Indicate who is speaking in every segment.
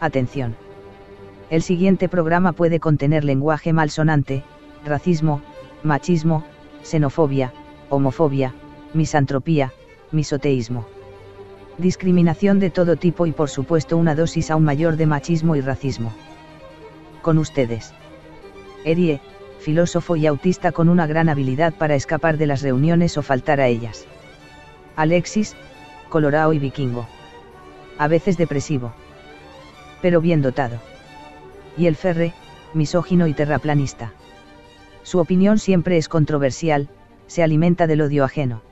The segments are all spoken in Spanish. Speaker 1: Atención. El siguiente programa puede contener lenguaje malsonante, racismo, machismo, xenofobia, homofobia, misantropía, misoteísmo. Discriminación de todo tipo y por supuesto una dosis aún mayor de machismo y racismo. Con ustedes. Erie, filósofo y autista con una gran habilidad para escapar de las reuniones o faltar a ellas. Alexis, colorado y vikingo. A veces depresivo. Pero bien dotado. Y el Ferre, misógino y terraplanista. Su opinión siempre es controversial, se alimenta del odio ajeno.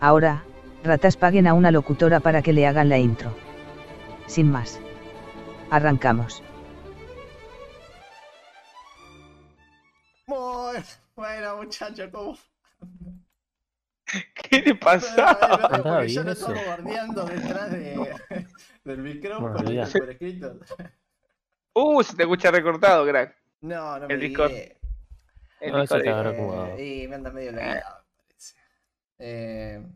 Speaker 1: Ahora, ratas paguen a una locutora para que le hagan la intro. Sin más. Arrancamos.
Speaker 2: Muy bueno, muchachos, ¿cómo?
Speaker 3: ¿Qué le
Speaker 2: Pero,
Speaker 3: pasa?
Speaker 2: pero,
Speaker 4: Andaba
Speaker 2: porque yo
Speaker 4: bien
Speaker 2: no
Speaker 4: eso.
Speaker 2: estaba guardiando detrás de, del micrófono
Speaker 4: Bueno, ya.
Speaker 2: y por escrito.
Speaker 3: Uh, se te escucha recortado, crack.
Speaker 2: No, no me
Speaker 3: El Discord.
Speaker 2: guíe.
Speaker 3: El
Speaker 4: No, eso
Speaker 3: Discord.
Speaker 4: te agarró
Speaker 2: Eh,
Speaker 4: como-
Speaker 2: Y me anda medio lagueado, me parece. Eh,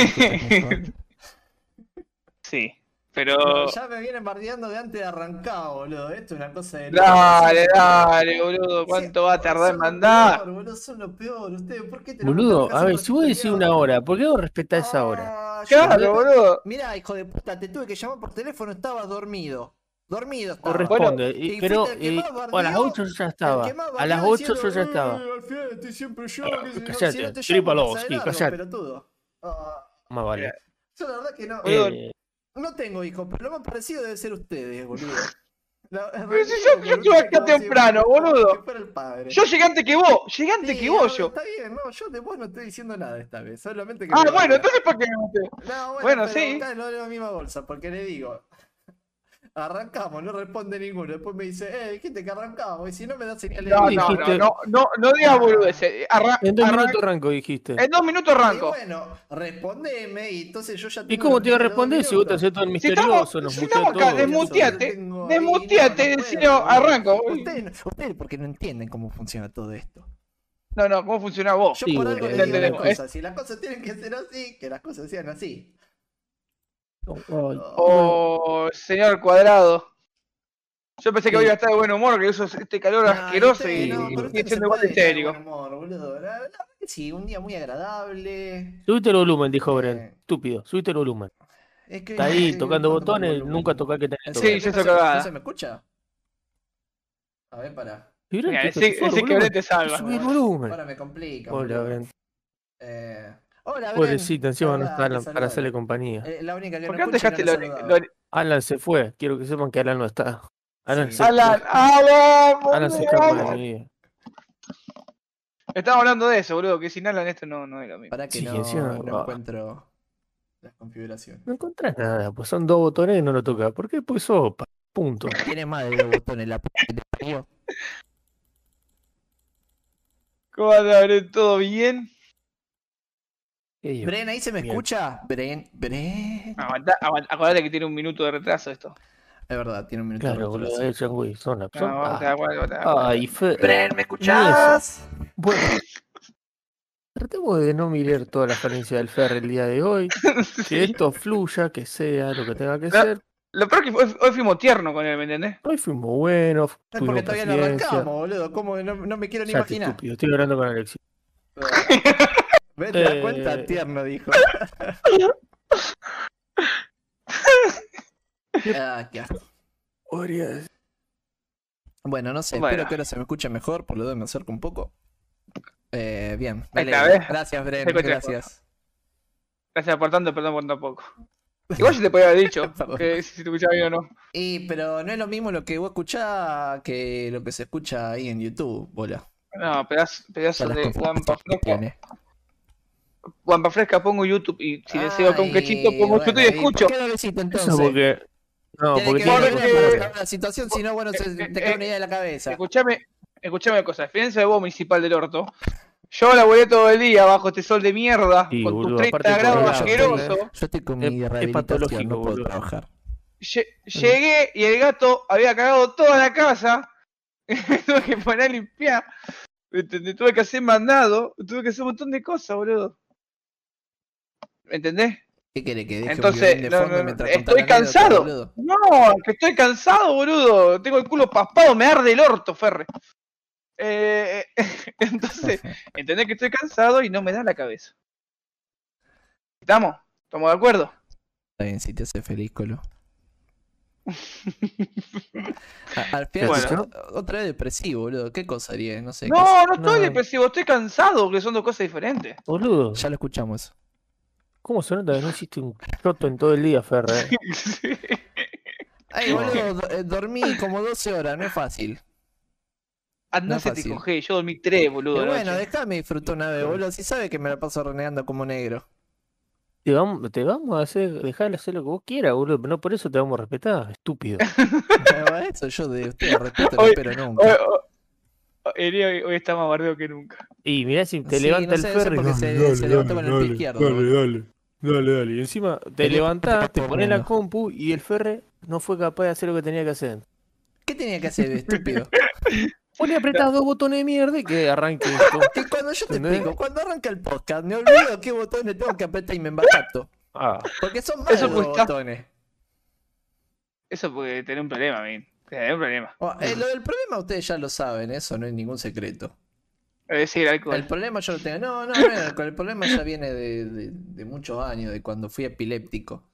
Speaker 3: sí, pero.
Speaker 2: ya me vienen bardeando de antes de arrancar, boludo. Esto es una cosa de.
Speaker 3: Dale,
Speaker 2: locos.
Speaker 3: dale, boludo. ¿Cuánto va a
Speaker 2: Son
Speaker 3: tardar en
Speaker 2: lo
Speaker 3: mandar?
Speaker 2: peor, boludo, son lo peor. Ustedes, ¿por qué tenemos
Speaker 4: Boludo,
Speaker 2: tantas
Speaker 4: a ver, si vos decís una
Speaker 2: oportunidades?
Speaker 4: hora, ¿por qué vos respetás esa hora?
Speaker 2: Ah, yo-
Speaker 3: Claro, boludo.
Speaker 2: Mirá, hijo de puta, te tuve que llamar por teléfono, estaba dormido. Dormido estaba.
Speaker 4: Corresponde, y-
Speaker 2: y
Speaker 4: pero
Speaker 2: fuiste el que
Speaker 4: eh,
Speaker 2: más
Speaker 4: o a las
Speaker 2: bardeó,
Speaker 4: 8 yo ya
Speaker 2: El
Speaker 4: estaba.
Speaker 2: que más
Speaker 4: A las
Speaker 2: bardeó
Speaker 4: 8 yo ya
Speaker 2: diciendo,
Speaker 4: estaba.
Speaker 2: "Eh, Alfredo, estoy siempre yo,
Speaker 4: Ah,
Speaker 2: que si no-
Speaker 4: callate,
Speaker 2: si no te llamo,
Speaker 4: trípalo,
Speaker 2: pasa de
Speaker 4: sí,
Speaker 2: largo,
Speaker 4: callate.
Speaker 2: pelotudo. Ah,
Speaker 4: Más vale.
Speaker 3: Mira,
Speaker 2: yo la verdad que no,
Speaker 3: Boludo,
Speaker 4: Eh,
Speaker 2: no tengo hijos, pero lo más parecido debe ser ustedes, boludo. La-
Speaker 3: Pero si yo- yo
Speaker 2: boludo,
Speaker 3: llegué acá
Speaker 2: como si-
Speaker 3: temprano,
Speaker 2: como si
Speaker 3: boludo.
Speaker 2: fuera el padre.
Speaker 3: Yo llegué antes que vos, llegué antes
Speaker 2: Sí,
Speaker 3: que
Speaker 2: no,
Speaker 3: vos yo.
Speaker 2: Está bien, no, yo de vos no estoy diciendo nada esta vez, solamente que...
Speaker 3: Ah,
Speaker 2: me
Speaker 3: bueno,
Speaker 2: bardeaste.
Speaker 3: entonces ¿para qué me metes?
Speaker 2: No, bueno,
Speaker 3: Bueno,
Speaker 2: pero
Speaker 3: sí.
Speaker 2: sí. no en la misma bolsa, porque le digo. Arrancamos, no responde ninguno. Después me dice, eh, dijiste que arrancamos. Y si no me da señales.
Speaker 3: No,
Speaker 2: de
Speaker 3: no,
Speaker 2: vida.
Speaker 3: no, no, no, no digas boludeces. Arran-
Speaker 4: En dos
Speaker 3: arran-
Speaker 4: minutos arranco, dijiste.
Speaker 3: en dos minutos
Speaker 2: Y
Speaker 3: arranco.
Speaker 2: bueno, respondeme y entonces yo ya
Speaker 4: ¿Y cómo te iba a responder si vos te haces todo el
Speaker 3: Si estamos,
Speaker 4: misterioso? Nos
Speaker 3: si
Speaker 4: muteó
Speaker 3: estamos acá,
Speaker 4: todo.
Speaker 3: desmuteate, desmuteate, decime, arranco.
Speaker 2: Ustedes, no- ustedes porque no entienden cómo funciona todo esto.
Speaker 3: No, no, ¿cómo funciona vos?
Speaker 2: Yo
Speaker 4: Sí,
Speaker 2: por algo les
Speaker 4: boludo,
Speaker 2: digo las
Speaker 3: entendemos, ¿eh?
Speaker 2: cosas. Si las cosas tienen que ser así, que las cosas sean así.
Speaker 4: Ay,
Speaker 3: Oh, señor Cuadrado. Yo pensé que
Speaker 4: Sí.
Speaker 3: hoy iba a estar de buen humor, que eso es este calor
Speaker 2: No,
Speaker 3: asqueroso
Speaker 2: ustedes
Speaker 3: y
Speaker 2: no, pero
Speaker 3: y
Speaker 2: ustedes
Speaker 3: sigue
Speaker 2: no
Speaker 3: siendo
Speaker 2: se
Speaker 3: igual de
Speaker 2: pueden estar de
Speaker 3: histérico.
Speaker 2: buen humor, boludo. La- la verdad que sí, un día muy agradable.
Speaker 4: Subiste el volumen, dijo Bren.
Speaker 2: Eh.
Speaker 4: Estúpido, subiste el volumen.
Speaker 2: Es que
Speaker 4: Está
Speaker 2: no
Speaker 4: ahí
Speaker 2: tengo-
Speaker 4: tocando
Speaker 2: no tengo
Speaker 4: botones,
Speaker 2: volumen.
Speaker 4: nunca toca que tenés que
Speaker 2: ¿En
Speaker 4: tocar.
Speaker 2: serio?
Speaker 3: Sí, yo
Speaker 2: ¿No
Speaker 3: soy
Speaker 2: se- no
Speaker 3: cagada.
Speaker 2: se me escucha? A ver, pará.
Speaker 4: Y Bren,
Speaker 3: Mira,
Speaker 4: ¿qué
Speaker 3: ese,
Speaker 4: te fue el
Speaker 3: ese que
Speaker 4: volumen?
Speaker 3: Brett te salva.
Speaker 4: Subí el volumen.
Speaker 2: Ahora me complica.
Speaker 4: Hola,
Speaker 2: boludo.
Speaker 4: Bren.
Speaker 2: Eh, Hola, Bren.
Speaker 4: Pobrecita, encima no
Speaker 2: Hola,
Speaker 4: está Alan
Speaker 2: te
Speaker 4: para
Speaker 2: saludaba.
Speaker 4: hacerle compañía.
Speaker 2: Eh, la única que
Speaker 3: ¿Por
Speaker 2: no
Speaker 3: qué no
Speaker 2: escucha y
Speaker 3: dejaste
Speaker 2: no
Speaker 3: lo,
Speaker 2: la saludaba.
Speaker 3: lo-
Speaker 4: Alan se fue, quiero que sepan que Alan no está. Alan
Speaker 2: Sí.
Speaker 4: se
Speaker 3: Alan,
Speaker 4: fue.
Speaker 3: Alan, boludo,
Speaker 4: Alan se escapa de
Speaker 3: Alan.
Speaker 4: mi vida.
Speaker 3: Estamos hablando de eso, boludo, que sin Alan esto no, no es lo mismo.
Speaker 2: Pará que
Speaker 4: Sí,
Speaker 2: no,
Speaker 4: encima-
Speaker 2: no
Speaker 4: ah.
Speaker 2: encuentro las configuraciones.
Speaker 4: No encontrás nada, pues son dos botones y no lo tocas. ¿Por qué? Pues sopa. Punto.
Speaker 2: Tiene más de dos botones la puta que te parió.
Speaker 3: ¿Cómo anda, Brett? ¿Todo bien?
Speaker 4: ¿Qué digo?
Speaker 2: Bren, ¿ahí se me
Speaker 4: Bien.
Speaker 2: escucha? Bren, Bren.
Speaker 3: Aguantá, aguantá, acordate que tiene un minuto de retraso esto.
Speaker 2: Es verdad, tiene un minuto de
Speaker 4: Claro, boludo,
Speaker 2: retraso.
Speaker 4: de Changui, son la
Speaker 3: No,
Speaker 4: son-
Speaker 3: aguantá,
Speaker 4: ah,
Speaker 3: aguantá, aguantá.
Speaker 4: Ay, fe.
Speaker 2: Bren, ¿me
Speaker 4: escuchás?
Speaker 2: escuchás?
Speaker 4: Bueno, tratemos de no mirar toda la falencia del Ferre el día de hoy. Que esto fluya, que sea lo que tenga que
Speaker 3: No.
Speaker 4: ser.
Speaker 3: Lo peor que hoy, hoy fuimos tiernos con él, ¿me entendés?
Speaker 4: Hoy fuimos buenos,
Speaker 2: Es
Speaker 4: tuvimos
Speaker 2: porque todavía no
Speaker 4: paciencia.
Speaker 2: arrancamos, boludo. ¿Cómo que no, no me quiero ni
Speaker 4: Cállate,
Speaker 2: imaginar?
Speaker 4: estúpido, estoy hablando con Alexis.
Speaker 2: ¿Ves? ¿Te das
Speaker 4: Eh,
Speaker 2: cuenta? Tierno, dijo. Ah, qué asco. Bueno, no sé,
Speaker 3: Bueno.
Speaker 2: espero que ahora se me escuche mejor, por lo demás me acerco un poco. Eh, bien,
Speaker 3: Ahí
Speaker 2: dale.
Speaker 3: está, ¿ves?
Speaker 2: Gracias, Bren,
Speaker 3: Te encontré.
Speaker 2: gracias.
Speaker 3: Gracias por tanto, perdón por tampoco. Igual yo te podía haber dicho
Speaker 2: Perdón.
Speaker 3: que si te escuchaba bien o no.
Speaker 2: Y, pero no es lo mismo lo que vos escuchás que lo que se escucha ahí en YouTube, bola.
Speaker 3: No, pedazo, pedazo
Speaker 2: Todas las
Speaker 3: de
Speaker 2: configuraciones
Speaker 3: guampa
Speaker 2: que
Speaker 3: fresca.
Speaker 2: tiene.
Speaker 3: Guampa fresca pongo YouTube y si deseo con
Speaker 2: Ay,
Speaker 3: quechito pongo YouTube y
Speaker 2: bueno,
Speaker 3: escucho.
Speaker 2: ¿Por qué no lo hiciste
Speaker 4: Eso
Speaker 2: entonces?
Speaker 4: porque. No,
Speaker 2: Tiene
Speaker 4: porque
Speaker 2: que
Speaker 4: tiene
Speaker 2: ver
Speaker 3: Porque-
Speaker 4: que
Speaker 2: con
Speaker 4: ver
Speaker 2: la- la situación, si no, bueno, se-
Speaker 3: Eh,
Speaker 2: te
Speaker 3: eh,
Speaker 2: queda una idea de la cabeza.
Speaker 3: Escuchame, escuchame una cosa, experiencia de vos, municipal del orto. Yo laburé todo el día bajo este sol de mierda,
Speaker 4: Sí,
Speaker 3: con
Speaker 4: boludo,
Speaker 3: tus 30
Speaker 4: aparte
Speaker 3: grados
Speaker 4: colgado,
Speaker 3: asqueroso.
Speaker 2: Yo estoy con
Speaker 4: Es-
Speaker 2: mi
Speaker 4: es
Speaker 2: rehabilitación,
Speaker 4: patológico,
Speaker 2: no puedo
Speaker 4: boludo.
Speaker 2: trabajar.
Speaker 3: Lle- Llegué y el gato había cagado toda la casa. Me tuve que poner a limpiar. Me te- te tuve que hacer mandado. Tuve que hacer un montón de cosas, boludo. ¿Me entendés?
Speaker 2: ¿Qué quiere que deje
Speaker 3: Entonces,
Speaker 2: Bulldogin de
Speaker 3: no,
Speaker 2: fondo
Speaker 3: no,
Speaker 2: mientras
Speaker 3: estoy
Speaker 2: cuenta la anécdota,
Speaker 3: cansado.
Speaker 2: boludo?
Speaker 3: No, que estoy cansado, boludo. Tengo el culo paspado, me arde el orto, Ferre. Eh, entonces, entender que estoy cansado y no me da la cabeza. ¿Estamos? ¿Estamos de acuerdo?
Speaker 2: Está bien, si te hace feliz, Colo. A- Al final,
Speaker 4: Bueno.
Speaker 2: o- otra vez depresivo, boludo. ¿Qué cosa haría? No sé. qué sé-
Speaker 3: No, no estoy
Speaker 4: no.
Speaker 3: depresivo, estoy cansado, que son dos cosas diferentes.
Speaker 4: Boludo,
Speaker 2: Ya lo escuchamos.
Speaker 4: ¿cómo se nota que no hiciste un choto en todo el día, Ferre? eh?
Speaker 3: Sí.
Speaker 2: Ay,
Speaker 4: No.
Speaker 2: boludo, do- eh, dormí como 12 horas, no es fácil. No
Speaker 3: Andá,
Speaker 2: es
Speaker 3: se te
Speaker 2: fácil.
Speaker 3: cogé, yo dormí tres,
Speaker 2: Y
Speaker 3: boludo.
Speaker 2: bueno,
Speaker 3: anoche.
Speaker 2: déjame disfrutar una vez, boludo. Si sabe que me la paso renegando como negro.
Speaker 4: Te vamos, te vamos a hacer, dejar de hacer lo que vos quieras, boludo, pero no por eso te vamos a respetar, estúpido.
Speaker 2: Bueno, Eso yo de usted respeto no
Speaker 3: Hoy-
Speaker 2: espero nunca.
Speaker 3: Hoy, hoy- hoy- hoy está más bardeo que nunca.
Speaker 4: Y mirá si te
Speaker 2: Sí,
Speaker 4: levanta
Speaker 2: no
Speaker 4: el
Speaker 2: sé, eso
Speaker 4: ferry.
Speaker 2: porque se- Dale, se levantó dale, con el pie dale, izquierdo, dale, ¿no?
Speaker 4: dale, dale, dale. Y encima te
Speaker 2: Tenía-
Speaker 4: levantás, te
Speaker 2: todo
Speaker 4: pones la
Speaker 2: mundo.
Speaker 4: compu y el ferre no fue capaz de hacer lo que tenía que hacer.
Speaker 2: ¿Qué tenía que hacer, estúpido?
Speaker 4: Vos le apretás dos botones de mierda y que arranque esto.
Speaker 2: Que cuando yo te
Speaker 4: ¿Entendés?
Speaker 2: explico, cuando arranca el podcast, me olvido qué botones tengo que apretar y me embarato.
Speaker 4: Ah,
Speaker 2: Porque son malos
Speaker 3: Eso
Speaker 2: los
Speaker 3: cuesta.
Speaker 2: botones.
Speaker 3: Eso porque tenés un problema, men. Tenés un problema.
Speaker 2: Oh, eh, lo del problema ustedes ya lo saben, eso no es ningún secreto.
Speaker 3: Es decir,
Speaker 2: El
Speaker 3: alcohol.
Speaker 2: problema yo lo tengo. No, no, no, el- el problema ya viene de, de- de muchos años, de cuando fui epiléptico.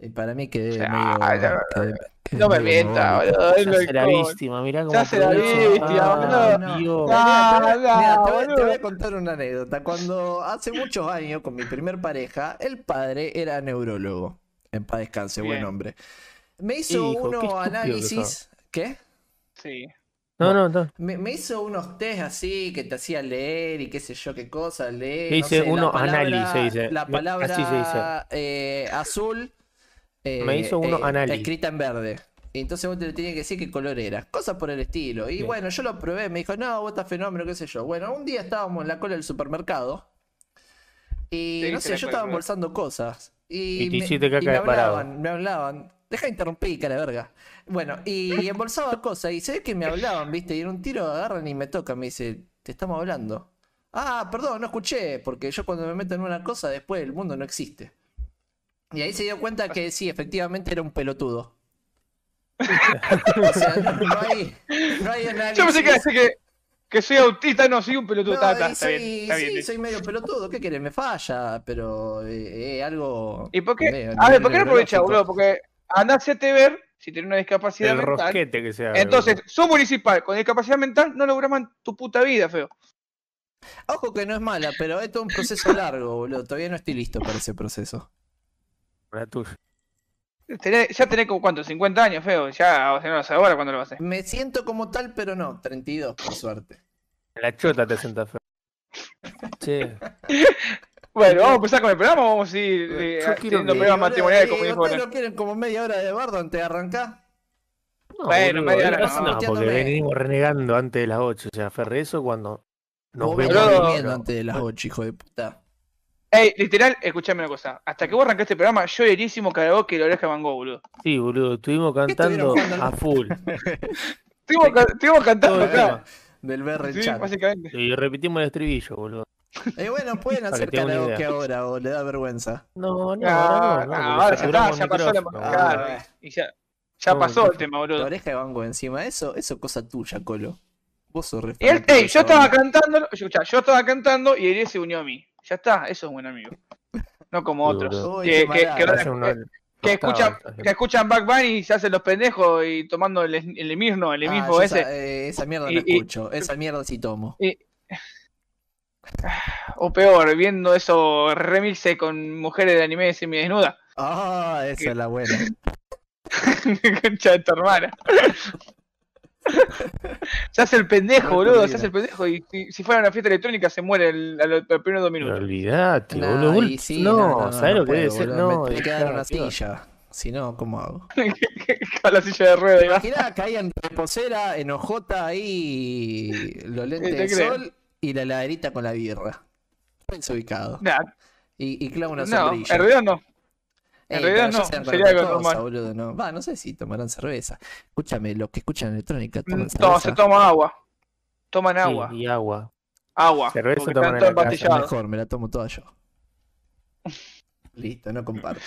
Speaker 2: Y para mí quedé
Speaker 3: Ah,
Speaker 2: medio-
Speaker 3: ya-
Speaker 2: quedé- quedé
Speaker 3: No me
Speaker 2: medio
Speaker 3: mientas,
Speaker 2: mogólico.
Speaker 3: boludo. Es
Speaker 4: se hace la
Speaker 3: alcohol.
Speaker 4: víctima, mirá cómo
Speaker 3: hace la
Speaker 4: aprovecha.
Speaker 3: víctima,
Speaker 4: Ah,
Speaker 2: boludo.
Speaker 4: Dios.
Speaker 2: Mirá,
Speaker 3: No.
Speaker 2: te voy a-
Speaker 3: Ah,
Speaker 2: mirá, te voy a- te voy
Speaker 3: boludo.
Speaker 2: a contar una anécdota. Cuando hace muchos años con mi primer pareja, el padre era neurólogo. En paz descanse, buen
Speaker 3: Bien.
Speaker 2: hombre. Me hizo
Speaker 4: Hijo, qué
Speaker 2: unos
Speaker 4: estúpido que
Speaker 2: análisis. ¿Qué?
Speaker 3: Sí.
Speaker 4: No, no, no.
Speaker 2: Me, me hizo unos test así que te hacía leer y qué sé yo qué cosa, leer.
Speaker 4: Me
Speaker 2: no
Speaker 4: hice
Speaker 2: sé, la
Speaker 4: unos
Speaker 2: palabra-
Speaker 4: análisis, dice.
Speaker 2: La
Speaker 4: Me-
Speaker 2: palabra
Speaker 4: así se dice.
Speaker 2: eh, azul
Speaker 4: Me
Speaker 2: eh,
Speaker 4: hizo unos
Speaker 2: eh,
Speaker 4: análisis.
Speaker 2: escrita en verde. Y entonces vos te tenías que decir qué color era. Cosas por el estilo. Y
Speaker 4: Bien.
Speaker 2: bueno, yo lo probé. Me dijo, no, vos estás fenómeno, qué sé yo. Bueno, un día estábamos en la cola del supermercado. Y
Speaker 3: Te
Speaker 2: no
Speaker 3: hice
Speaker 2: sé,
Speaker 3: la
Speaker 2: yo estaba
Speaker 3: cola, ¿verdad?
Speaker 2: embolsando cosas. Y,
Speaker 4: Y te
Speaker 2: me,
Speaker 4: hiciste caca
Speaker 2: y me
Speaker 4: de parado.
Speaker 2: hablaban, me hablaban. Deja de interrumpir, cara de verga. Bueno, y embolsaba cosas. Y se ve que me hablaban, viste. Y en un tiro agarran y me tocan. Me dice, te estamos hablando. Ah, perdón, no escuché. Porque yo cuando me meto en una cosa, después el mundo no existe. Y ahí se dio cuenta que sí, efectivamente era un pelotudo. o sea, no, no hay, no hay análisis.
Speaker 3: Yo pensé que, así que, que soy autista, no, soy un pelotudo.
Speaker 2: No,
Speaker 3: está, está,
Speaker 2: y
Speaker 3: está
Speaker 2: soy,
Speaker 3: bien, está bien.
Speaker 2: sí, soy medio pelotudo, ¿qué querés? Me falla, pero es algo...
Speaker 3: ¿Y por
Speaker 2: veo,
Speaker 3: qué?
Speaker 2: a
Speaker 3: A ver,
Speaker 2: nivel
Speaker 3: ¿por qué no aprovechás,
Speaker 2: neurológico.
Speaker 3: boludo? Porque andá a hacerte ver si tenés una discapacidad
Speaker 4: El
Speaker 3: mental.
Speaker 4: rosquete que se hace.
Speaker 3: Entonces, sos municipal con discapacidad mental, no lográs más en tu puta vida, feo.
Speaker 2: Ojo que no es mala, pero esto es un proceso largo, boludo. Todavía no estoy listo para ese proceso.
Speaker 4: boludo. La tuya.
Speaker 3: Tenés- ya tenés como cuánto, 50 años, feo. Ya, o sea, no lo sé ahora cuando lo haces.
Speaker 2: Me siento como tal, pero no. 32, por suerte.
Speaker 4: La chota te senta Ferre. Che.
Speaker 3: Bueno, vamos a empezar con el programa, o vamos a ir eh,
Speaker 4: Yo quiero
Speaker 3: teniendo
Speaker 4: que-
Speaker 3: problemas matrimoniales, como
Speaker 2: Eh,
Speaker 3: dijo
Speaker 2: ¿Ustedes
Speaker 3: Barán.
Speaker 2: no quieren como media hora de bardo antes de arrancar?
Speaker 4: No,
Speaker 3: Bueno,
Speaker 4: boludo,
Speaker 3: media
Speaker 4: no
Speaker 3: hora
Speaker 4: pasa
Speaker 3: no.
Speaker 4: nada, Ah, porque
Speaker 2: Metiéndome.
Speaker 4: venimos renegando antes de las 8. O sea, Ferre, eso cuando nos
Speaker 2: Vos
Speaker 4: vemos.
Speaker 2: venís
Speaker 3: Boludo.
Speaker 2: durmiendo antes de las 8, hijo de puta.
Speaker 3: Ey, literal, escuchame una cosa. Hasta que vos arrancaste el programa, yo erísimo karaoke y la oreja de Van Gogh, boludo.
Speaker 4: Sí, boludo, estuvimos
Speaker 2: estuvieron
Speaker 4: cantando
Speaker 2: jugando?
Speaker 4: a full.
Speaker 3: Estuvimos, ca- estuvimos
Speaker 4: Todo
Speaker 3: cantando
Speaker 4: el
Speaker 3: acá.
Speaker 4: tema.
Speaker 2: Del BR
Speaker 3: Sí,
Speaker 2: chat.
Speaker 3: básicamente.
Speaker 4: Y repetimos el estribillo, boludo.
Speaker 2: Eh, bueno, pueden
Speaker 4: Para
Speaker 2: hacer
Speaker 4: que tenga una
Speaker 2: karaoke
Speaker 4: idea.
Speaker 2: ahora o le da vergüenza.
Speaker 4: No, no,
Speaker 3: Ah,
Speaker 4: ahora
Speaker 3: ah,
Speaker 4: no, no, porque
Speaker 3: Ahora ya está,
Speaker 4: saturamos
Speaker 3: ya
Speaker 4: el
Speaker 3: pasó la
Speaker 4: micrófono,
Speaker 2: claro.
Speaker 4: boludo.
Speaker 3: madrugada. Y ya, ya
Speaker 4: No,
Speaker 3: pasó el
Speaker 4: entonces-
Speaker 3: tema,
Speaker 2: Ah, La
Speaker 3: boludo.
Speaker 2: oreja de Bango encima, eso, eso es cosa tuya, Colo. Vos sos re
Speaker 3: Y él,
Speaker 2: fanático de
Speaker 3: ey, yo
Speaker 2: esa
Speaker 3: estaba
Speaker 2: banda.
Speaker 3: cantando, yo, escuchá, yo estaba cantando y Ariel se unió a mí. Ya está, eso es un buen amigo. No como
Speaker 4: Sí,
Speaker 3: otros.
Speaker 2: boludo. Uy,
Speaker 3: Que,
Speaker 2: qué
Speaker 3: que-
Speaker 2: maldad.
Speaker 3: que-
Speaker 4: Hace una-
Speaker 3: que- que escuchan,
Speaker 4: octava,
Speaker 3: que escuchan Back Bunny y se hacen los pendejos y tomando el, el Emirno, el
Speaker 2: Ah,
Speaker 3: mismo
Speaker 2: yo
Speaker 3: ese.
Speaker 2: Esa, eh, esa mierda
Speaker 3: Y-
Speaker 2: no
Speaker 3: y-
Speaker 2: escucho. Esa mierda sí tomo.
Speaker 3: O peor, viendo esos remixes con mujeres de anime semidesnuda.
Speaker 2: Ah, esa
Speaker 3: ¿Qué?
Speaker 2: es la buena.
Speaker 3: Concha de tu hermana. se hace el pendejo,
Speaker 2: No te
Speaker 3: boludo.
Speaker 2: olvides.
Speaker 3: Se hace el pendejo. Y si, si fuera una fiesta electrónica, se muere el, a los- a los primeros dos
Speaker 4: Pero
Speaker 3: minutos.
Speaker 4: olvidate,
Speaker 2: Nah,
Speaker 4: boludo.
Speaker 2: y sí,
Speaker 4: no,
Speaker 2: no, no,
Speaker 4: ¿sabes
Speaker 2: no
Speaker 4: lo que debe
Speaker 2: puedo,
Speaker 4: ser?
Speaker 2: boludo.
Speaker 4: No,
Speaker 2: Me tengo que quedar en una
Speaker 4: claro.
Speaker 2: silla. Si no, ¿cómo hago?
Speaker 3: Con la silla de ruedas. y va.
Speaker 2: Imaginá, caía en reposera, en hojota ahí, los lentes
Speaker 3: te
Speaker 2: de
Speaker 3: creo.
Speaker 2: sol y la laderita con la birra. Desubicado.
Speaker 3: Nah,
Speaker 2: Y, y clava una
Speaker 3: no,
Speaker 2: sombrilla.
Speaker 3: en realidad no.
Speaker 2: Eh,
Speaker 3: En
Speaker 2: pero
Speaker 3: realidad
Speaker 2: ya
Speaker 3: no,
Speaker 2: se dan con
Speaker 3: sería
Speaker 2: otra
Speaker 3: algo
Speaker 2: cosa,
Speaker 3: normal.
Speaker 2: boludo, no. Va, no sé si tomarán cerveza. Escúchame, los que escuchan electrónica toman
Speaker 3: No, Mm, se
Speaker 2: cerveza.
Speaker 3: toma agua. Toman
Speaker 4: Sí,
Speaker 3: agua.
Speaker 4: y agua.
Speaker 3: Agua.
Speaker 4: Cerveza
Speaker 3: porque
Speaker 4: toman
Speaker 3: están
Speaker 4: en
Speaker 3: todos
Speaker 4: la casa,
Speaker 2: Es
Speaker 3: empastillados.
Speaker 2: mejor, me la tomo toda yo. Listo, no comparto.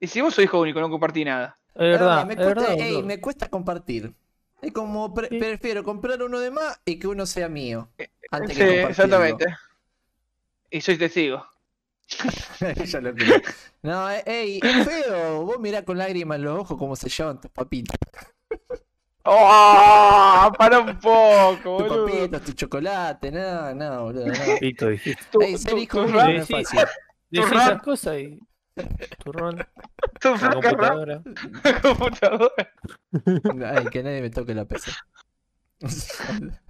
Speaker 3: Y si vos sos hijo único, no compartí nada.
Speaker 5: Es verdad,
Speaker 2: me,
Speaker 5: es
Speaker 2: cuesta,
Speaker 5: verdad.
Speaker 2: ey,
Speaker 5: boludo.
Speaker 2: me cuesta compartir. Es como pre-
Speaker 5: Sí.
Speaker 2: prefiero comprar uno de más y que uno sea mío. Antes
Speaker 3: Eh, Sí,
Speaker 2: que compartirlo.
Speaker 3: exactamente. Y soy testigo.
Speaker 2: Ya lo creo. No, eh, ey, es feo. Vos mirá con lágrimas en los ojos cómo se llevan tus papitas.
Speaker 3: ¡Oh! Para un poco,
Speaker 2: Tus
Speaker 3: boludo.
Speaker 2: papitas, tu chocolate, no, no, boludo. no.
Speaker 4: Pito, dijiste.
Speaker 3: Tu,
Speaker 2: Ey, ser
Speaker 3: tu-
Speaker 2: hijo
Speaker 3: tu
Speaker 2: único
Speaker 3: ra-
Speaker 2: no es
Speaker 5: Sí.
Speaker 2: fácil.
Speaker 5: Dejé
Speaker 3: turrón.
Speaker 5: esas cosas y. Turrón,
Speaker 3: tu
Speaker 5: la
Speaker 3: flaca ra-
Speaker 5: computadora.
Speaker 3: computadora.
Speaker 2: Ay, que nadie me toque la PC.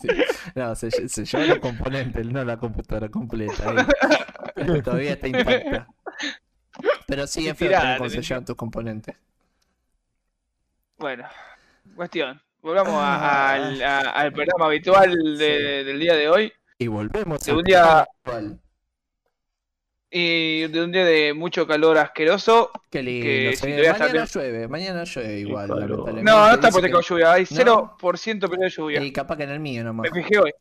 Speaker 2: Sí. No, se, lle- se llevan los componentes, no la computadora completa. ahí. Todavía está intacta. Pero sí, es feo
Speaker 3: Tirá,
Speaker 2: también cómo se
Speaker 3: tenés-
Speaker 2: llevan tus componentes.
Speaker 3: Bueno, cuestión. Volvamos a- al, a- al programa habitual de- del día de hoy.
Speaker 2: Y volvemos
Speaker 3: De
Speaker 2: al
Speaker 3: un día,
Speaker 2: actual.
Speaker 3: y de un día de mucho calor asqueroso.
Speaker 2: Qué lindo.
Speaker 3: Que
Speaker 2: se
Speaker 3: si
Speaker 2: viene.
Speaker 3: todavía está
Speaker 2: mañana
Speaker 3: bien.
Speaker 2: llueve, mañana llueve igual.
Speaker 4: calor.
Speaker 2: lamentablemente.
Speaker 3: No, no
Speaker 2: Dice
Speaker 3: está porque con
Speaker 2: que-
Speaker 3: lluvia. Hay
Speaker 2: No.
Speaker 3: 0% de lluvia.
Speaker 2: Y capaz que en el mío nomás.
Speaker 3: Me fijé hoy.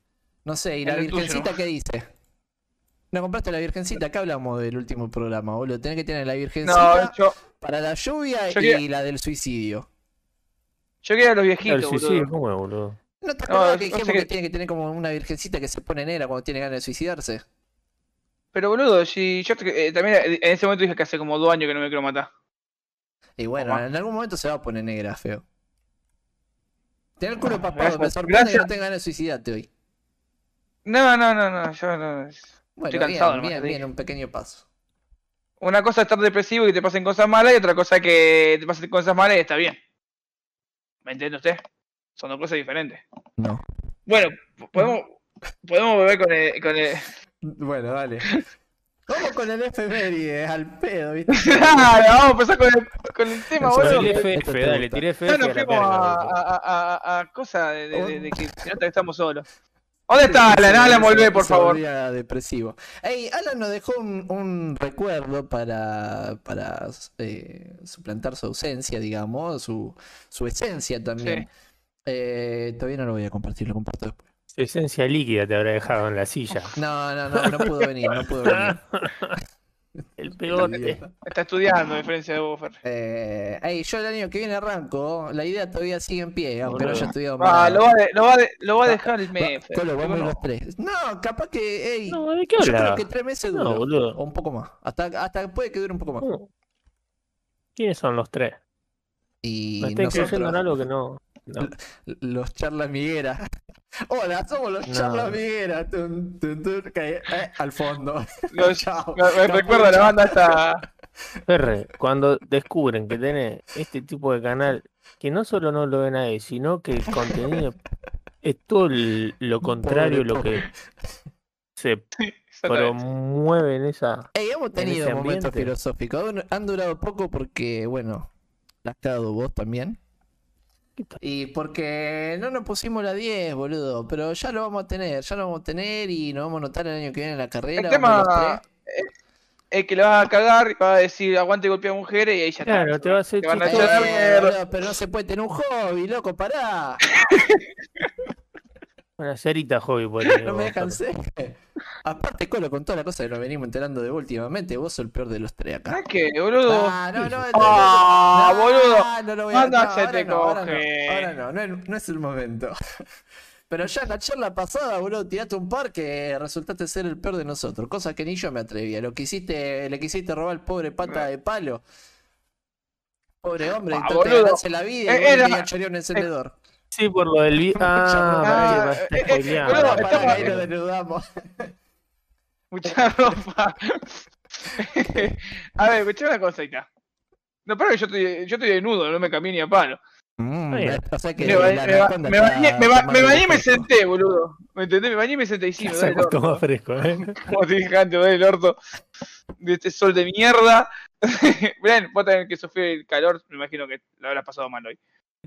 Speaker 2: No sé, ¿y la
Speaker 3: en el tuyo.
Speaker 2: virgencita qué dice? ¿No compraste la virgencita? Acá hablamos del último programa, boludo. Tenés que tener la virgencita
Speaker 3: No, yo,
Speaker 2: para la lluvia
Speaker 3: Yo
Speaker 2: y
Speaker 3: quería-
Speaker 2: la del suicidio.
Speaker 3: yo quería a los
Speaker 4: El
Speaker 3: viejitos,
Speaker 4: suicidio,
Speaker 3: boludo.
Speaker 4: ¿cómo es, boludo?
Speaker 2: ¿No te
Speaker 3: No,
Speaker 2: acordás que
Speaker 3: yo sé
Speaker 2: dijimos
Speaker 3: que-
Speaker 2: que... tiene que tener como una virgencita que se pone negra cuando tiene ganas de suicidarse?
Speaker 3: Pero boludo, si yo te- eh, también eh, en ese momento dije que hace como dos años que no me quiero matar.
Speaker 2: Y bueno,
Speaker 3: Mamá.
Speaker 2: en algún momento se va a poner negra, feo. Tener el culo papado,
Speaker 3: Ah, gracias-
Speaker 2: me sorprende que
Speaker 3: gracias.
Speaker 2: no tengas ganas de suicidarte hoy.
Speaker 3: No, no, no, no, yo no.
Speaker 2: Bueno,
Speaker 3: Estoy cansado
Speaker 2: bien,
Speaker 3: nomás,
Speaker 2: bien,
Speaker 3: te
Speaker 2: bien,
Speaker 3: dije.
Speaker 2: un pequeño paso.
Speaker 3: Una cosa es estar depresivo y que te pasen cosas malas y otra cosa es que te pasen cosas malas y está bien. ¿Me entiende usted? Son dos cosas diferentes.
Speaker 2: No.
Speaker 3: Bueno, po- podemos, podemos volver con el, con el...
Speaker 2: Bueno, dale. Vamos con el efeméride, al pedo, ¿viste?
Speaker 3: Claro, vamos a empezar con el, con el tema,
Speaker 2: Eso
Speaker 3: boludo.
Speaker 2: sí,
Speaker 5: Tiré
Speaker 2: esto te
Speaker 5: F, dale,
Speaker 2: gusta.
Speaker 5: tiré F.
Speaker 3: Ya
Speaker 5: a
Speaker 3: nos
Speaker 5: la
Speaker 3: fuimos
Speaker 5: verga,
Speaker 3: a,
Speaker 5: boludo.
Speaker 3: a, a, a cosas de, de- de-
Speaker 4: Oh.
Speaker 3: de que se nota que estamos solos. ¿Dónde está
Speaker 2: Está
Speaker 3: Alan? Alan, volvé, por favor.
Speaker 2: depresivo. Ey, Alan nos dejó un, un recuerdo para, para eh, suplantar su ausencia, digamos, su, su esencia también.
Speaker 3: Sí.
Speaker 2: Eh, todavía no lo voy a compartir, lo comparto después.
Speaker 4: Su esencia líquida te habrá dejado en la silla.
Speaker 2: No, no, no, no pudo venir, no pudo venir.
Speaker 4: El pegote.
Speaker 2: Idiota.
Speaker 3: Está estudiando, a diferencia de vos, Fer.
Speaker 2: Eh, ey, yo el año que viene arranco, la idea todavía sigue en pie, aunque no
Speaker 4: Boludo.
Speaker 2: haya estudiado
Speaker 3: Ah,
Speaker 2: más.
Speaker 3: lo va, a de- lo va, a de- lo va a dejar el
Speaker 2: Ah, Va,
Speaker 3: mes, Fer.
Speaker 2: Colo, vamos
Speaker 3: ¿Cómo no?
Speaker 2: los tres. No, capaz que, ey,
Speaker 4: No, ¿de qué
Speaker 2: yo creo
Speaker 4: hablas?
Speaker 2: que tres meses
Speaker 4: No,
Speaker 2: dura.
Speaker 4: boludo.
Speaker 2: o un poco más. Hasta, hasta puede que dure un poco más.
Speaker 4: ¿Cómo? ¿Quiénes son los tres?
Speaker 2: Y
Speaker 4: Me estoy
Speaker 2: nosotros-
Speaker 4: creyendo en algo que no. no.
Speaker 2: Los charlamigueras. Hola, somos los
Speaker 4: No.
Speaker 2: charlamigueras. Tun, tun, tun, que- eh, al fondo.
Speaker 3: Los-
Speaker 2: Chao.
Speaker 3: Me, me
Speaker 2: No
Speaker 3: recuerda
Speaker 2: puedo-
Speaker 3: la banda hasta.
Speaker 4: Ferre, cuando descubren que tiene este tipo de canal, que no solo no lo ven a él, sino que el contenido es todo el- lo contrario a lo que se promueve en esa.
Speaker 2: Ey, hemos tenido
Speaker 4: ese
Speaker 2: momentos
Speaker 4: ambiente.
Speaker 2: filosóficos. Han, han durado poco porque, bueno, la has cagado vos también.
Speaker 4: ¿Qué tal?
Speaker 2: Y porque no nos pusimos la 10, boludo. Pero ya lo vamos a tener, ya lo vamos a tener y nos vamos a notar el año que viene en la carrera.
Speaker 3: El
Speaker 2: vamos los
Speaker 3: tema es que le vas a cagar y va a decir aguante y golpea a mujeres y ahí ya
Speaker 4: Claro,
Speaker 3: está.
Speaker 4: te va a hacer
Speaker 3: Te van a
Speaker 2: tres.
Speaker 3: Nacho, la
Speaker 2: Eh,
Speaker 3: mierda.
Speaker 2: boludo, pero no se puede tener un hobby, loco, pará.
Speaker 4: Una cerita hobby por
Speaker 2: No me dejan ser. Aparte, Colo, con toda la cosa que nos venimos enterando de vos últimamente, vos sos el peor de los tres acá.
Speaker 3: ¿Sabes qué, boludo?
Speaker 2: Ah, no, no, no,
Speaker 3: Ah,
Speaker 2: no, no,
Speaker 3: boludo.
Speaker 2: No lo voy a
Speaker 3: Anda,
Speaker 2: no,
Speaker 3: se
Speaker 2: ahora
Speaker 3: te
Speaker 2: no, ahora no,
Speaker 3: coge.
Speaker 2: Ahora no, no, es- no es el momento. Pero ya en la charla pasada, boludo, tiraste un par que resultaste ser el peor de nosotros. Cosa que ni yo me atrevía. Lo quisiste, le quisiste robar al pobre pata de palo. Pobre hombre,
Speaker 3: Ah,
Speaker 2: intentaste
Speaker 3: boludo.
Speaker 2: ganarse la vida y
Speaker 3: Eh,
Speaker 2: vos
Speaker 3: era-
Speaker 2: querías chorear un encendedor.
Speaker 4: Sí, por lo del vi- Ah,
Speaker 3: Ah,
Speaker 4: pará
Speaker 3: eh,
Speaker 4: que me
Speaker 3: eh,
Speaker 4: está spoileando.
Speaker 3: boludo,
Speaker 2: Pará,
Speaker 3: estamos-
Speaker 2: pará, ahí lo desnudamos.
Speaker 3: Mucha ropa. a ver, escuchame una cosita. No, pero que yo estoy, yo estoy desnudo, no me camine a palo.
Speaker 2: Mm,
Speaker 4: Está bien.
Speaker 2: o sea que
Speaker 3: Me
Speaker 2: la
Speaker 3: ba- me ba-
Speaker 2: anaconda
Speaker 3: me
Speaker 2: está
Speaker 3: bañé me ba- me
Speaker 2: tomando
Speaker 3: bañé y me
Speaker 2: gusto.
Speaker 3: senté, boludo. ¿Me entendés? Me bañé y me senté y sí, me
Speaker 4: Ya
Speaker 3: duele
Speaker 4: se
Speaker 3: el
Speaker 4: puso
Speaker 3: orto.
Speaker 4: más fresco, ¿eh?
Speaker 3: Como te dije antes, duele el orto de este sol de mierda. Bren, vos también que sufrir el calor, me imagino que lo habrás pasado mal hoy.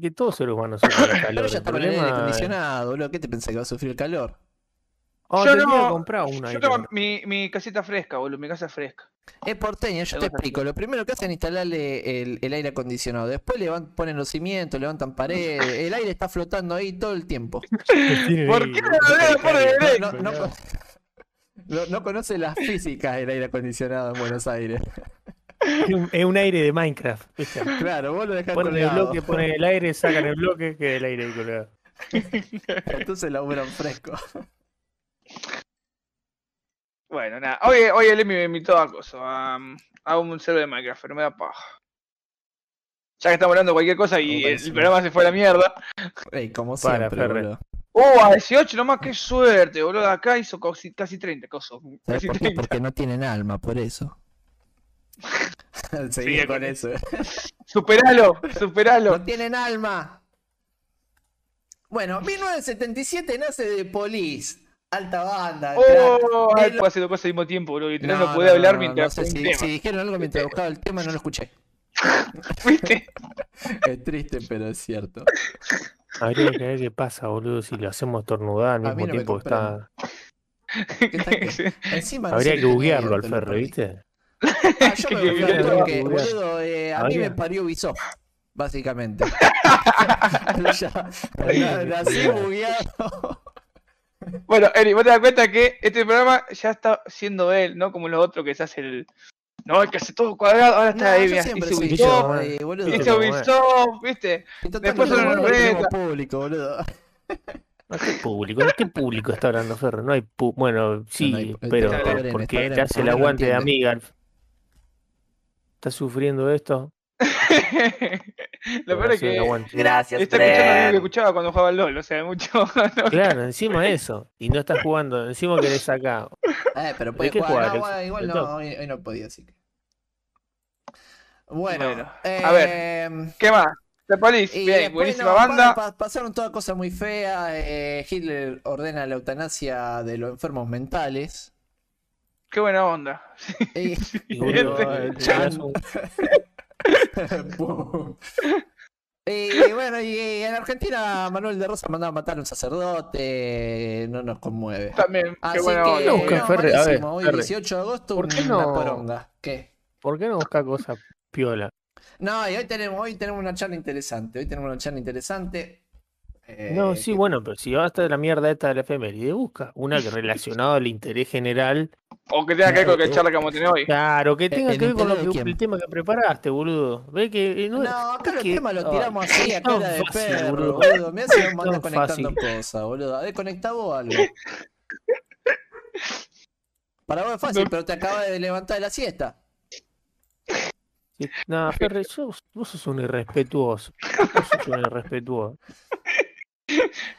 Speaker 4: Que todos seres humanos sufren de calor.
Speaker 2: Pero ya
Speaker 4: El
Speaker 2: está con el aire
Speaker 4: problema es-
Speaker 2: acondicionado, boludo. ¿Qué te pensás que va a sufrir el calor?
Speaker 4: Oh,
Speaker 3: Yo
Speaker 4: tendría que
Speaker 3: no-
Speaker 4: comprar
Speaker 2: Ah,
Speaker 4: una
Speaker 3: Yo
Speaker 4: ahí,
Speaker 3: tengo
Speaker 4: ¿no?
Speaker 3: mi, mi casita fresca, boludo, mi casa fresca.
Speaker 2: Es porteño, yo te explico. Lo primero que hacen es instalarle el, el aire acondicionado. Después le van, ponen los cimientos, levantan paredes. El aire está flotando ahí todo el tiempo.
Speaker 4: Que tiene
Speaker 3: ¿Por
Speaker 4: ahí,
Speaker 3: qué no
Speaker 4: boludo,
Speaker 3: lo veo
Speaker 4: para
Speaker 3: por
Speaker 4: caer.
Speaker 3: el
Speaker 2: No, no, no, No, no conoce las físicas del aire acondicionado en Buenos Aires.
Speaker 4: Es un- Es un aire de Minecraft. ¿viste?
Speaker 2: Claro, vos lo dejás
Speaker 4: Ponen el
Speaker 2: colgado.
Speaker 4: bloque, ponen el aire, sacan el bloque, queda el aire ahí colgado.
Speaker 2: Entonces laburan fresco.
Speaker 3: Bueno, nada. Hoy, hoy el Emi me invitó a cosas. A, a un server de Minecraft, pero me da paja. Ya que estamos hablando de cualquier cosa y
Speaker 2: Oh,
Speaker 3: el
Speaker 2: buenísimo.
Speaker 3: programa se fue a la mierda.
Speaker 2: Ey, como
Speaker 4: Para,
Speaker 2: siempre,
Speaker 4: Ferre.
Speaker 2: boludo.
Speaker 3: ¡Oh, a 18 nomás! ¡Qué suerte, boludo! Acá hizo cosi- casi 30 cosas.
Speaker 2: ¿Sabés
Speaker 3: Casi
Speaker 2: por qué?
Speaker 3: 30.
Speaker 2: Porque no tienen alma, por eso. Seguí
Speaker 3: Sigue
Speaker 2: con
Speaker 3: con
Speaker 2: eso.
Speaker 3: Superalo, superalo.
Speaker 2: ¡No tienen alma! Bueno, 1977 nace de Police. Alta banda. crack.
Speaker 3: ¡Oh!
Speaker 2: de
Speaker 3: Ay,
Speaker 2: lo-
Speaker 3: puedo hacer dos cosas al mismo tiempo, boludo. Literal, no, pude hablar
Speaker 2: no,
Speaker 3: mientras.
Speaker 2: no sé
Speaker 3: un
Speaker 2: si,
Speaker 3: tema.
Speaker 2: si dijeron algo mientras buscaba el tema, no lo escuché.
Speaker 3: ¿Viste?
Speaker 2: Es triste, pero es cierto.
Speaker 4: Habría que ver qué pasa, boludo, si lo hacemos tornudar al
Speaker 2: A mí no
Speaker 4: mismo
Speaker 2: me
Speaker 4: tiempo que está.
Speaker 2: tal? Encima, no sé
Speaker 4: Habría
Speaker 2: qué
Speaker 4: que
Speaker 2: tenía
Speaker 4: buguearlo al
Speaker 2: abierto, lo
Speaker 4: ferro,
Speaker 2: perdí.
Speaker 4: ¿viste?
Speaker 2: Ah, yo me
Speaker 3: Que
Speaker 2: volví
Speaker 4: viviera
Speaker 2: al
Speaker 4: en
Speaker 2: toque,
Speaker 4: la
Speaker 2: boludo. eh, a mí
Speaker 4: Habría.
Speaker 2: me parió Ubisoft, básicamente. Ya, na- Nací bugueado.
Speaker 3: Bueno, Eri, vos te das cuenta que este programa ya está siendo él, ¿no? Como los otros que se hace el. No, el que hace todo cuadrado, ahora
Speaker 2: No,
Speaker 3: está ahí,
Speaker 2: yo
Speaker 3: mira,
Speaker 2: siempre
Speaker 3: dice
Speaker 2: soy
Speaker 3: Ubisoft,
Speaker 2: yo, eh, boludo.
Speaker 3: dice
Speaker 4: Pero bueno.
Speaker 3: Ubisoft, ¿viste?
Speaker 2: Y total,
Speaker 3: después
Speaker 2: nosotros
Speaker 3: son
Speaker 2: no tenemos
Speaker 3: reta.
Speaker 2: público, boludo.
Speaker 4: ¿A qué público? ¿De qué público está hablando Ferro? No hay pu- Bueno, sí,
Speaker 2: No, no hay-
Speaker 4: pero
Speaker 2: está Bren, está
Speaker 4: porque
Speaker 2: Bren,
Speaker 4: te hace el
Speaker 2: Bren lo
Speaker 4: aguante de
Speaker 2: entiende.
Speaker 4: amiga. ¿Estás sufriendo esto?
Speaker 3: Lo
Speaker 4: Te
Speaker 3: peor
Speaker 4: hace
Speaker 3: es
Speaker 4: el
Speaker 3: que.
Speaker 4: aguante.
Speaker 3: Está
Speaker 6: Gracias,
Speaker 3: escuchando lo mismo
Speaker 6: Fred.
Speaker 3: que escuchaba cuando jugaba al LOL, o sea, mucho. no.
Speaker 4: Claro, encima eso. Y no estás jugando, encima querés acá.
Speaker 2: Eh, pero puede
Speaker 4: qué
Speaker 2: jugar.
Speaker 4: jugar,
Speaker 2: no,
Speaker 4: Alex?
Speaker 2: bueno, igual
Speaker 4: ¿De
Speaker 2: no,
Speaker 4: top?
Speaker 2: hoy, hoy no podía, así que. Bueno,
Speaker 3: Bueno,
Speaker 2: eh,
Speaker 3: a ¿Qué más? The Police,
Speaker 2: y
Speaker 3: bien,
Speaker 2: después
Speaker 3: buenísima
Speaker 2: no, pa-
Speaker 3: banda.
Speaker 2: pa- pasaron todas cosas muy feas. eh, Hitler ordena la eutanasia de los enfermos mentales.
Speaker 3: Qué buena onda.
Speaker 2: Y-
Speaker 4: Y boludo, eh,
Speaker 2: Este-
Speaker 4: te das un-
Speaker 2: Pum. y bueno, y en Argentina Manuel de Rosa mandaba a matar a un sacerdote, no nos conmueve.
Speaker 3: También, qué
Speaker 2: Así
Speaker 3: buena
Speaker 2: que,
Speaker 3: onda.
Speaker 2: no,
Speaker 4: Busca, Ferre, a ver,
Speaker 2: buenísimo, hoy
Speaker 4: Ferre.
Speaker 2: 18 de agosto,
Speaker 5: ¿Por qué
Speaker 2: una
Speaker 5: no?
Speaker 2: poronga. ¿Qué?
Speaker 4: ¿Por qué no buscas cosas piola?
Speaker 2: No, y hoy tenemos, hoy tenemos una charla interesante, hoy tenemos una charla interesante. eh,
Speaker 4: No, sí,
Speaker 2: que-
Speaker 4: bueno, pero si vas hasta la mierda esta de la efeméride, busca una que relacionada al interés general.
Speaker 3: O que tenga que ver con la charla que vamos a tener hoy.
Speaker 4: Claro, que tenga
Speaker 2: ¿El
Speaker 4: que ver con lo
Speaker 2: Eh, interés de
Speaker 4: que-
Speaker 2: quién?
Speaker 4: el tema que preparaste, boludo. Ve que eh, no,
Speaker 2: No,
Speaker 4: es-
Speaker 2: acá
Speaker 4: es
Speaker 2: los
Speaker 4: que-
Speaker 2: temas los
Speaker 4: ay,
Speaker 2: tiramos así,
Speaker 4: es
Speaker 2: acá
Speaker 4: tan
Speaker 2: era de
Speaker 4: fácil,
Speaker 2: perro,
Speaker 4: boludo.
Speaker 2: boludo. Mirá si nos mandan
Speaker 4: tan
Speaker 2: conectando cosas, boludo. A ver, conectá vos algo. Para vos es fácil, pero te acabas de levantar de la siesta.
Speaker 4: Sí, No, Ferre, sos- vos sos un irrespetuoso. Vos sos un irrespetuoso.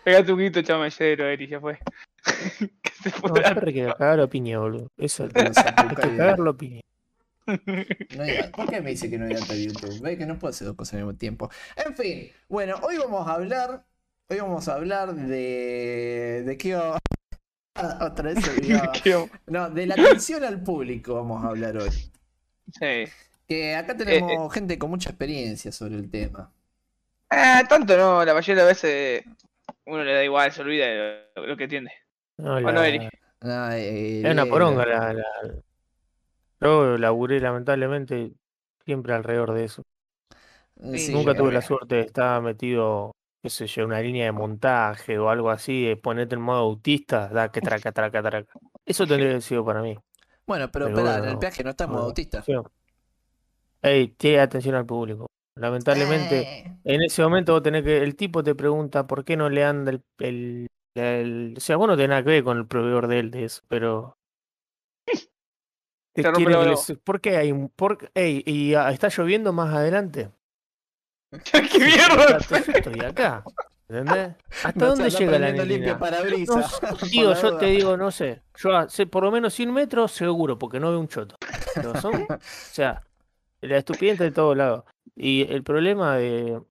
Speaker 3: Pegate un grito, chamallero, Eri, ya fue. que se
Speaker 4: No,
Speaker 3: pueda.
Speaker 4: Ferre que cagar la piña, boludo. Eso es
Speaker 2: Pero
Speaker 4: hay
Speaker 2: sapuca
Speaker 4: que
Speaker 2: y-
Speaker 4: cagar la piña.
Speaker 2: No hay data. ¿Por qué me dice que no hay data de YouTube? Ve que no puedo hacer dos cosas al mismo tiempo. En fin, bueno, hoy vamos a hablar. Hoy vamos a hablar de. de qué. va- Ah, Otra vez se olvidaba.
Speaker 3: Quiero-
Speaker 2: No, de la atención al público vamos a hablar hoy.
Speaker 3: sí.
Speaker 2: Que acá
Speaker 4: Eh,
Speaker 2: tenemos gente con mucha experiencia sobre el tema.
Speaker 3: Ah, tanto no, la mayoría de las veces uno le da igual, se olvida de lo, lo que entiende.
Speaker 4: No,
Speaker 3: Bueno,
Speaker 4: la-
Speaker 3: Eri.
Speaker 2: No, eh,
Speaker 4: Es una
Speaker 2: eh,
Speaker 4: poronga la, la- Yo laburé lamentablemente siempre alrededor de eso.
Speaker 2: sí,
Speaker 4: Nunca tuve
Speaker 3: obvio.
Speaker 4: la suerte de estar metido, qué sé yo, en una línea de montaje o algo así, de ponerte en modo autista, da que traca, traca, traca. Eso tendría que haber sido para mí.
Speaker 2: Bueno, pero,
Speaker 4: Pero
Speaker 2: espera,
Speaker 4: bueno,
Speaker 2: en el
Speaker 4: no.
Speaker 2: peaje no estamos
Speaker 4: Bueno.
Speaker 2: autistas.
Speaker 4: Sí. Ey, tiene atención al público. Lamentablemente,
Speaker 2: Eh,
Speaker 4: en ese momento vos tenés que, el tipo te pregunta por qué no le anda el, el, el- o sea, vos no tenés nada que ver con el proveedor de él de eso, pero
Speaker 3: Te
Speaker 4: te
Speaker 3: rompe
Speaker 4: quiere
Speaker 3: la
Speaker 4: que le
Speaker 3: bola.
Speaker 4: se- ¿por qué hay un, por, ey, y ah, está lloviendo más adelante?
Speaker 3: ¡Qué mierda!
Speaker 4: Entonces, yo estoy acá, ¿entendés? ¿Hasta
Speaker 2: no,
Speaker 4: dónde
Speaker 2: o sea,
Speaker 4: llega la
Speaker 2: prendiendo limpio
Speaker 4: neblina?
Speaker 2: parabrisas.
Speaker 4: No,
Speaker 2: por
Speaker 4: Digo,
Speaker 2: la
Speaker 4: yo
Speaker 2: duda.
Speaker 4: te digo, no sé, yo hace por lo menos 100 metros seguro, porque no veo un choto. Pero son, o sea, la estupidez de todos lados. Y el problema de,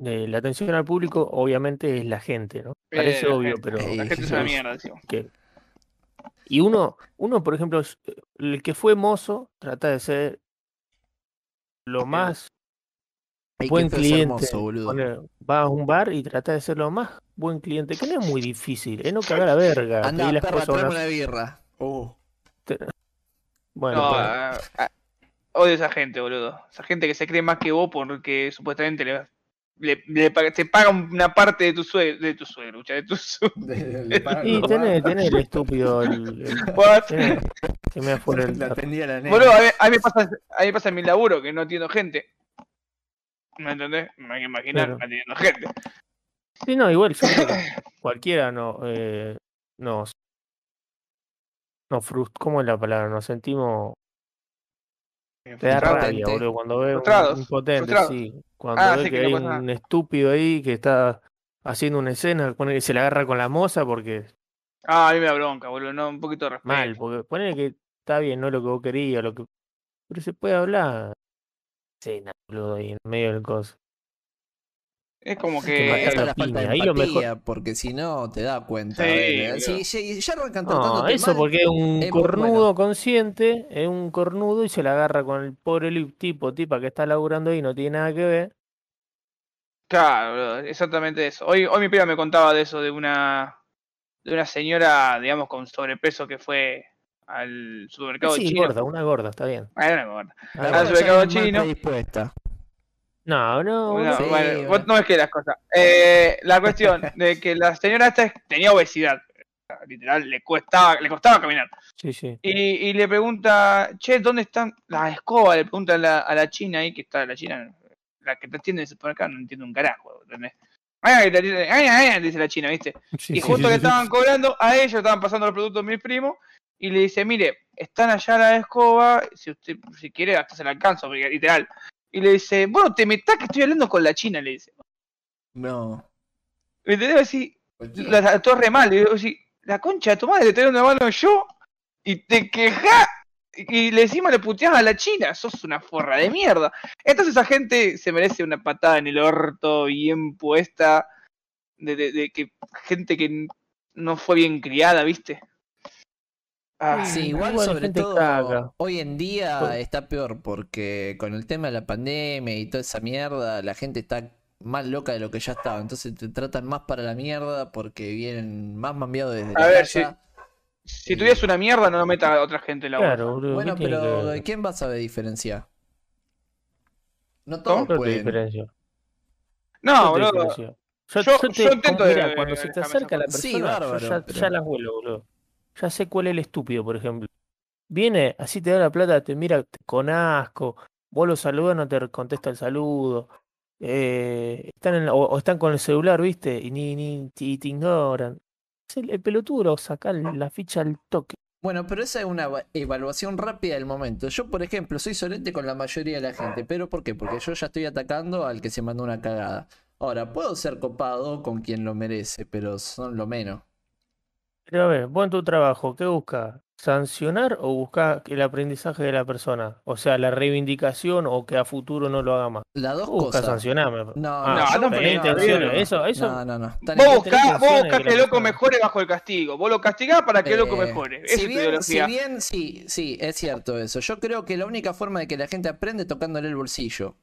Speaker 4: de la atención al público, obviamente, es la gente, ¿no? Parece
Speaker 3: Eh, la
Speaker 4: obvio,
Speaker 3: gente-
Speaker 4: pero...
Speaker 3: La gente es una mierda, decimos.
Speaker 4: que- Y uno, uno, por ejemplo, es- el que fue mozo, trata de ser lo más
Speaker 2: Ey, qué
Speaker 4: buen
Speaker 2: feo ser
Speaker 4: cliente.
Speaker 2: mozo, boludo.
Speaker 4: Poner- va a un bar y trata de ser lo más buen cliente, que no es muy difícil, es no cagar a verga.
Speaker 2: Andá,
Speaker 4: pedir las
Speaker 2: perra,
Speaker 4: cosas a una-
Speaker 2: tráeme una birra. Uh.
Speaker 4: Bueno,
Speaker 3: No,
Speaker 4: pero-
Speaker 3: ah, ah, odio esa gente, boludo. Esa gente que se cree más que vos porque supuestamente le le, le pa- te paga una parte de tu sueldo, de tu sueldo, de tu su-
Speaker 2: Le pagan
Speaker 4: Y
Speaker 2: los
Speaker 4: tenés,
Speaker 2: barcos.
Speaker 4: tenés el estúpido. el- el-
Speaker 3: What?
Speaker 4: tenés- se me fue el.
Speaker 2: La tenía la nena.
Speaker 3: Boludo, a mí, a mí me pasa, a mí me pasa en mi laburo que no atiendo gente. ¿Me entendés? Me hay que imaginar
Speaker 4: Claro.
Speaker 3: atiendo gente.
Speaker 4: Sí, no, igual yo creo que cualquiera no, eh, nos. Nos frust- ¿Cómo es la palabra? Nos sentimos. Te da
Speaker 3: Frustrado.
Speaker 4: rabia,
Speaker 2: Impotente.
Speaker 4: boludo, cuando ves
Speaker 3: Frustrados,
Speaker 4: un impotente,
Speaker 3: frustrados.
Speaker 4: sí. Cuando
Speaker 3: Ah,
Speaker 4: ves
Speaker 3: sí,
Speaker 4: que,
Speaker 3: que no
Speaker 4: hay
Speaker 3: pasa nada.
Speaker 4: un estúpido ahí que está haciendo una escena, pone que se la agarra con la moza porque
Speaker 3: Ah, a mí me da bronca, boludo. No, un poquito de respeto.
Speaker 4: mal, porque ponele que está bien, no lo que vos querías, lo que pero se puede hablar. Cena, boludo, ahí en medio del coso.
Speaker 3: Es como
Speaker 2: Que
Speaker 4: matar
Speaker 2: eh,
Speaker 3: que.
Speaker 2: esa es
Speaker 4: la
Speaker 2: la falta
Speaker 4: piña,
Speaker 2: de
Speaker 4: ahí lo mejor-
Speaker 2: empatía, porque si no te da cuenta.
Speaker 3: Sí,
Speaker 2: ¿eh? Si
Speaker 3: boludo.
Speaker 2: ya- ya arrancan
Speaker 4: No,
Speaker 2: tratándote
Speaker 4: eso
Speaker 2: mal,
Speaker 4: porque es un
Speaker 2: es muy
Speaker 4: cornudo
Speaker 2: Eh, bueno.
Speaker 4: consciente, es un cornudo y se la agarra con el pobre li- tipo, tipa que está laburando ahí, no tiene nada que ver.
Speaker 3: Claro, boludo, exactamente eso. Hoy, hoy mi piba me contaba de eso, de una. De una señora, digamos, con sobrepeso que fue al supermercado
Speaker 4: Sí,
Speaker 3: chino.
Speaker 4: gorda, una gorda, está bien.
Speaker 3: Ah, era una gorda.
Speaker 4: Ah,
Speaker 3: Al
Speaker 2: gorda ya
Speaker 3: supermercado
Speaker 2: viene mal
Speaker 3: chino.
Speaker 2: predispuesta.
Speaker 4: No,
Speaker 3: Bueno,
Speaker 4: no, boludo.
Speaker 2: Sí,
Speaker 3: bueno,
Speaker 2: bueno.
Speaker 3: vos no es que las cosas. Eh, la cuestión de que la señora esta es- tenía obesidad. Literal, le costaba, le costaba caminar.
Speaker 4: Sí, sí.
Speaker 3: Y, y le pregunta, che, ¿dónde están las escobas? Le pregunta a la, a la china ahí, que está la china, la que te atiende en el supermercado, no entiende un carajo. ¿entendés? Ay, ay, ay, ay, ay, dice la china, ¿viste?
Speaker 4: Sí,
Speaker 3: Y
Speaker 4: sí,
Speaker 3: justo
Speaker 4: sí,
Speaker 3: que
Speaker 4: sí.
Speaker 3: estaban cobrando, a ellos estaban pasando los productos mis primos, y le dice, mire, están allá la escoba, si usted, si quiere, hasta se la alcanzo, porque literal. Y le dice, bueno, te metás que estoy hablando con la China, le dice.
Speaker 2: No.
Speaker 3: ¿Me entendés? Así, la trató re mal, y yo así, la concha de tu madre, te doy una mano yo, y te quejás, y le encima le puteás a la China, sos una forra de mierda. Entonces esa gente se merece una patada en el orto, bien puesta, de, de- de que gente que n- no fue bien criada, ¿viste? Ah,
Speaker 2: Sí,
Speaker 4: Ah,
Speaker 2: igual
Speaker 4: igual hay
Speaker 2: sobre
Speaker 4: gente
Speaker 2: todo
Speaker 4: caga.
Speaker 2: hoy en
Speaker 4: Todo.
Speaker 2: día está peor porque con el tema de la pandemia y toda esa mierda, la gente está más loca de lo que ya estaba. Entonces te tratan más para la mierda porque vienen más mambiados desde
Speaker 3: A
Speaker 2: la
Speaker 3: ver,
Speaker 2: casa.
Speaker 3: si tuvieras una mierda, no lo metas a otra gente en la bolsa.
Speaker 4: Claro, boludo. ¿qué
Speaker 2: Bueno,
Speaker 4: tiene que
Speaker 2: pero
Speaker 4: ver?
Speaker 2: ¿quién va a saber diferenciar? No todos
Speaker 4: Yo te
Speaker 2: pueden.
Speaker 4: diferencio.
Speaker 3: No,
Speaker 4: yo te
Speaker 3: boludo.
Speaker 4: diferencio. Yo,
Speaker 3: Yo-
Speaker 4: yo te-
Speaker 3: yo intento
Speaker 4: cuando- mira,
Speaker 3: de-
Speaker 4: cuando se te
Speaker 3: dejarme
Speaker 4: acerca la
Speaker 2: esa-
Speaker 4: persona,
Speaker 2: Sí,
Speaker 4: yo
Speaker 2: bárbaro,
Speaker 4: ya,
Speaker 2: pero-
Speaker 4: ya las vuelo, boludo. Ya sé cuál es el estúpido, por ejemplo. Viene, así te da la plata, te mira con asco, vos lo saludas, no te contesta el saludo. eh, están en la- o, o están con el celular, ¿viste? Y ni, ni y te ignoran. Es el, el pelotudo, sacar la ficha al toque.
Speaker 2: Bueno, pero esa es una eva- evaluación rápida del momento. Yo, por ejemplo, soy solente con la mayoría de la gente. ¿Pero por qué? Porque yo ya estoy atacando al que se mandó una cagada. Ahora, puedo ser copado con quien lo merece, pero son lo menos.
Speaker 4: Pero a ver, vos en tu trabajo, ¿qué buscas? ¿Sancionar o buscas el aprendizaje de la persona? O sea, la reivindicación o que a futuro no lo haga más.
Speaker 2: Las dos
Speaker 4: Busca
Speaker 2: cosas.
Speaker 4: sancionarme. No,
Speaker 2: No,
Speaker 4: Uh, Ah,
Speaker 3: no, no,
Speaker 4: tenés
Speaker 3: no,
Speaker 4: intenciones.
Speaker 3: no, no.
Speaker 4: Eso, eso.
Speaker 2: No, no, no. Está en
Speaker 3: Vos
Speaker 2: el-
Speaker 3: buscás, vos
Speaker 4: intenciones
Speaker 3: buscás
Speaker 4: de
Speaker 3: que el
Speaker 4: la
Speaker 3: loco
Speaker 4: persona.
Speaker 3: mejore bajo el castigo. Vos lo castigás para que el loco
Speaker 2: Eh,
Speaker 3: mejore. Esa es
Speaker 2: Si
Speaker 3: tu
Speaker 2: bien, si
Speaker 3: ideología.
Speaker 2: bien, sí, sí, es cierto eso. Yo creo que la única forma de que la gente aprende es tocándole el bolsillo.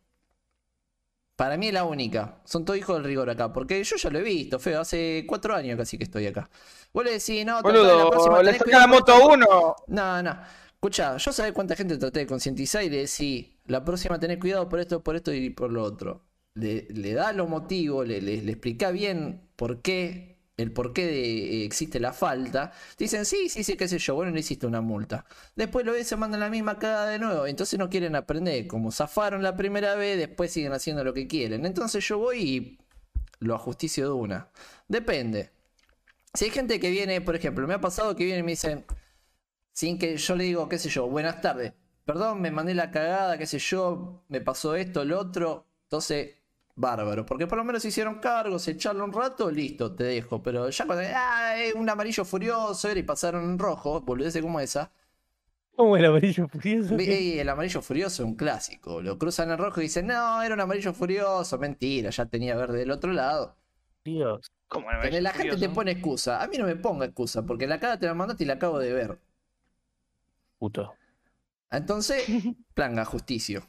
Speaker 2: Para mí es la única. Son todos hijos del rigor acá. Porque yo ya lo he visto, feo. Hace cuatro años casi que estoy acá. Vos le decís, no, total, la próxima
Speaker 3: Boludo, le
Speaker 2: tenés
Speaker 3: saca
Speaker 2: cuidado
Speaker 3: la
Speaker 2: con-
Speaker 3: moto a uno.
Speaker 2: No, no. Escuchá, yo sabés cuánta gente traté de concientizar y le decí, la próxima tenés cuidado por esto, por esto y por lo otro. Le, le da los motivos, le, le, le explica bien por qué, el por qué de- eh, existe la falta. Dicen, sí, sí, sí, qué sé yo, bueno, le hiciste una multa. Después lo ves, se mandan la misma cagada de nuevo. Entonces no quieren aprender. Como zafaron la primera vez, después siguen haciendo lo que quieren. Entonces yo voy y lo ajusticio de una. Depende. Si hay gente que viene, por ejemplo, me ha pasado que viene y me dicen, sin que yo le digo, qué sé yo, buenas tardes, perdón, me mandé la cagada, qué sé yo, me pasó esto, lo otro, entonces, bárbaro, porque por lo menos se hicieron cargo, se echaron un rato, listo, te dejo, pero ya cuando, ah, eh, un amarillo furioso era y pasaron en rojo, volviese como esa,
Speaker 4: ¿Cómo el amarillo furioso?
Speaker 2: Ve- eh, el amarillo furioso es un clásico, lo cruzan en rojo y dicen, no, era un amarillo furioso, mentira, ya tenía verde del otro lado.
Speaker 4: Dios.
Speaker 3: Como la
Speaker 2: Pero la
Speaker 3: Furiosa.
Speaker 2: gente te pone excusa, a mí no me ponga excusa, porque la cara te la mandaste y la acabo de ver.
Speaker 4: Puto.
Speaker 2: Entonces, planga, justicia.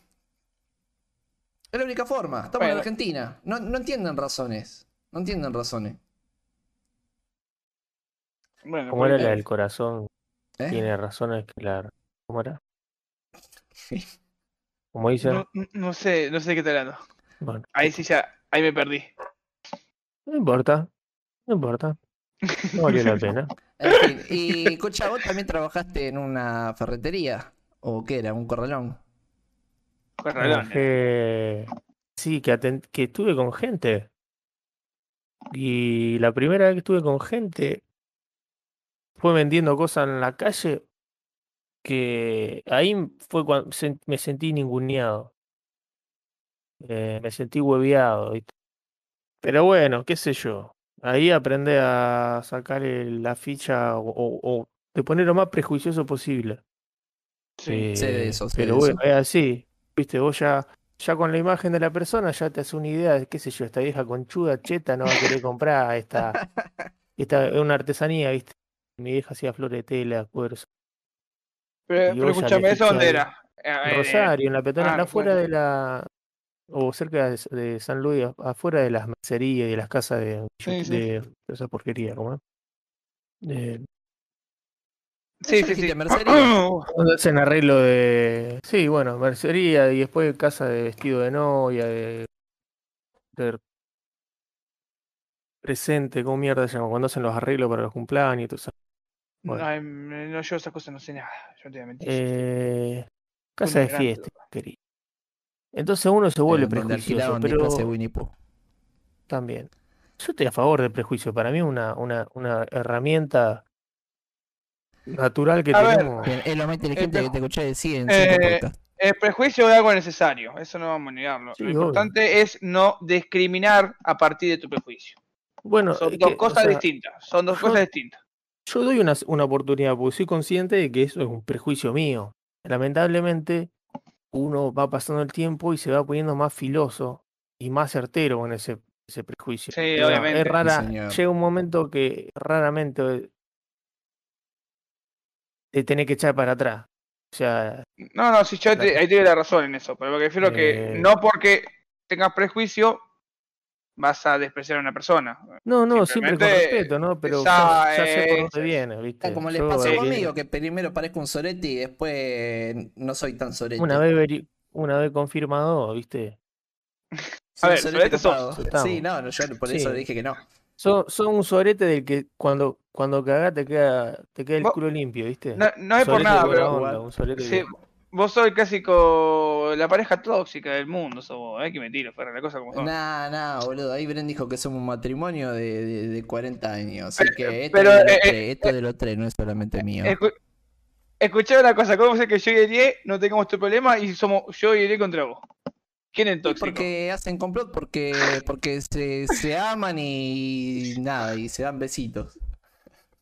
Speaker 2: Es la única forma. Estamos en
Speaker 3: Bueno.
Speaker 2: Argentina. No, no entienden razones. No entienden razones.
Speaker 3: Bueno,
Speaker 4: Como era
Speaker 3: porque-
Speaker 4: la del corazón,
Speaker 2: ¿eh?
Speaker 4: tiene razones que la. ¿Cómo era? Como dice.
Speaker 3: no, no sé, no sé de qué está hablando.
Speaker 4: Bueno,
Speaker 3: Ahí sí ya, Ahí me perdí.
Speaker 4: No importa. No importa. No valió la pena.
Speaker 2: En fin, y escucha, vos también trabajaste en una ferretería. ¿O qué era? ¿Un corralón?
Speaker 3: Corralón.
Speaker 4: Trabajé- Sí, que, aten- que estuve con gente. Y la primera vez que estuve con gente fue vendiendo cosas en la calle que ahí fue cuando me sentí ninguneado. Eh, me sentí hueveado. ¿viste? Pero bueno, qué sé yo. Ahí aprende a sacar el- la ficha o, o- o de poner lo más prejuicioso posible.
Speaker 3: Sí.
Speaker 2: sé de eso, sé
Speaker 4: eh, Pero
Speaker 2: de
Speaker 4: bueno, es así. Viste, vos ya, ya con la imagen de la persona ya te hace una idea de, qué sé yo, esta vieja conchuda cheta no va a querer comprar esta, esta es una artesanía, viste. Mi vieja hacía flores de tela, cueros.
Speaker 3: Pero,
Speaker 4: Y
Speaker 3: pero
Speaker 4: vos ya
Speaker 3: escúchame,
Speaker 4: le
Speaker 3: ¿eso dónde
Speaker 4: fichás
Speaker 3: era? Eh, A ver,
Speaker 4: Rosario, en la Petona,
Speaker 3: ah,
Speaker 4: en la afuera
Speaker 3: bueno.
Speaker 4: de la. o cerca de, de San Luis, a- afuera de las mercerías y de las casas de,
Speaker 3: Sí, sí.
Speaker 4: de, de esa porquería, ¿cómo es? Eh,
Speaker 3: Sí,
Speaker 2: Yo
Speaker 3: sí,
Speaker 2: dije
Speaker 3: sí.
Speaker 2: mercería.
Speaker 4: Cuando hacen arreglo de. Sí, bueno, mercería y después casa de vestido de novia, de. de presente, ¿cómo mierda se llama? Cuando hacen los arreglos para los cumpleaños y todo eso. Bueno.
Speaker 3: Ay, no, yo esas cosas no sé nada. Yo te voy a mentir.
Speaker 4: Eh, casa de
Speaker 3: ignorante,
Speaker 4: fiesta, querido. Entonces uno se vuelve
Speaker 2: eh, Donde
Speaker 4: prejuicioso,
Speaker 2: alquilaban
Speaker 4: pero
Speaker 2: disfraces de Winnie Pooh.
Speaker 4: también. Yo estoy a favor del prejuicio. Para mí, una, una, una herramienta natural que
Speaker 3: A ver,
Speaker 4: tenemos.
Speaker 2: Bien, es lo más inteligente
Speaker 3: pero-
Speaker 2: que te escuché decir en
Speaker 3: Eh,
Speaker 2: cinco podcasts.
Speaker 3: El prejuicio es algo necesario, eso no vamos a negarlo.
Speaker 4: Sí,
Speaker 3: Lo
Speaker 4: obvio.
Speaker 3: importante es no discriminar a partir de tu prejuicio.
Speaker 4: Bueno,
Speaker 3: Son
Speaker 4: es
Speaker 3: dos
Speaker 4: que, o
Speaker 3: cosas
Speaker 4: sea,
Speaker 3: distintas. Son dos
Speaker 4: yo-
Speaker 3: cosas distintas.
Speaker 4: Yo doy una, una oportunidad porque soy consciente de que eso es un prejuicio mío. Lamentablemente, uno va pasando el tiempo y se va poniendo más filoso y más certero con ese, ese prejuicio.
Speaker 3: Sí,
Speaker 4: O sea,
Speaker 3: obviamente.
Speaker 4: Es
Speaker 3: Sí,
Speaker 4: rara,
Speaker 2: señor.
Speaker 4: llega un momento que raramente eh, te tenés que echar para atrás. O sea,
Speaker 3: No, no, si yo te,
Speaker 4: Claro.
Speaker 3: ahí te doy la razón en eso, pero me refiero que
Speaker 4: Eh.
Speaker 3: no porque tengas prejuicio vas a despreciar a una persona.
Speaker 4: no, no, siempre con
Speaker 3: Simplemente,
Speaker 4: respeto, ¿no? Pero
Speaker 3: esa
Speaker 4: ya, ya sé por
Speaker 3: es-
Speaker 4: dónde viene, ¿viste?
Speaker 2: Como les
Speaker 4: Yo,
Speaker 2: pasó
Speaker 4: eh,
Speaker 2: conmigo, que primero parezco un sorete y después no soy tan sorete.
Speaker 4: Una vez, veri- una vez confirmado, ¿viste?
Speaker 2: Soy
Speaker 3: A
Speaker 2: un
Speaker 3: ver,
Speaker 2: sorete
Speaker 3: sorete sos,
Speaker 2: copado.
Speaker 4: estamos.
Speaker 2: Sí, no, no, yo por eso
Speaker 4: Sí.
Speaker 2: dije que no.
Speaker 4: Son, son un sorete del que cuando, cuando cagás te queda, te queda el
Speaker 3: Vos-
Speaker 4: culo limpio, ¿viste?
Speaker 3: No, no es por
Speaker 4: Sorete
Speaker 3: nada,
Speaker 4: buena
Speaker 3: pero
Speaker 4: onda, un sorete
Speaker 3: sí,
Speaker 4: que-
Speaker 3: vos sos casi con la pareja tóxica del mundo, sos vos, hay que mentir, fuera la cosa como son.
Speaker 2: Nah, nah, boludo. Ahí Bren dijo que somos un matrimonio de, de, de 40 años. Así que esto,
Speaker 3: pero,
Speaker 2: de los
Speaker 3: eh,
Speaker 2: tres, esto de los tres no es solamente mío.
Speaker 3: Escu Escuchá una cosa, ¿cómo sé que yo y Elie no tengamos tu problema y somos yo y Elie contra vos? ¿Quién es el
Speaker 2: Sí,
Speaker 3: tóxico?
Speaker 2: porque hacen complot porque, porque se, se aman y nada, y se dan besitos.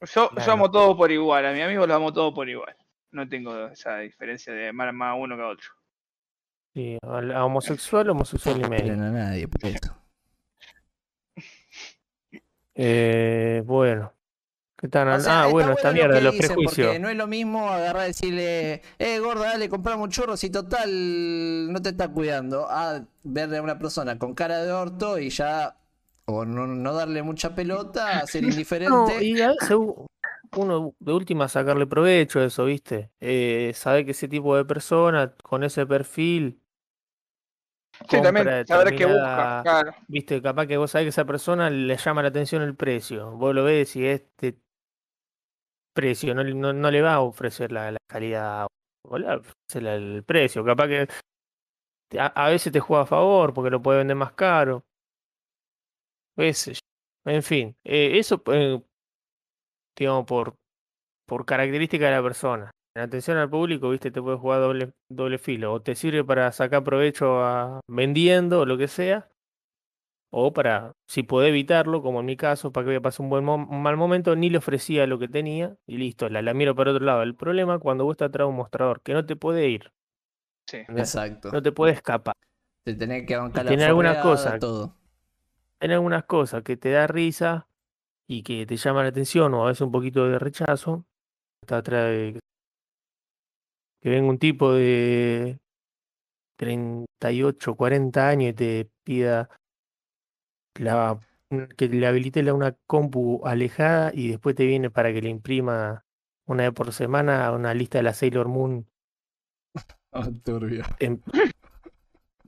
Speaker 3: Yo, yo
Speaker 4: Claro.
Speaker 3: amo todos por igual, a mi amigo lo amo todos por igual. No tengo esa diferencia de amar más a uno que a otro.
Speaker 4: sí, al- a homosexual, homosexual y
Speaker 2: Pero
Speaker 4: medio.
Speaker 2: no a nadie por eso.
Speaker 4: Eh, bueno. ¿Qué tan
Speaker 2: O
Speaker 4: al-
Speaker 2: sea,
Speaker 4: ah, bueno, esta
Speaker 2: está
Speaker 4: mierda,
Speaker 2: lo
Speaker 4: los
Speaker 2: que dicen,
Speaker 4: prejuicios.
Speaker 2: Porque no es lo mismo agarrar y decirle, eh, gorda, dale, comprame un churro si total no te está cuidando. A verle a una persona con cara de orto y ya, o no, no darle mucha pelota, ser indiferente.
Speaker 4: No, y a veces u- uno de última sacarle provecho a eso, ¿viste? Eh, sabe que ese tipo de persona con ese perfil,
Speaker 3: Sí,
Speaker 4: Compra
Speaker 3: también, saber qué
Speaker 4: determinada-
Speaker 3: busca. Claro.
Speaker 4: viste, capaz que vos sabés que esa persona le llama la atención el precio. Vos lo ves y este precio no, le- no, no le va a ofrecer la, la calidad, o le va a ofrecer la- el precio. Capaz que te- a, a veces te juega a favor porque lo puede vender más caro. Qué sé yo. En fin, eh, eso, eh, digamos, por, por característica de la persona. En atención al público, viste, te puede jugar doble, doble filo. O te sirve para sacar provecho a, vendiendo o lo que sea. O para, si podés evitarlo, como en mi caso, para que me pase un buen mom- un mal momento, ni le ofrecía lo que tenía y listo, la, la miro para otro lado. El problema es cuando vos estás atrás de un mostrador, que no te puede ir,
Speaker 3: Sí.
Speaker 4: ¿entendés?
Speaker 2: Exacto.
Speaker 4: no te puede escapar.
Speaker 2: Te tenés que bancar
Speaker 4: Y
Speaker 2: la
Speaker 4: tiene alguna
Speaker 2: forreada,
Speaker 4: cosa.
Speaker 2: Todo.
Speaker 4: Hay algunas cosas que te da risa y que te llaman la atención o a veces un poquito de rechazo. Está atrás de que venga un tipo de 38, 40 años y te pida la, que le habilite la- una compu alejada y después te viene para que le imprima una vez por semana una lista de la Sailor Moon
Speaker 2: Ah,
Speaker 4: en,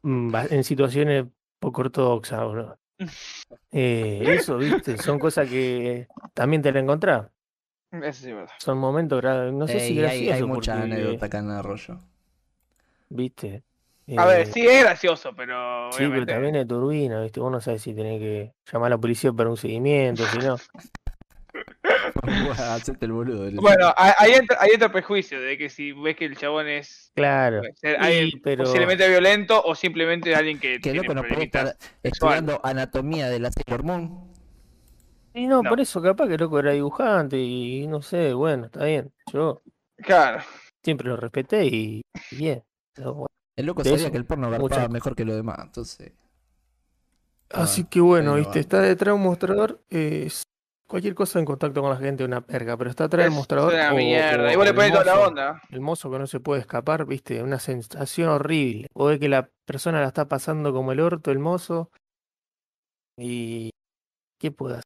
Speaker 4: mm, va- en situaciones poco ortodoxa, boludo. Eh, eso, viste, son cosas que también te la encontrás.
Speaker 3: Eso sí, es verdad.
Speaker 4: Son momentos, gra- no sé
Speaker 2: Ey,
Speaker 4: si
Speaker 2: hay,
Speaker 4: graciosos.
Speaker 2: hay mucha
Speaker 4: porque,
Speaker 2: anécdota acá en el arroyo.
Speaker 4: Viste.
Speaker 3: A
Speaker 4: Eh,
Speaker 3: ver, sí es gracioso, pero.
Speaker 4: Sí, pero
Speaker 3: obviamente-
Speaker 4: también es turbina, ¿viste? Vos no sabés si tenés que llamar a la policía para un seguimiento, si no.
Speaker 2: Hacete el boludo. le-
Speaker 3: Bueno, a- ahí entra, ahí entra el prejuicio de que si ves que el chabón es.
Speaker 4: Claro.
Speaker 3: puede ser
Speaker 4: Y,
Speaker 3: alguien
Speaker 4: pero-
Speaker 3: posiblemente violento o simplemente alguien que.
Speaker 2: que
Speaker 3: tiene
Speaker 2: loco no podés
Speaker 3: problemitas.
Speaker 2: estar estudiando anatomía del acero hormón.
Speaker 4: Y no,
Speaker 3: No.
Speaker 4: por eso capaz que loco era dibujante y no sé, bueno, está bien. Yo
Speaker 3: Claro.
Speaker 4: siempre lo respeté y y bien. Pero bueno.
Speaker 2: El loco
Speaker 4: De
Speaker 2: sabía
Speaker 4: eso,
Speaker 2: que el porno
Speaker 4: mucho.
Speaker 2: garpaba mejor que lo demás, entonces.
Speaker 5: Así
Speaker 2: Ah,
Speaker 5: que bueno,
Speaker 2: ahí no
Speaker 5: viste,
Speaker 2: va.
Speaker 5: está detrás de un mostrador. eh, es cualquier cosa en contacto con la gente, una perga, pero está atrás
Speaker 3: Es
Speaker 5: del mostrador.
Speaker 3: una
Speaker 5: o-
Speaker 3: mierda.
Speaker 5: o
Speaker 3: Y vos le
Speaker 5: el
Speaker 3: pones toda la
Speaker 5: mozo,
Speaker 3: onda.
Speaker 5: El mozo que no se puede escapar, viste, una sensación horrible. O de que la persona la está pasando como el orto, el mozo. Y. ¿Qué puedo hacer?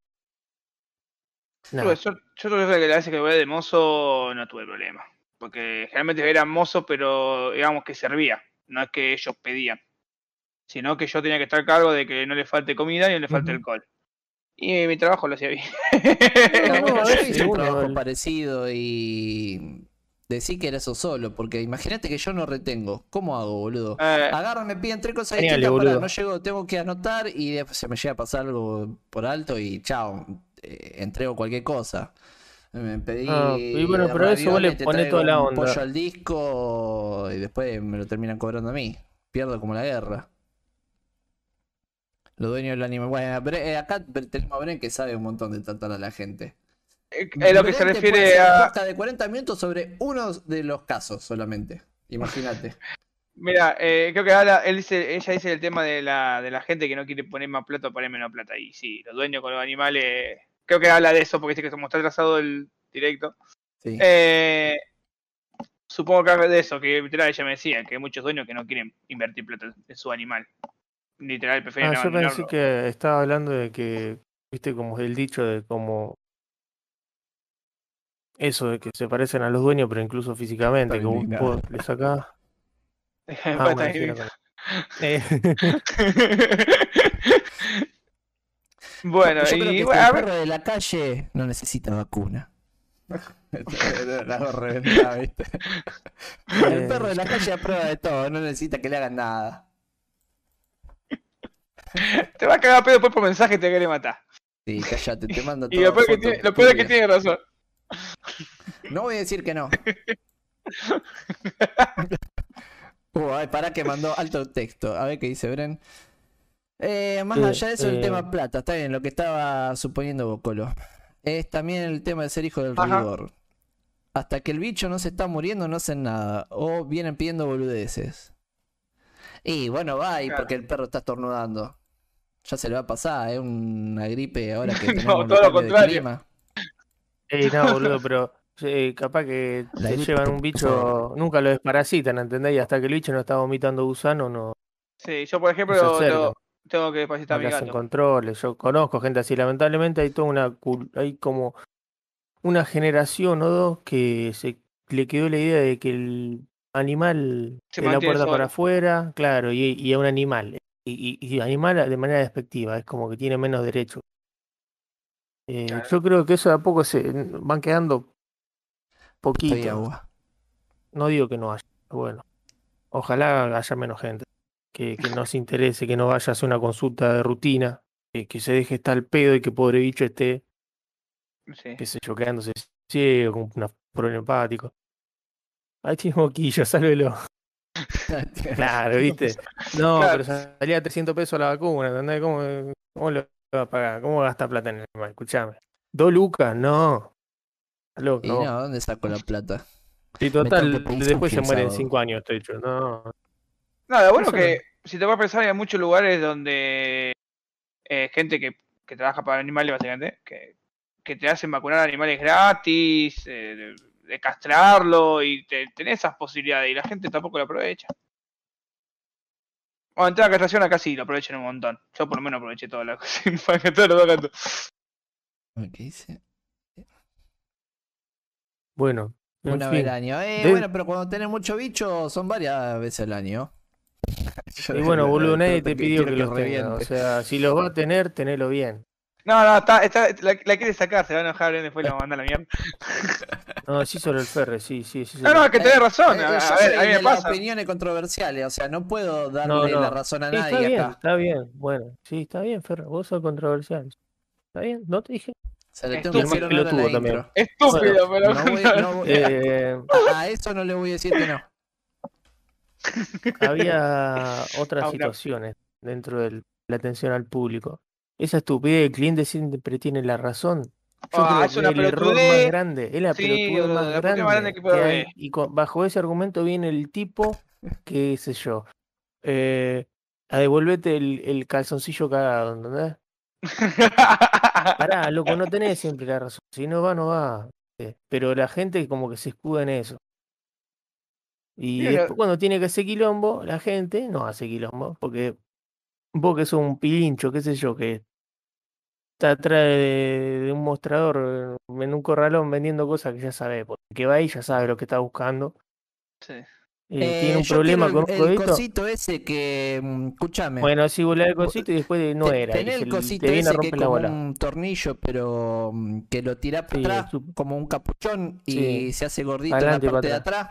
Speaker 5: Nada.
Speaker 3: Yo, yo creo que la vez que lo de mozo no tuve problema. Porque generalmente era mozo, pero digamos que servía. No es que ellos pedían. Sino que yo tenía que estar a cargo de que no le falte comida y no le falte
Speaker 2: Ujú.
Speaker 3: alcohol. Y mi trabajo lo hacía bien.
Speaker 2: No,
Speaker 4: No,
Speaker 2: no, eh, Ah.
Speaker 4: a
Speaker 2: yo
Speaker 4: veces
Speaker 2: hice un
Speaker 4: uno-
Speaker 2: trabajo parecido y decí que era eso solo, porque imagínate que yo no retengo. ¿Cómo hago, boludo?
Speaker 3: Eh,
Speaker 2: Agarro, me piden tres cosas
Speaker 4: Genial,
Speaker 2: distintas, pará,
Speaker 4: boludo.
Speaker 2: no llego, tengo que anotar y después se me llega a pasar algo por alto y chao, eh, entrego cualquier cosa. Me pedí.
Speaker 4: Ah, y bueno, pero
Speaker 2: ravioles,
Speaker 4: eso vos le
Speaker 2: te
Speaker 4: ponés
Speaker 2: traigo
Speaker 4: toda la
Speaker 2: un
Speaker 4: onda.
Speaker 2: Pollo al disco y después me lo terminan cobrando a mí. Pierdo como la guerra. Los dueños del anime. Bueno, Bre- eh, acá tenemos a Bren que sabe un montón de tratar a la gente.
Speaker 3: eh, lo que se
Speaker 2: Bren te puede
Speaker 3: refiere
Speaker 2: hacer un
Speaker 3: a.
Speaker 2: podcast de 40 minutos sobre uno de los casos solamente. Imagínate.
Speaker 3: Mira, eh, creo que habla, él dice, ella dice el tema de la, de la gente que no quiere poner más plata o poner menos plata. Y sí, los dueños con los animales. Creo que habla de eso porque dice que como está atrasado el directo.
Speaker 2: Sí.
Speaker 3: Eh, supongo que habla de eso, que literal ella me decía que hay muchos dueños que no quieren invertir plata en- en su animal. Literal, prefieren
Speaker 5: Ah, yo pensé
Speaker 3: abandonarlo.
Speaker 5: que estaba hablando de que, viste, como el dicho de como eso de que se parecen a los dueños, pero incluso físicamente, que
Speaker 2: Estaba
Speaker 5: vos
Speaker 2: indignado.
Speaker 5: vos le sacás.
Speaker 3: Deja de
Speaker 5: Ah,
Speaker 3: patas
Speaker 5: bueno,
Speaker 3: directo.
Speaker 5: sí, no, no. Eh,
Speaker 3: Bueno,
Speaker 2: Yo creo
Speaker 3: y
Speaker 2: que este
Speaker 3: bueno,
Speaker 2: si
Speaker 3: a
Speaker 2: el
Speaker 3: ver,
Speaker 2: perro de la calle no necesita vacuna. La hago reventar, ¿viste? El
Speaker 3: Eh,
Speaker 2: perro de la calle aprueba de todo, no necesita que le hagan nada.
Speaker 3: te va a cagar pedo después por mensaje y te quiere matar.
Speaker 2: Sí, cállate, te mando
Speaker 3: Y
Speaker 2: todo
Speaker 3: lo peor, que
Speaker 2: fotos
Speaker 3: tiene, lo peor es que
Speaker 2: estúpidas.
Speaker 3: tiene razón.
Speaker 2: No voy a decir que no. Uh, ay, pará que mandó alto texto. A ver qué dice Bren. Eh, más
Speaker 4: Sí,
Speaker 2: allá de eso, el
Speaker 4: eh.
Speaker 2: tema plata. Está bien, lo que estaba suponiendo Bocolo. Es también el tema de ser hijo del
Speaker 3: Ajá.
Speaker 2: rigor. Hasta que el bicho no se está muriendo, no hacen nada. O vienen pidiendo boludeces. Y bueno, va, y
Speaker 3: Claro.
Speaker 2: porque el perro está estornudando. Ya se le va a pasar, es una gripe ahora que
Speaker 3: No,
Speaker 2: tenemos los
Speaker 3: todo lo
Speaker 2: cambios de
Speaker 3: contrario.
Speaker 2: clima.
Speaker 4: Eh, no, boludo, pero eh, capaz que
Speaker 2: La
Speaker 4: se
Speaker 2: gripe
Speaker 4: llevan
Speaker 2: te
Speaker 4: un bicho,
Speaker 2: puso-
Speaker 4: nunca lo desparasitan, ¿entendés? Y hasta que el bicho no está vomitando gusano, no,
Speaker 3: Sí, yo por ejemplo
Speaker 4: se
Speaker 3: tengo-
Speaker 4: acerca.
Speaker 3: tengo que depositar
Speaker 4: no
Speaker 3: a mi
Speaker 4: le hacen
Speaker 3: gato.
Speaker 4: controles. Yo conozco gente así, lamentablemente hay toda una, cul- hay como una generación o dos que se le quedó la idea de que el animal
Speaker 3: Se
Speaker 4: de la
Speaker 3: mantiene
Speaker 4: puerta
Speaker 3: solo.
Speaker 4: para afuera, claro, y, y es un animal. Y, y- y animal de manera despectiva, es como que tiene menos derecho. Eh,
Speaker 3: Claro.
Speaker 4: Yo creo que eso de a poco se van quedando
Speaker 2: Estoy
Speaker 4: poquitos.
Speaker 2: agua.
Speaker 4: No digo que no haya, pero bueno. Ojalá haya menos gente. Que, que no se interese, que no vaya a hacer una consulta de rutina, que, que se deje estar al pedo y que pobre bicho esté,
Speaker 3: Sí.
Speaker 4: qué sé yo, quedándose ciego, con una problema hepático. Ahí tiene moquillo, sálvelo. Claro, ¿viste? No,
Speaker 3: Claro.
Speaker 4: pero salía 300 pesos la vacuna, ¿entendés? ¿Cómo, cómo lo va a pagar? ¿Cómo gasta plata en el animal? Escuchame. ¿Dos lucas? No. Está loco,
Speaker 2: Y
Speaker 4: vos.
Speaker 2: no, ¿dónde saco la plata?
Speaker 4: Y
Speaker 2: tengo que
Speaker 4: total,
Speaker 2: pedir
Speaker 4: después
Speaker 2: sushi
Speaker 4: se
Speaker 2: el
Speaker 4: mueren en
Speaker 2: sábado.
Speaker 4: 5 años, te he dicho. No,
Speaker 3: Nada, bueno
Speaker 4: Eso
Speaker 3: que si te vas a pensar, hay muchos lugares donde eh, gente que, que trabaja para animales, básicamente, que, que te hacen vacunar animales gratis, eh, de, de castrarlo, y te, tenés esas posibilidades, y la gente tampoco lo aprovecha. Bueno, en tema de castración acá sí lo aprovechan un montón. Yo por lo menos aproveché toda la cosa para que todos los dos gatos.
Speaker 2: A ver, ¿Qué dice?
Speaker 4: Bueno, en
Speaker 2: Una
Speaker 4: fin.
Speaker 2: vez al año. Eh,
Speaker 4: De-
Speaker 2: bueno, pero cuando tenés mucho bicho son varias veces al año.
Speaker 4: Y bueno, boludo, nadie
Speaker 6: Quiero
Speaker 4: te pidió que,
Speaker 6: que
Speaker 4: los tenga. O
Speaker 6: reviente.
Speaker 4: sea, si los va a tener, tenelo bien.
Speaker 3: No, no, está, está- la, la quiere sacar, se va a enojar bien después la manda a la mierda.
Speaker 4: No, sí solo el Ferre, sí, sí, sí.
Speaker 3: No, no, es que tenés razón.
Speaker 2: Eh,
Speaker 3: A,
Speaker 2: yo
Speaker 3: a
Speaker 2: soy
Speaker 3: ver, a mí
Speaker 2: de
Speaker 3: me
Speaker 2: las
Speaker 3: pasa.
Speaker 2: opiniones controversiales, o sea, no puedo darle
Speaker 4: No, no.
Speaker 2: la razón a
Speaker 4: Sí,
Speaker 2: nadie
Speaker 4: está bien,
Speaker 2: acá.
Speaker 4: está bien. Bueno, sí, está bien, Ferre. Vos sos controversial. Está bien, no te dije.
Speaker 2: Se le
Speaker 3: Es
Speaker 2: tengo
Speaker 3: tu
Speaker 2: que decir
Speaker 4: hermano
Speaker 2: honor a la
Speaker 4: pelotudo también.
Speaker 2: intro.
Speaker 3: Estúpido, pero.
Speaker 2: No voy- no voy-
Speaker 4: Eh,
Speaker 2: A eso no le voy a decir que no.
Speaker 4: había otras
Speaker 3: Ahora-
Speaker 4: situaciones dentro de la atención al público. Esa estupidez del cliente siempre tiene la razón. Yo
Speaker 3: Ah,
Speaker 4: creo
Speaker 3: es
Speaker 4: que
Speaker 3: una
Speaker 4: el error más
Speaker 3: pelotudez.
Speaker 4: grande, es la
Speaker 3: Sí,
Speaker 4: pelotudez
Speaker 3: boludo,
Speaker 4: más
Speaker 3: la pelotudez más grande que puede
Speaker 4: hay,
Speaker 3: haber.
Speaker 4: y con- bajo ese argumento viene el tipo, qué sé yo, eh, a devolverte el, el calzoncillo cagado, ¿entendés? Pará, loco, no tenés siempre la razón. Si no va, no va. ¿viste? Pero la gente como que se escuda en eso. Y
Speaker 3: Mira, la-
Speaker 4: después cuando tiene que hacer quilombo, la gente no hace quilombo. Porque vos que sos un pilincho, qué sé yo, que está atrás de, de un mostrador eh, en un corralón vendiendo cosas que ya sabe. Porque el que va ahí ya sabe lo que está buscando.
Speaker 3: Sí.
Speaker 4: Y
Speaker 2: Eh,
Speaker 4: tiene un
Speaker 2: yo
Speaker 4: problema
Speaker 2: quiero
Speaker 4: con
Speaker 2: el-
Speaker 4: un
Speaker 2: el
Speaker 4: codito.
Speaker 2: cosito ese que. mm, Escúchame.
Speaker 4: Bueno, sí, volá el cosito y después no
Speaker 2: Te-
Speaker 4: era. y
Speaker 2: tenés
Speaker 4: se
Speaker 2: el
Speaker 4: le-
Speaker 2: cosito
Speaker 4: te viene a
Speaker 2: ese que es
Speaker 4: romper la
Speaker 2: como
Speaker 4: bola.
Speaker 2: un tornillo, pero mm, que lo tirás para
Speaker 4: Sí,
Speaker 2: atrás,
Speaker 4: sup-
Speaker 2: como un capuchón, y
Speaker 4: Sí.
Speaker 2: se hace gordito
Speaker 4: Adelante
Speaker 2: en
Speaker 4: y
Speaker 2: la
Speaker 4: pa'
Speaker 2: parte de atrás.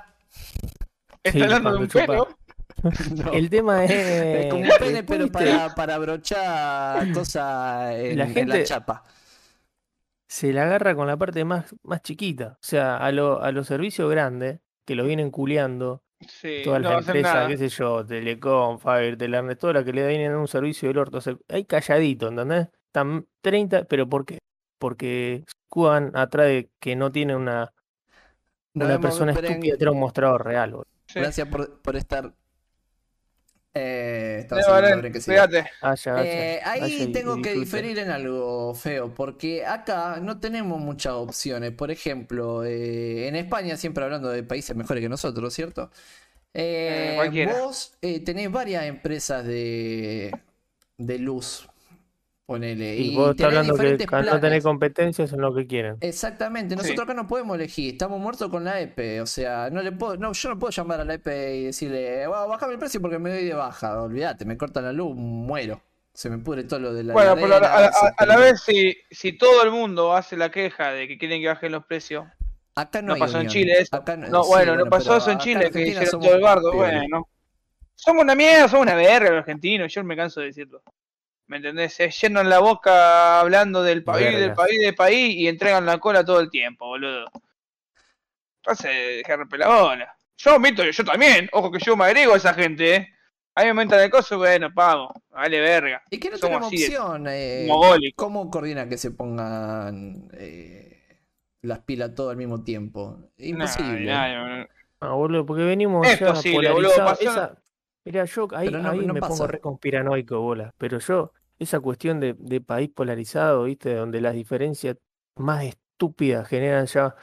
Speaker 3: Está
Speaker 4: Sí,
Speaker 3: hablando de
Speaker 4: cuando
Speaker 3: un
Speaker 4: chupa.
Speaker 3: pelo.
Speaker 2: No,
Speaker 4: El tema es.
Speaker 2: es como un pene, pero para, para brochar cosas en,
Speaker 4: La
Speaker 2: en la
Speaker 4: gente-
Speaker 2: chapa.
Speaker 4: se la agarra con la parte más, más chiquita. O sea, a, lo- a los servicios grandes, que los vienen culeando,
Speaker 3: Sí,
Speaker 4: todas
Speaker 3: no
Speaker 4: las
Speaker 3: va a hacer
Speaker 4: empresas,
Speaker 3: nada.
Speaker 4: qué sé yo, Telecom, Fiber, Telernet, todas las que le vienen un servicio del orto. o sea, ahí calladito, ¿entendés? Están 30, pero ¿por qué? Porque escudan atrás de que no tiene una,
Speaker 2: Nos
Speaker 4: una
Speaker 2: vemos,
Speaker 4: persona
Speaker 2: Beren.
Speaker 4: estúpida atrás de un mostrador real. boludo.
Speaker 3: Sí.
Speaker 2: Gracias por, por estar. Eh, estaba
Speaker 3: Dale,
Speaker 2: haciendo
Speaker 3: Valen,
Speaker 2: un break, sí.
Speaker 3: cuídate.
Speaker 4: Haya, haya,
Speaker 2: Eh, ahí
Speaker 4: haya y-
Speaker 2: tengo
Speaker 4: y
Speaker 2: que
Speaker 4: disfruten.
Speaker 2: diferir en algo feo, porque acá no tenemos muchas opciones. Por ejemplo, eh, en España, siempre hablando de países mejores que nosotros, ¿cierto? Eh,
Speaker 3: Eh, cualquiera.
Speaker 2: vos eh, tenés varias empresas de, de luz, ponele.
Speaker 4: Y vos estás
Speaker 2: tenés
Speaker 4: hablando que
Speaker 2: diferentes
Speaker 4: ca- no tenés
Speaker 2: planes.
Speaker 4: competencias en lo que quieren.
Speaker 2: Exactamente,
Speaker 3: Sí.
Speaker 2: nosotros acá no podemos elegir, estamos muertos con la EPE, o sea, no le puedo, no, yo no puedo llamar a la EPE y decirle, "Bueno, bájame el precio porque me doy de baja, olvídate, me cortan la luz, muero, se me pudre todo lo de la
Speaker 3: Bueno, pero a la, a la-
Speaker 2: heladera,
Speaker 3: a la
Speaker 2: se-
Speaker 3: vez, si, si todo el mundo hace la queja de que quieren que bajen los precios.
Speaker 2: acá no,
Speaker 3: no
Speaker 2: hay
Speaker 3: pasó en
Speaker 2: unión,
Speaker 3: Chile eso.
Speaker 2: acá
Speaker 3: No,
Speaker 2: sí,
Speaker 3: bueno, no pasó
Speaker 2: pero
Speaker 3: eso en
Speaker 2: acá
Speaker 3: Chile, que
Speaker 2: Argentina
Speaker 3: hicieron
Speaker 2: somos
Speaker 3: todo el bardo.
Speaker 2: peores.
Speaker 3: Bueno, somos una mierda, somos una verga los argentinos, yo no me canso de decirlo. ¿Me entendés? Se llenan la boca hablando del país, del
Speaker 4: Vergas.
Speaker 3: país, del país y entregan la cola todo el tiempo, boludo. Entonces, dejar romper la bola. Yo omito, yo también, ojo que yo me agrego a esa gente, ¿eh? A mí me aumentan el coso, bueno, pago, vale verga.
Speaker 2: Y que no
Speaker 3: Somos
Speaker 2: tenemos
Speaker 3: así de
Speaker 2: opción, eh,
Speaker 3: Mogólico.
Speaker 2: ¿cómo coordinan que se pongan eh, las pilas todo al mismo tiempo? Imposible.
Speaker 3: Nah, nah, nah.
Speaker 4: Ah, boludo, porque venimos
Speaker 3: Es
Speaker 4: ya
Speaker 3: posible, boludo,
Speaker 4: polarizados.
Speaker 3: pasó-
Speaker 4: Esa- Mirá, yo ahí,
Speaker 2: Pero no-
Speaker 4: ahí
Speaker 2: no
Speaker 4: me
Speaker 2: pasa.
Speaker 4: pongo re conspiranoico, bola. Pero yo, esa cuestión de, de país polarizado, ¿viste? Donde las diferencias más estúpidas generan ya.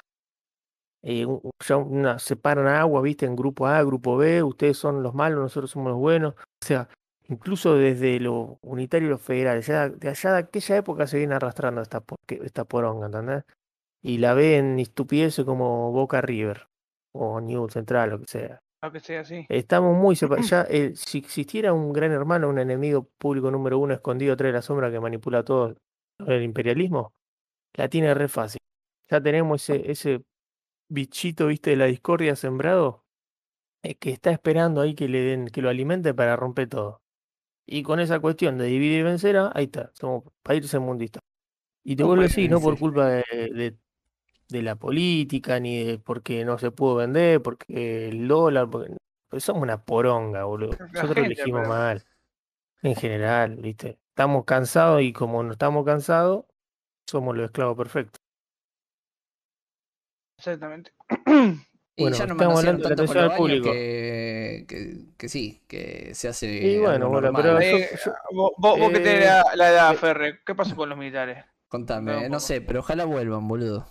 Speaker 4: eh, un- ya una, separan agua, ¿viste? En grupo A, grupo B, ustedes son los malos, nosotros somos los buenos. O sea, incluso desde lo unitario y lo federal, ya de allá de aquella época se viene arrastrando esta, porque- esta poronga, ¿entendés? Y la ven estupideces como Boca River o New Central, lo que sea.
Speaker 3: Lo que sea
Speaker 2: Eh.
Speaker 3: así.
Speaker 4: Estamos muy separados. Ya, el- si existiera un gran hermano, un enemigo público número uno escondido atrás de la sombra que manipula todo el imperialismo, la tiene re fácil. Ya tenemos ese, ese bichito, viste, de la discordia sembrado, eh, que está esperando ahí que le den, que lo alimente para romper todo. Y con esa cuestión de dividir y vencer, ah, ahí está, somos países mundistas. Y te
Speaker 3: Un
Speaker 4: vuelvo a
Speaker 3: país
Speaker 4: decir, no por
Speaker 3: mundial.
Speaker 4: culpa de, de- de la política, ni de porque no se pudo vender, porque el dólar, porque... pues somos una poronga, boludo.
Speaker 3: La
Speaker 4: Nosotros
Speaker 3: gente,
Speaker 4: elegimos
Speaker 3: pero-
Speaker 4: mal, en general, ¿viste? Estamos cansados y como no estamos cansados, somos los esclavos perfectos.
Speaker 3: Exactamente.
Speaker 2: Y
Speaker 4: Bueno,
Speaker 2: ya no
Speaker 4: estamos
Speaker 2: manosearon
Speaker 4: hablando de la
Speaker 2: tanto con
Speaker 4: atención
Speaker 2: los
Speaker 4: al
Speaker 2: baños
Speaker 4: público.
Speaker 2: que, que, que sí, que se hace
Speaker 4: Y bueno,
Speaker 2: algo
Speaker 4: bola,
Speaker 2: normal.
Speaker 4: pero yo-
Speaker 3: Eh,
Speaker 4: yo-
Speaker 3: Vos, vos, vos que tenés
Speaker 4: Eh,
Speaker 3: la, la edad,
Speaker 4: eh.
Speaker 3: Ferre, ¿qué pasó con los militares?
Speaker 2: Contame,
Speaker 3: No,
Speaker 2: no,
Speaker 3: poco.
Speaker 2: sé, pero ojalá vuelvan, boludo.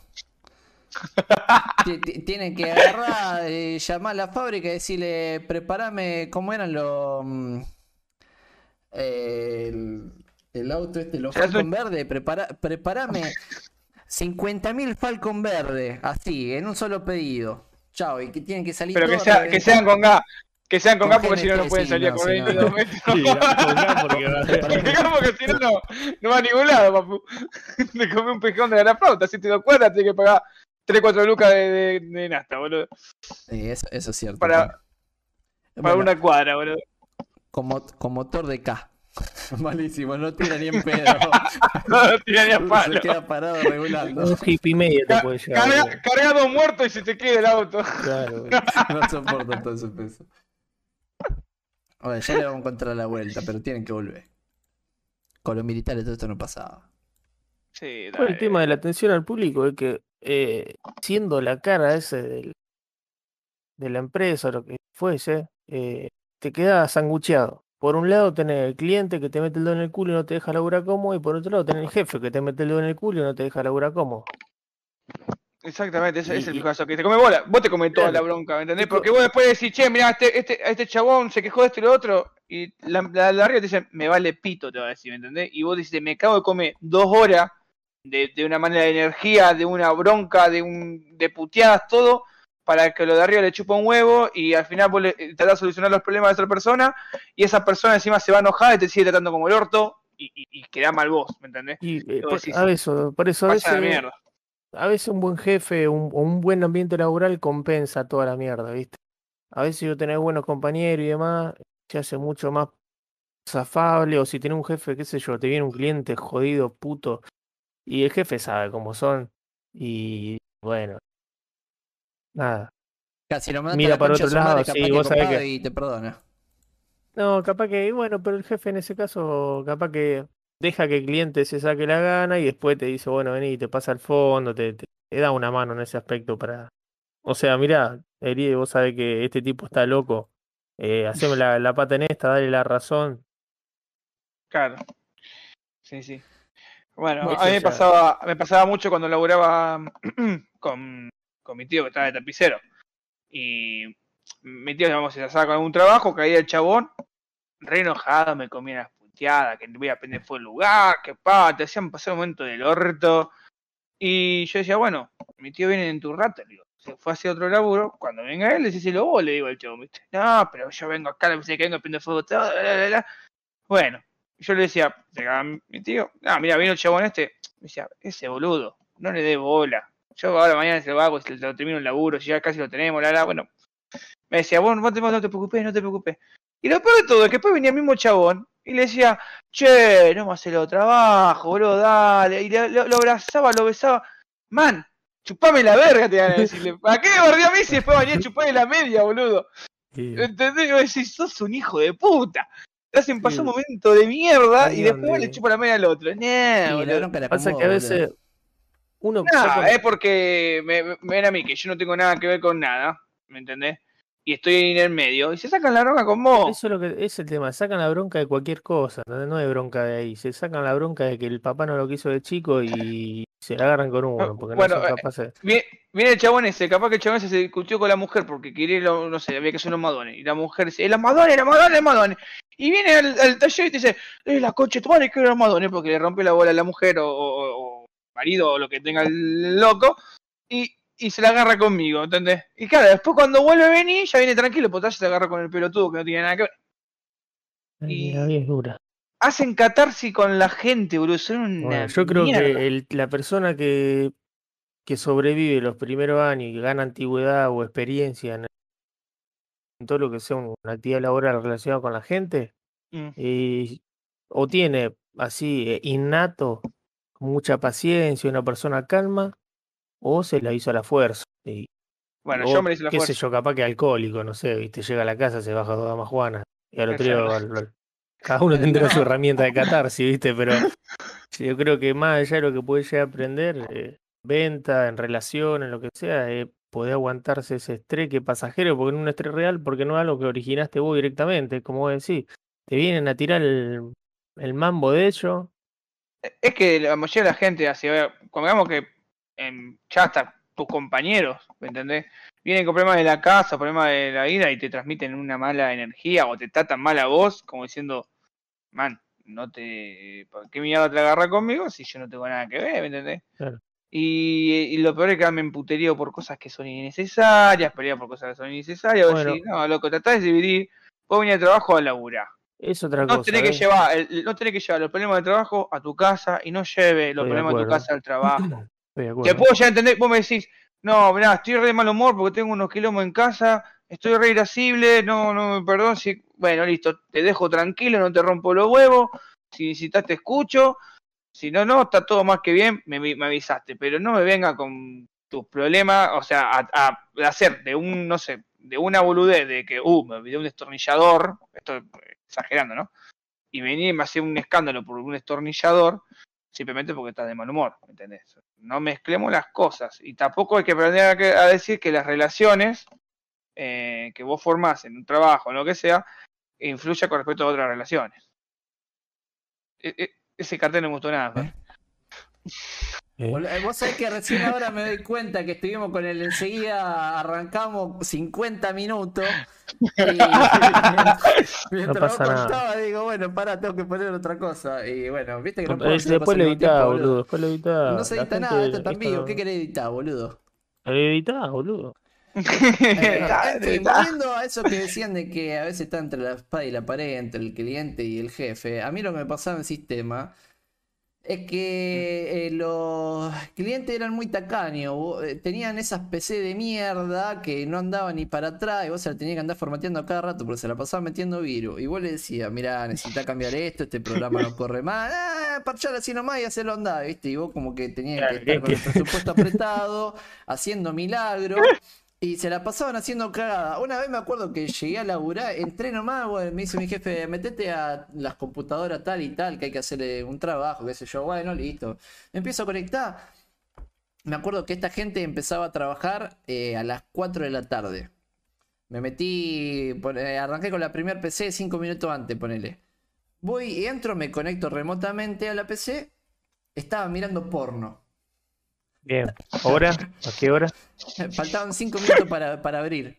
Speaker 2: Ti- ti- Tienen que agarrar, eh, llamar a la fábrica y decirle, prepárame cómo eran los... mm, el, el auto este, los
Speaker 3: Ya soy-
Speaker 2: Falcon Verde, prepara, prepárame 50.000 Falcon Verde, así, en un solo pedido. Chao, y que tienen que salir
Speaker 3: Pero que,
Speaker 2: todos a
Speaker 3: sea, que
Speaker 2: reventar.
Speaker 3: sean con gas, Que sean con
Speaker 2: Con
Speaker 3: K porque si no,
Speaker 2: GNT,
Speaker 3: no pueden
Speaker 2: sí,
Speaker 3: salir
Speaker 2: no,
Speaker 3: a este correr
Speaker 2: si no.
Speaker 3: los metros.
Speaker 4: Sí, la- porque va a ser-
Speaker 3: porque si no, no, no va a ningún lado, papu. Te come un pejón de la flauta. Si te lo cuadras, tienes que pagar 3-4 lucas de, de, de nasta, boludo.
Speaker 2: Sí, eso, eso es cierto.
Speaker 3: Para-
Speaker 2: también.
Speaker 3: Para
Speaker 2: Bueno,
Speaker 3: una cuadra, boludo.
Speaker 2: con, mot- con motor de K. Malísimo, no tira ni en pedo.
Speaker 3: No lo tiran ni a
Speaker 2: Se
Speaker 3: palo.
Speaker 2: queda parado
Speaker 4: Un
Speaker 2: regulando.
Speaker 4: hippie y medio te
Speaker 3: Ca-
Speaker 4: puede llegar.
Speaker 3: Carga, carga dos muertos y se te queda el auto.
Speaker 4: Claro.
Speaker 2: No soporto todo ese peso. Bueno, ya le vamos a encontrar la vuelta, pero tienen que volver. Con los militares todo esto no pasaba.
Speaker 3: Sí,
Speaker 4: Todo
Speaker 3: dale.
Speaker 4: el tema de la atención al público es que eh, siendo la cara ese del- de la empresa o lo que fuese, eh, te queda sangucheado. Por un lado tenés el cliente que te mete el dedo en el culo y no te deja laburar cómodo, y por otro lado tenés el jefe que te mete el dedo en el culo y no te deja laburar cómodo.
Speaker 3: Exactamente, ese es el
Speaker 4: Y- y-
Speaker 3: pijazo que te come bola. Vos te comes toda
Speaker 4: Claro.
Speaker 3: la bronca, ¿me entendés?
Speaker 4: Tipo-
Speaker 3: Porque vos después decís, che, mirá, este, este, a este chabón se quejó de esto y lo otro. Y la, la, la arriba te dice, me vale pito, te va a decir, ¿me entendés? Y vos dices, me cago de comer dos horas de, de una manera de energía, de una bronca, de un de puteadas, todo, para que lo de arriba le chupa un huevo y al final vos le, eh, tratás de solucionar los problemas de otra persona y esa persona encima se va enojada y te sigue tratando como el orto y, y, y queda mal vos, ¿me entendés?
Speaker 4: Y eh,
Speaker 3: Vos
Speaker 4: por,
Speaker 3: decís,
Speaker 4: a eso, por eso a
Speaker 3: Vaya a la
Speaker 4: veces,
Speaker 3: mierda.
Speaker 4: a veces un buen jefe un- o un buen ambiente laboral compensa toda la mierda, ¿viste? A veces si vos tenés buenos compañeros y demás, se hace mucho más zafable. O si tenés un jefe, qué sé yo, te viene un cliente jodido, puto, y el jefe sabe cómo son. Y bueno, nada.
Speaker 2: Casi lo mata
Speaker 4: Mira
Speaker 2: la
Speaker 4: para
Speaker 2: concha
Speaker 4: otro
Speaker 2: a su madre,
Speaker 4: lado,
Speaker 2: capaz
Speaker 4: sí,
Speaker 2: que
Speaker 4: vos sabés
Speaker 2: copado
Speaker 4: que-
Speaker 2: Y te perdona.
Speaker 4: No, capaz que, bueno, pero el jefe en ese caso, capaz que deja que el cliente se saque la gana y después te dice, bueno, vení, te pasa al fondo, te, te- te da una mano en ese aspecto para... O sea, mirá, Eri, vos sabés que este tipo está loco, eh, haceme la, la pata en esta, dale la razón.
Speaker 3: Claro. Sí, sí. Bueno,
Speaker 4: Bueno,
Speaker 3: a mí
Speaker 4: sí,
Speaker 3: me
Speaker 4: ya.
Speaker 3: pasaba, me pasaba mucho cuando laburaba con, con mi tío que estaba de tapicero. Y mi tío, digamos, se lanzaba con algún trabajo, caía el chabón, re enojado, me comía las puteadas, que voy a prender fuego el lugar, que pa, te hacían pasar un momento del orto. Y yo decía, bueno, mi tío viene en tu rato, le digo. Se fue hacia otro laburo, cuando venga él, decíselo vos, le digo al chabón, ¿viste? No, pero yo vengo acá, la vez que vengo, prendo fuego todo, bla, bla, bla, bla. Bueno, yo le decía, llegaba mi tío, ah, mira, vino el chabón este, me decía, ese boludo, no le dé bola. Yo ahora mañana se lo hago, se lo termino el laburo, si ya casi lo tenemos, la, la, bueno. Me decía, vos no te, no te preocupes, no te preocupes. Y lo peor de todo es que después venía el mismo chabón y le decía, che, no me hace lo trabajo, boludo, dale. Y le- lo, lo abrazaba, lo besaba. Man, chupame la verga, te van a decirle. ¿Para qué me bardé a mí si después venía a chuparme la media, boludo? ¿Entendés? Vos decís, sos un hijo de puta. Te hacen pasar un momento de mierda
Speaker 4: Ahí
Speaker 3: y después
Speaker 4: donde-
Speaker 3: le chupa la media al otro.
Speaker 2: Y
Speaker 3: Nah,
Speaker 2: la
Speaker 3: Eh, boludo.
Speaker 2: bronca la
Speaker 4: Pasa que a
Speaker 2: acomoda, boludo.
Speaker 4: veces uno...
Speaker 3: Nah, eh,
Speaker 4: ya cuando-
Speaker 3: es porque me, me ven a mí que yo no tengo nada que ver con nada, ¿me entendés? Y estoy en el medio y se sacan la roca con vos.
Speaker 4: Eso es lo que es el tema, sacan la bronca de cualquier cosa, ¿entendés? no hay bronca de ahí, se sacan la bronca de que el papá no lo quiso de chico y se la agarran con uno, porque no
Speaker 3: bueno,
Speaker 4: son
Speaker 3: eh,
Speaker 4: capaces.
Speaker 3: Viene, viene el chabón ese, capaz que el chabón ese se discutió con la mujer porque quería, lo- no sé, había que hacer unos madones. Y la mujer dice, "Eh, los madones, los madones, los madones. Y viene al, al taller y te dice, eh, la coche, tu madre quiero los madones porque le rompe la bola a la mujer o, o- o marido o lo que tenga el loco. Y, y se la agarra conmigo, ¿entendés? Y claro, después cuando vuelve a venir, ya viene tranquilo, porque ya se agarra con el pelotudo que no tiene nada que ver.
Speaker 4: Ay,
Speaker 3: y-
Speaker 4: la vida es dura.
Speaker 3: Hacen catarsis con la gente, boludo. Son una
Speaker 4: Bueno, yo creo
Speaker 3: mierda.
Speaker 4: que el- la persona que, que sobrevive los primeros años y gana antigüedad o experiencia en, en todo lo que sea un- una actividad laboral relacionada con la gente,
Speaker 3: Mm.
Speaker 4: eh, o tiene así eh, innato mucha paciencia, una persona calma, o se la hizo a la fuerza. Y,
Speaker 3: Bueno,
Speaker 4: o,
Speaker 3: yo me la hice la
Speaker 4: qué
Speaker 3: fuerza.
Speaker 4: sé yo, capaz que alcohol, no sé, viste, llega a la casa, se baja dos Juana y al otro día al- al- cada uno tendrá su herramienta de catarsis, viste, pero yo creo que más allá de lo que puede llegar a aprender, eh, venta, en relación, en lo que sea, eh, poder aguantarse ese estrés que es pasajero, porque no es un estrés real, porque no es algo que originaste vos directamente, como vos decís, te vienen a tirar el, el mambo de ellos,
Speaker 3: Es que la mayoría de la gente hace, ver, pongamos que em, ya hasta tus compañeros, ¿me entendés? Vienen con problemas de la casa, problemas de la vida y te transmiten una mala energía o te tratan mal a vos, como diciendo, man, no te. ¿Por qué mierda te la agarra conmigo si yo no tengo nada que ver, ¿me entendés?
Speaker 4: Claro.
Speaker 3: Y, y lo peor es que me puterío por cosas que son innecesarias, pelea por cosas que son innecesarias. Vos
Speaker 4: Bueno.
Speaker 3: decís, no, loco, tratá de dividir. Vos venís de trabajo a laburar.
Speaker 4: Es otra
Speaker 3: No
Speaker 4: cosa.
Speaker 3: tenés, que
Speaker 4: ¿eh?
Speaker 3: llevar, el- no tenés que llevar los problemas de trabajo a tu casa y no lleve los
Speaker 4: Estoy de
Speaker 3: problemas de tu
Speaker 4: acuerdo.
Speaker 3: casa al trabajo.
Speaker 5: Estoy de
Speaker 3: Te
Speaker 5: acuerdo.
Speaker 3: puedo ya entender, vos me decís, no, mirá, estoy re de mal humor porque tengo unos quilombos en casa, estoy re irascible, no, no, perdón, si, bueno, listo, te dejo tranquilo, no te rompo los huevos, si necesitas te escucho, si no, no, está todo más que bien, me, vi- me avisaste, pero no me venga con tus problemas, o sea, a, a hacer de un, no sé, de una boludez de que, uh, me olvidé un destornillador, estoy exagerando, ¿no? Y venir y me hacía un escándalo por un destornillador, simplemente porque estás de mal humor, ¿me ¿entendés? No mezclemos las cosas y tampoco hay que aprender a, que- a decir que las relaciones eh, que vos formás en un trabajo, en lo que sea, influya con respecto a otras relaciones. E- e- ese cartel no me gustó nada.
Speaker 2: ¿Eh?
Speaker 3: ¿eh? Fer.
Speaker 2: Bol- eh, Vos sabés que recién ahora me doy cuenta que estuvimos con él enseguida, arrancamos 50 minutos. Y mientras
Speaker 4: No pasa
Speaker 2: vos
Speaker 4: nada.
Speaker 2: contaba, digo, bueno, pará, tengo que poner otra cosa. Y bueno, viste que no puedo
Speaker 4: Eh,
Speaker 2: hacer
Speaker 4: Después
Speaker 2: cosas
Speaker 4: lo
Speaker 2: al mismo tiempo,
Speaker 4: editá, boludo. Después lo editá.
Speaker 2: No se
Speaker 4: La
Speaker 2: edita nada,
Speaker 4: gente-
Speaker 2: esto está en
Speaker 4: esto-
Speaker 2: vivo. ¿Qué querés editar, boludo?
Speaker 4: Lo editá, boludo.
Speaker 2: Eh,
Speaker 3: Está-
Speaker 2: en fin,
Speaker 3: está-
Speaker 2: volviendo a eso que decían de que a veces está entre la espada y la pared, entre el cliente y el jefe, a mí lo que me pasaba en sistema es que eh, los clientes eran muy tacaños, vos- eh, tenían esas PC de mierda que no andaban ni para atrás y vos se la tenías que andar formateando a cada rato porque se la pasaba metiendo virus. Y vos le decías, mirá, necesitas cambiar esto, este programa no corre más, ah, parchar así nomás y hacerlo andar, ¿viste? Y vos como que tenías
Speaker 4: Claro,
Speaker 2: que estar
Speaker 4: es
Speaker 2: con
Speaker 4: que-
Speaker 2: el presupuesto apretado, haciendo milagros. Y se la pasaban haciendo cagada. Una vez me acuerdo que llegué a laburar, entré nomás, bueno, me dice mi jefe, metete a las computadoras tal y tal, que hay que hacerle un trabajo, qué sé yo, bueno, listo. Me empiezo a conectar. Me acuerdo que esta gente empezaba a trabajar eh, a las 4 de la tarde. Me metí, pon- eh, arranqué con la primer PC 5 minutos antes, ponele. Voy, y entro, me conecto remotamente a la PC, estaba mirando porno.
Speaker 5: Bien. ¿Hora? ¿A qué hora?
Speaker 2: Faltaban 5 minutos para, para abrir.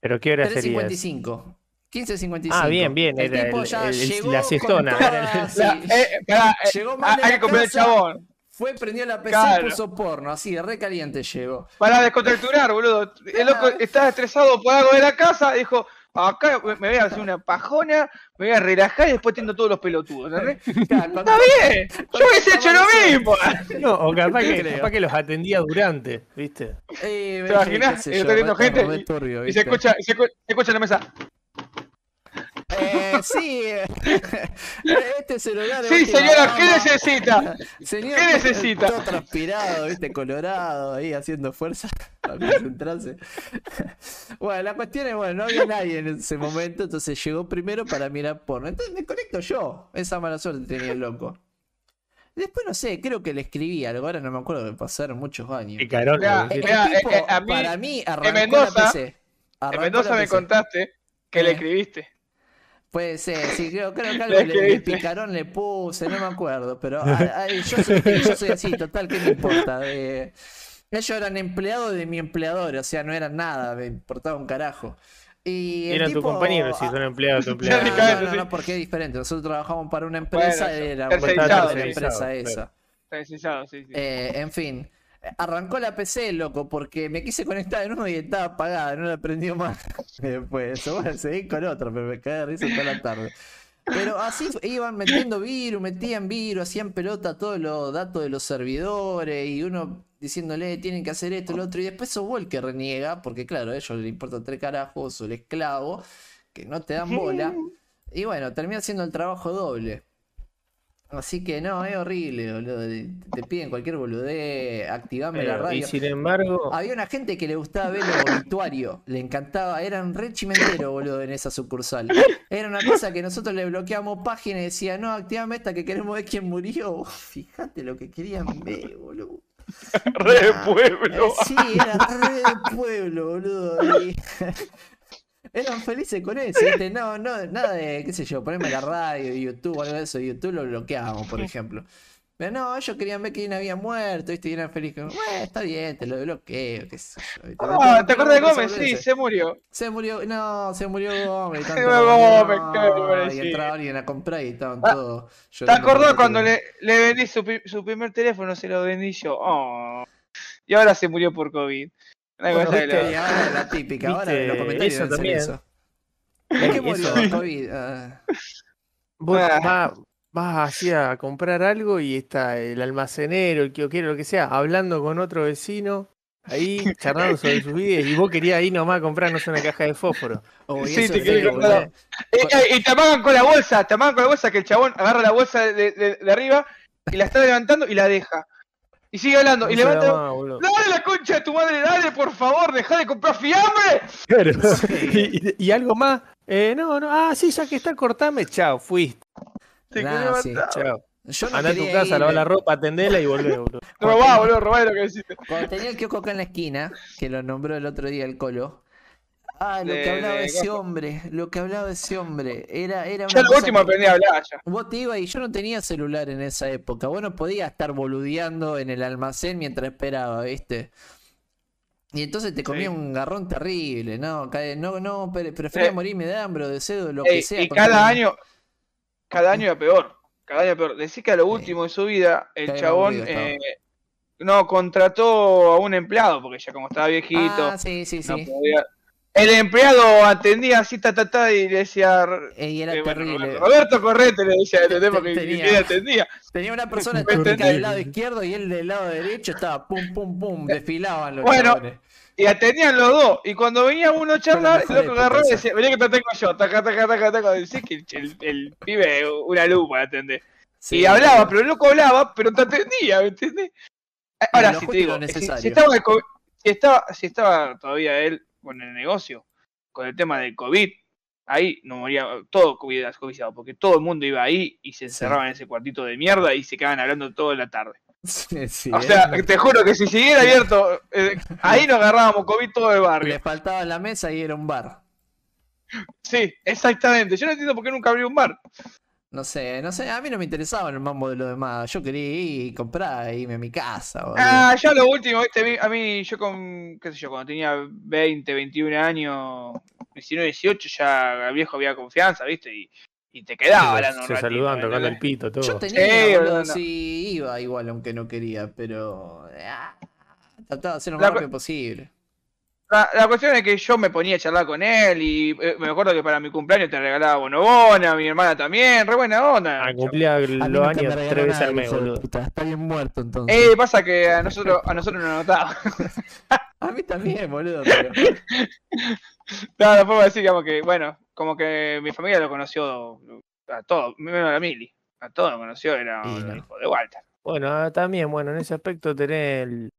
Speaker 5: ¿Pero qué hora sería?
Speaker 2: 3.55. 15.55.
Speaker 5: Ah, bien, bien,
Speaker 2: El
Speaker 5: era
Speaker 2: tipo
Speaker 5: el-
Speaker 2: ya
Speaker 5: el- el-
Speaker 2: llegó
Speaker 5: la
Speaker 2: con
Speaker 5: siestona,
Speaker 2: toda-
Speaker 5: era el-
Speaker 2: sí.
Speaker 3: La- eh, pará, eh,
Speaker 2: Llegó mal de
Speaker 3: hay
Speaker 2: la
Speaker 3: que comer el
Speaker 2: casa,
Speaker 3: chabón.
Speaker 2: Fue, prendió la PC
Speaker 3: Claro.
Speaker 2: y puso porno, así, re caliente llegó.
Speaker 3: Para descontracturar, boludo. El loco estaba estresado por algo de la casa, dijo, acá me voy a hacer una pajona, me voy a relajar y después tiendo todos los pelotudos. ¿entendés?
Speaker 2: Claro, cuando-
Speaker 3: Está bien, yo hubiese hecho lo mismo.
Speaker 5: No, o capaz que,
Speaker 2: Creo.
Speaker 5: capaz que los atendía durante, ¿viste?
Speaker 2: Eh,
Speaker 3: ¿Te imaginas?
Speaker 2: qué sé
Speaker 3: Y
Speaker 2: yo,
Speaker 3: está viendo
Speaker 2: re-
Speaker 3: gente
Speaker 2: re turbio,
Speaker 3: Y se
Speaker 2: ¿viste?
Speaker 3: escucha, se escu- se escucha en la mesa.
Speaker 2: Eh, sí. eh, este celular. de
Speaker 3: Sí,
Speaker 2: última
Speaker 3: señora,
Speaker 2: gama.
Speaker 3: ¿qué necesita?
Speaker 2: Señor,
Speaker 3: ¿Qué necesita?
Speaker 2: Todo transpirado, viste, colorado, ahí haciendo fuerza para concentrarse. Bueno, la cuestión es, bueno, no había nadie en ese momento, entonces llegó primero para mirar porno. Entonces me conecto yo. Esa mala suerte tenía el loco. Después no sé, creo que le escribí algo, ahora no me acuerdo, me pasaron muchos años.
Speaker 5: Y carón,
Speaker 3: Ya,
Speaker 5: ¿viste?
Speaker 2: El
Speaker 3: Mirá,
Speaker 2: tipo,
Speaker 3: eh, eh, a mí-
Speaker 2: para mí, arrancó la
Speaker 3: Mendoza-
Speaker 2: PC.
Speaker 3: En
Speaker 2: Arrancó
Speaker 3: Mendoza
Speaker 2: la
Speaker 3: me
Speaker 2: PC.
Speaker 3: contaste que le
Speaker 2: Eh.
Speaker 3: escribiste.
Speaker 2: Puede ser, sí, creo, creo que algo
Speaker 3: Es
Speaker 2: le,
Speaker 3: que
Speaker 2: le
Speaker 3: viste.
Speaker 2: picaron, le puse, no me acuerdo, pero a- a- yo, soy, yo soy así, total, ¿qué me importa? Eh, ellos eran empleados de mi empleador, o sea, no eran nada, me importaba un carajo. Y el
Speaker 4: Eran tu
Speaker 2: tipo-
Speaker 4: compañero, si
Speaker 2: ah,
Speaker 4: son empleados, tu
Speaker 2: no,
Speaker 4: empleado.
Speaker 3: Ni
Speaker 2: no,
Speaker 3: cabeza,
Speaker 2: no,
Speaker 3: sí.
Speaker 2: no, porque es diferente. Nosotros trabajamos para una empresa,
Speaker 3: Bueno,
Speaker 2: era
Speaker 3: tercerizado,
Speaker 2: de la empresa
Speaker 5: tercerizado,
Speaker 2: esa.
Speaker 3: Está decisado, sí, sí.
Speaker 2: Eh, en fin, arrancó la PC, loco, porque me quise conectar en uno y estaba apagada, no la prendió más. Después de eso, bueno, seguí con otro, pero me cagué de risa toda la tarde. Pero así fu- iban metiendo virus, metían virus, hacían pelota todos los datos de los servidores y uno diciéndole "Eh, tienen que hacer esto, lo otro, y después sos vos el que reniega, porque claro, a ellos les importa tres carajos, el esclavo, que no te dan bola. Y bueno, termina haciendo el trabajo doble. Así que no, es horrible, boludo. Te te piden cualquier boludez, activame la
Speaker 4: Pero, Y
Speaker 2: radio.
Speaker 4: sin embargo,
Speaker 5: Ah,
Speaker 2: Había una gente que le gustaba ver los obituarios, le encantaba, eran re chimentero, boludo, en esa sucursal. Era una cosa que nosotros le bloqueamos páginas y decía, no, activame esta que queremos ver quién murió. Vos Fijate lo que querían ver, boludo.
Speaker 3: Re de
Speaker 2: Eh,
Speaker 3: pueblo.
Speaker 2: Sí, era re de pueblo, boludo. y- Eran felices con eso, ¿viste? No, no, nada de, qué sé yo, ponerme la radio, YouTube, algo de eso. YouTube lo bloqueábamos, por ejemplo. Pero no, ellos querían ver quién había muerto, ¿viste? Y eran felices. como, Bueno, está bien, te lo bloqueo, qué sé yo. ¿viste?
Speaker 3: Ah, ¿te acuerdas de
Speaker 2: Esa
Speaker 3: Gómez? Sí,
Speaker 2: boludez.
Speaker 3: se murió.
Speaker 2: Se murió, no, se murió Gómez.
Speaker 3: Se
Speaker 2: tanto
Speaker 3: murió
Speaker 2: no,
Speaker 3: Gómez, claro,
Speaker 2: Y
Speaker 3: pobrecito.
Speaker 2: entraba alguien a comprar y estaban
Speaker 3: Ah,
Speaker 2: todos
Speaker 3: ¿Te
Speaker 2: llorando
Speaker 3: acordás
Speaker 2: porque-
Speaker 3: cuando le, le vendí su, pri- su primer teléfono? Se lo vendí yo. Oh. Y ahora se murió por COVID. Una
Speaker 4: Bueno,
Speaker 3: cosa de
Speaker 4: viste,
Speaker 2: Y
Speaker 3: loco.
Speaker 2: ahora la típica, ahora
Speaker 4: Viste,
Speaker 2: los comentarios
Speaker 4: eso
Speaker 2: deben ser
Speaker 4: también.
Speaker 2: eso. ¿De qué
Speaker 4: Eso-
Speaker 2: murió? COVID. Ah,
Speaker 5: Vos
Speaker 3: Ah.
Speaker 5: va- vas así a comprar algo y está el almacenero, el quiero lo que sea, hablando con otro vecino, ahí charlando sobre sus vidas y vos querías ir nomás a comprarnos una caja de fósforo.
Speaker 2: uy,
Speaker 3: Sí,
Speaker 2: eso
Speaker 3: te
Speaker 2: sí,
Speaker 3: quiero
Speaker 2: boludo.
Speaker 3: contar. Eh, Y, y- y te amagan con la bolsa, te amagan con la bolsa que el chabón agarra la bolsa de, de- de arriba y la está levantando y la deja. Y sigue hablando,
Speaker 5: No
Speaker 3: y
Speaker 5: se da
Speaker 3: levanta.
Speaker 5: más, boludo.
Speaker 3: ¡Dale la concha de tu madre! ¡Dale, por favor! ¡Deja de comprar fiambre!
Speaker 5: Claro. Y, y- y algo más. eh, no, no. Ah, sí, ya que está, cortame. Chao, fuiste.
Speaker 3: Te
Speaker 2: Nah,
Speaker 3: quiero
Speaker 2: sí.
Speaker 3: matar.
Speaker 5: Chao.
Speaker 2: Yo no
Speaker 4: Andá a tu
Speaker 2: quería
Speaker 4: casa,
Speaker 2: ir,
Speaker 4: lavá
Speaker 2: me-
Speaker 4: la ropa, atendela y volvé, boludo.
Speaker 3: Robá, boludo, robá lo que hiciste.
Speaker 2: Cuando tenía el kiosco acá en la esquina, que lo nombró el otro día el Colo. Ah, lo
Speaker 3: De-
Speaker 2: que hablaba
Speaker 3: de
Speaker 2: ese
Speaker 3: Gojo.
Speaker 2: hombre, lo que hablaba ese hombre. Era, era
Speaker 3: Ya
Speaker 2: una
Speaker 3: lo
Speaker 2: cosa
Speaker 3: último
Speaker 2: que-
Speaker 3: aprendí a hablar ya.
Speaker 2: Vos te ibas y yo no tenía celular en esa época. Vos no podías estar boludeando en el almacén mientras esperaba, ¿viste? Y entonces te comía
Speaker 3: Sí.
Speaker 2: un garrón terrible, ¿no? ca- No, no, pre- prefería
Speaker 3: Eh.
Speaker 2: morirme de hambre o de sed o lo
Speaker 3: Ey,
Speaker 2: que sea.
Speaker 3: y
Speaker 2: con
Speaker 3: cada
Speaker 2: tal de-
Speaker 3: año, cada año era peor. Cada año era peor. Decís que a lo último de su vida, el
Speaker 2: Cada año
Speaker 3: chabón
Speaker 2: aburrido estaba.
Speaker 3: eh, no contrató a un empleado, porque ya como estaba viejito,
Speaker 2: Ah, sí, sí,
Speaker 3: no
Speaker 2: sí.
Speaker 3: podía. El empleado atendía así, ta, ta, ta, y le decía.
Speaker 2: Eh, y era
Speaker 3: eh, bueno,
Speaker 2: terrible.
Speaker 3: Roberto Correte le decía, ¿entendés?
Speaker 2: Te-
Speaker 3: Porque
Speaker 2: tenía-
Speaker 3: ni le atendía.
Speaker 2: Tenía una persona
Speaker 3: Entendí.
Speaker 2: estática del lado izquierdo y él del lado derecho estaba pum, pum, pum, desfilaban los
Speaker 3: Bueno,
Speaker 2: chabones.
Speaker 3: Y atendían los dos. Y cuando venía uno a charlar,
Speaker 2: Fue
Speaker 3: el
Speaker 2: la mejor
Speaker 3: loco agarró y
Speaker 2: época
Speaker 3: decía, vení que te tengo yo, taca, taca, taca, taca. Decís que el, el, el pibe es una lupa, ¿entendés?
Speaker 2: Sí,
Speaker 3: y hablaba,
Speaker 2: bueno.
Speaker 3: pero el loco hablaba, pero te atendía, ¿me entendés? Ahora,
Speaker 2: lo
Speaker 3: si
Speaker 2: justo
Speaker 3: te
Speaker 2: y
Speaker 3: digo, eh,
Speaker 2: lo
Speaker 3: si- si,
Speaker 2: necesario.
Speaker 3: estaba el co- si, estaba, si estaba todavía él con el negocio, con el tema del COVID, ahí no moría todo COVID cobizado, porque todo el mundo iba ahí y se encerraba en ese cuartito de mierda y se quedaban hablando toda la tarde.
Speaker 2: Sí, sí,
Speaker 3: o
Speaker 2: eh.
Speaker 3: sea, te juro que si siguiera abierto, eh, ahí nos agarrábamos COVID todo el barrio.
Speaker 2: le faltaba la mesa y era un bar.
Speaker 3: Sí, exactamente. Yo no entiendo por qué nunca abrí un bar.
Speaker 2: No sé, no sé, a mí no me interesaba el mambo de lo demás. Yo quería ir y comprar e irme a mi casa. boludo.
Speaker 3: Ah, ya lo último, ¿viste? A mí- A mí, yo con, qué sé yo, cuando tenía 20, 21 años, 19, 18, ya el viejo había confianza, ¿viste? Y, y te quedaba hablando un
Speaker 4: Se
Speaker 3: ratito,
Speaker 4: saludan, tocando el
Speaker 3: ¿entendés?
Speaker 4: pito,
Speaker 2: Yo
Speaker 4: todo.
Speaker 3: Sí,
Speaker 2: tenía, boludo,
Speaker 3: boludo, no.
Speaker 2: sí, iba igual, aunque no quería, pero. ah, trataba de hacer lo
Speaker 3: La
Speaker 2: más
Speaker 3: cu-
Speaker 2: rápido posible.
Speaker 3: La, la cuestión es que yo me ponía a charlar con él y eh, me acuerdo que para mi cumpleaños te regalaba bonobona, mi hermana también, re buena onda.
Speaker 4: Ah, cumplía
Speaker 2: A mí
Speaker 4: los
Speaker 2: nunca me
Speaker 4: años
Speaker 2: regaló
Speaker 4: tres veces
Speaker 2: nada,
Speaker 4: al mes,
Speaker 2: hijo de
Speaker 4: boludo.
Speaker 2: puta, Está bien muerto entonces.
Speaker 3: Eh, pasa que a nosotros, a nosotros no nos notaba.
Speaker 2: A mí también, boludo, pero.
Speaker 3: Claro, después decir, digamos que, bueno, como que mi familia lo conoció a todo, menos a la Mili. A todo lo conoció, era
Speaker 2: Y
Speaker 3: el
Speaker 2: no.
Speaker 3: hijo de Walter.
Speaker 4: Bueno, ah, también, bueno, en ese aspecto tenés el-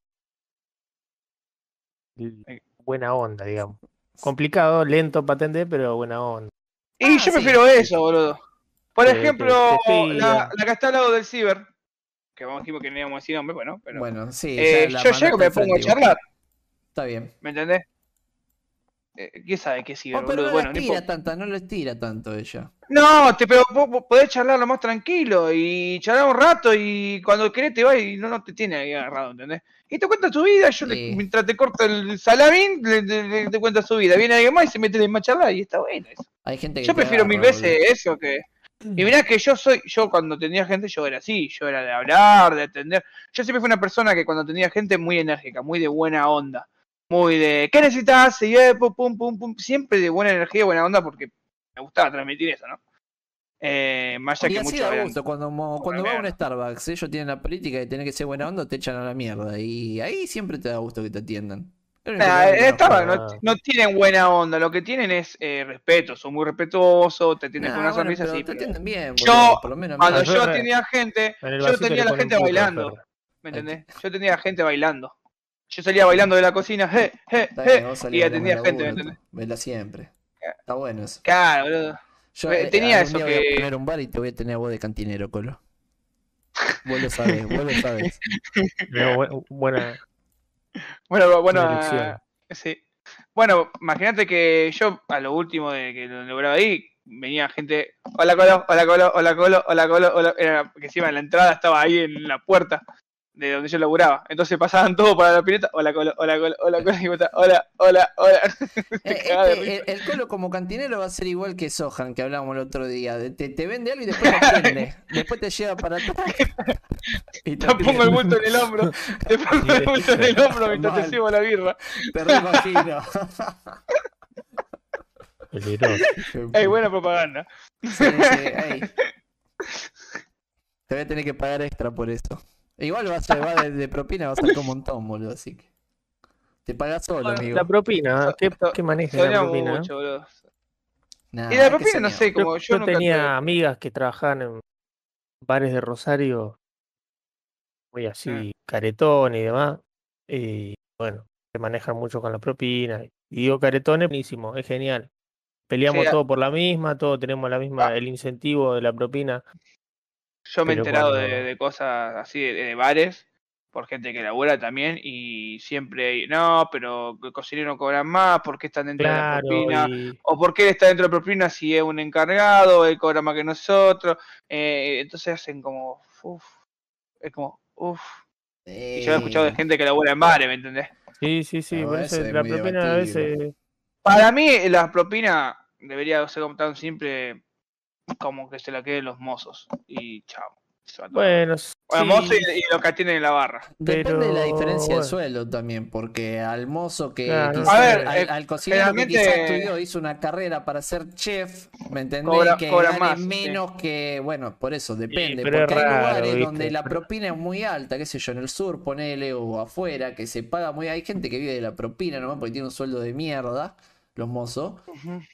Speaker 4: el
Speaker 3: Eh.
Speaker 4: buena onda, digamos. Complicado, lento para atender, pero buena onda.
Speaker 3: Y
Speaker 2: Ah,
Speaker 3: yo
Speaker 2: sí.
Speaker 3: prefiero eso, boludo. Por
Speaker 4: Que- que-
Speaker 3: ejemplo,
Speaker 4: que siga.
Speaker 3: la, la que está al lado del ciber, que vamos dijimos que no íbamos a decir nombre, bueno, pero
Speaker 2: Bueno, sí.
Speaker 3: eh,
Speaker 2: ya la
Speaker 3: yo
Speaker 2: mandaste
Speaker 3: llego y me
Speaker 2: al
Speaker 3: pongo a
Speaker 2: frente,
Speaker 3: charlar,
Speaker 2: igual. Está bien.
Speaker 3: ¿me entendés? Eh, ¿Quién sabe qué ciber,
Speaker 2: Oh, pero
Speaker 3: boludo?
Speaker 2: no
Speaker 3: Bueno,
Speaker 2: les
Speaker 3: no
Speaker 2: tira
Speaker 3: importa.
Speaker 2: tanto, no les tira tanto ella.
Speaker 3: No, te, pero vos- vos podés charlar lo más tranquilo y charlar un rato y cuando querés te vas y no, no te tiene ahí agarrado, ¿entendés? Y te cuenta tu vida, yo le-
Speaker 2: Sí.
Speaker 3: mientras te corta el salamín, le- le- le- te cuenta su vida. Viene alguien más y se mete en más charlar y está bueno eso.
Speaker 2: Hay gente que.
Speaker 3: Yo
Speaker 2: te
Speaker 3: prefiero mil
Speaker 2: agarra,
Speaker 3: veces eso que. Y mirá que yo soy, yo cuando tenía gente, yo era así, yo era de hablar, de atender. Yo siempre fui una persona que cuando tenía gente muy enérgica, muy de buena onda, muy de ¿qué necesitas? Y eh, pum, pum, pum, pum, siempre de buena energía, buena onda, porque me gustaba transmitir eso, ¿no? Eh, más allá
Speaker 2: Y
Speaker 3: que
Speaker 2: así
Speaker 3: muchos
Speaker 2: da
Speaker 3: eran-
Speaker 2: gusto, cuando, mo-
Speaker 3: Una
Speaker 2: cuando va a un
Speaker 3: mierda.
Speaker 2: Starbucks, ellos tienen la política de tener que ser buena onda, te echan a la mierda. Y ahí siempre te da gusto que te atiendan. Es lo único
Speaker 3: Nah,
Speaker 2: que me
Speaker 3: eh, estaba,
Speaker 4: no,
Speaker 3: no, no tienen buena onda, lo que tienen es eh, respeto, son muy respetuosos, te tienen
Speaker 2: Nah,
Speaker 3: con una
Speaker 2: bueno,
Speaker 3: sonrisa
Speaker 2: pero
Speaker 3: así.
Speaker 2: te
Speaker 3: pero
Speaker 2: atienden bien,
Speaker 3: Yo-
Speaker 2: boludo, por lo menos a mí.
Speaker 3: Cuando
Speaker 4: Ah, yo
Speaker 3: yo
Speaker 4: re-
Speaker 3: tenía gente,
Speaker 4: En el
Speaker 3: yo
Speaker 4: vasito le
Speaker 3: tenía la
Speaker 4: pone un
Speaker 3: gente
Speaker 4: puto,
Speaker 3: bailando.
Speaker 4: Fer.
Speaker 3: ¿Me
Speaker 2: Ahí
Speaker 3: entendés? Yo tenía gente bailando. Yo salía bailando de la cocina, je, je,
Speaker 2: Está bien,
Speaker 3: je,
Speaker 2: vos salís
Speaker 3: y
Speaker 2: de la
Speaker 3: atendía
Speaker 2: mala
Speaker 3: gente, ¿me
Speaker 2: laburo,
Speaker 3: entendés?
Speaker 2: Vela siempre. Está bueno eso.
Speaker 3: Claro, boludo.
Speaker 2: Yo
Speaker 3: Eh,
Speaker 2: eh,
Speaker 3: tenía
Speaker 2: algún
Speaker 3: eso
Speaker 2: día voy
Speaker 3: que-
Speaker 2: a poner un bar y te voy a tener a vos de cantinero, Colo. Vos lo sabés, vos lo sabés.
Speaker 4: Pero bu- buena,
Speaker 3: Bueno, bueno, eh,
Speaker 4: Una elección.
Speaker 3: sí. Bueno, imagínate que yo a lo úllimo de que lo lograba ahí, venía gente, hola Colo, hola Colo, hola Colo, hola Colo, hola, era- que encima en la entrada estaba ahí en la puerta de donde yo laburaba. Entonces pasaban todos para la pileta, hola Colo, hola Colo, hola Colo, y vos estás, hola, hola, hola. Te
Speaker 2: Eh,
Speaker 3: cagás de
Speaker 2: este, el, el Colo como cantinero va a ser igual que Sohan, que hablábamos el otro día. De- Te, te vende algo y después lo vende. Después te lleva para atrás. Y
Speaker 3: Te pongo el bulto en el hombro, te pongo el bulto en el hombro mientras te
Speaker 2: Mal.
Speaker 3: llevo la birra.
Speaker 2: Te reimagino.
Speaker 4: Peligroso.
Speaker 3: Ey, buena propaganda.
Speaker 2: Sí, sí, ey. Te voy a tener que pagar extra por eso. Igual vas a llevar de, de propina, vas a sacar un montón, boludo, así que. Te pagas solo,
Speaker 3: Bueno,
Speaker 2: amigo.
Speaker 5: La
Speaker 4: ¿eh?
Speaker 5: propina, ¿qué, qué maneja la
Speaker 3: Soñaba
Speaker 5: propina? Ah,
Speaker 3: mucho, boludo.
Speaker 2: Nah,
Speaker 3: Y de
Speaker 2: es que
Speaker 3: repente, no
Speaker 2: soñaba.
Speaker 3: sé,
Speaker 5: yo,
Speaker 3: como yo,
Speaker 5: yo
Speaker 3: nunca
Speaker 5: tenía
Speaker 3: tuve-
Speaker 5: amigas que trabajaban en bares de Rosario, muy
Speaker 3: Ah.
Speaker 5: así, caretón y demás. Y bueno, se manejan mucho con la propina. Y digo, caretón es buenísimo, es genial. Peleamos
Speaker 3: Sí, a- Ah.
Speaker 5: todos por la misma, todos tenemos la misma, el incentivo de la propina.
Speaker 3: Yo me he
Speaker 5: Pero
Speaker 3: enterado
Speaker 5: cuando-
Speaker 3: de, de cosas así, de, de bares, por gente que labura también, y siempre hay, no, pero el cocinero no cobran más, ¿por qué están dentro de la
Speaker 5: Claro,
Speaker 3: propina?
Speaker 5: y
Speaker 3: ¿O por qué él está dentro de la propina si es un encargado, él cobra más que nosotros? Eh, entonces hacen como, uff, es como, uff. Y yo he escuchado de
Speaker 2: Eh,
Speaker 3: gente que labura en bares, ¿me entendés?
Speaker 5: sí, sí, sí,
Speaker 2: Ah,
Speaker 5: por
Speaker 2: bueno,
Speaker 5: eso
Speaker 2: eso es
Speaker 5: la
Speaker 2: muy
Speaker 5: propina a
Speaker 2: debatible.
Speaker 5: veces
Speaker 3: Para mí, la propina debería ser como tan simple como que se la queden los mozos. Y chao. se va todo.
Speaker 5: Bueno,
Speaker 3: Bueno,
Speaker 5: sí,
Speaker 3: mozo y, y los que tienen en la barra.
Speaker 2: Depende de la
Speaker 5: pero
Speaker 2: diferencia
Speaker 5: bueno.
Speaker 2: de sueldo también, porque al mozo que
Speaker 5: Claro.
Speaker 2: quizá-
Speaker 3: A ver,
Speaker 2: al,
Speaker 3: eh,
Speaker 2: al cocinero que quizá
Speaker 3: generalmente-
Speaker 2: estudió, hizo una carrera para ser chef, ¿me entendés?
Speaker 3: Cobra-
Speaker 2: que
Speaker 3: cobra
Speaker 2: gane
Speaker 3: más, sí.
Speaker 2: menos que, bueno, por eso depende,
Speaker 5: pero es
Speaker 2: porque hay
Speaker 5: raro,
Speaker 2: lugares
Speaker 5: ¿viste?
Speaker 2: donde la propina es muy alta, qué sé yo, en el sur, ponele, o afuera, que se paga muy, hay gente que vive de la propina nomás porque tiene un sueldo de mierda, los mozos.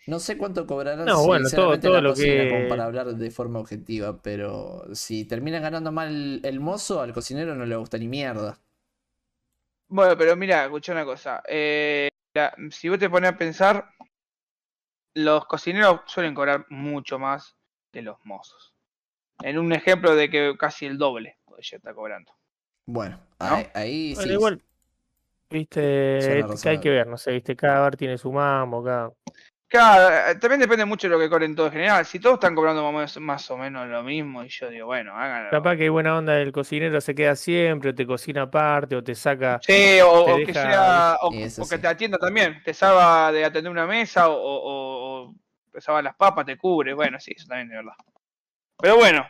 Speaker 2: No sé cuánto cobrarán
Speaker 5: No, bueno, todo-
Speaker 2: sinceramente, en
Speaker 5: todo
Speaker 2: la
Speaker 5: lo
Speaker 2: cocina,
Speaker 5: que-
Speaker 2: como para hablar de forma objetiva, pero si terminan ganando mal el mozo, al cocinero no le gusta ni mierda.
Speaker 3: Bueno, pero mira, escucha una cosa. eh, la- si vos te pones a pensar, los cocineros suelen cobrar mucho más que los mozos. En un ejemplo de que casi el doble ya está cobrando.
Speaker 2: Bueno, ahí, ahí
Speaker 5: Bueno,
Speaker 2: sí.
Speaker 5: igual, viste,
Speaker 2: Suena
Speaker 5: es que hay
Speaker 2: razonable.
Speaker 5: que ver, no sé, viste, cada bar tiene su mambo, cada...
Speaker 3: Claro, eh, también depende mucho de lo que cobren todos en general. Si todos están cobrando más o menos, más o menos lo mismo, y yo digo, bueno, háganlo.
Speaker 5: Capaz que hay buena onda del cocinero, se queda siempre, o te cocina aparte, o te saca.
Speaker 3: Sí, o,
Speaker 5: Te
Speaker 3: o que
Speaker 5: deja-
Speaker 3: sea, o,
Speaker 2: Eso
Speaker 3: o que
Speaker 2: sí.
Speaker 3: te atienda también, te salva de atender una mesa o, o, o- o te salva las papas, te cubre, bueno, sí, eso también de verdad. Pero bueno,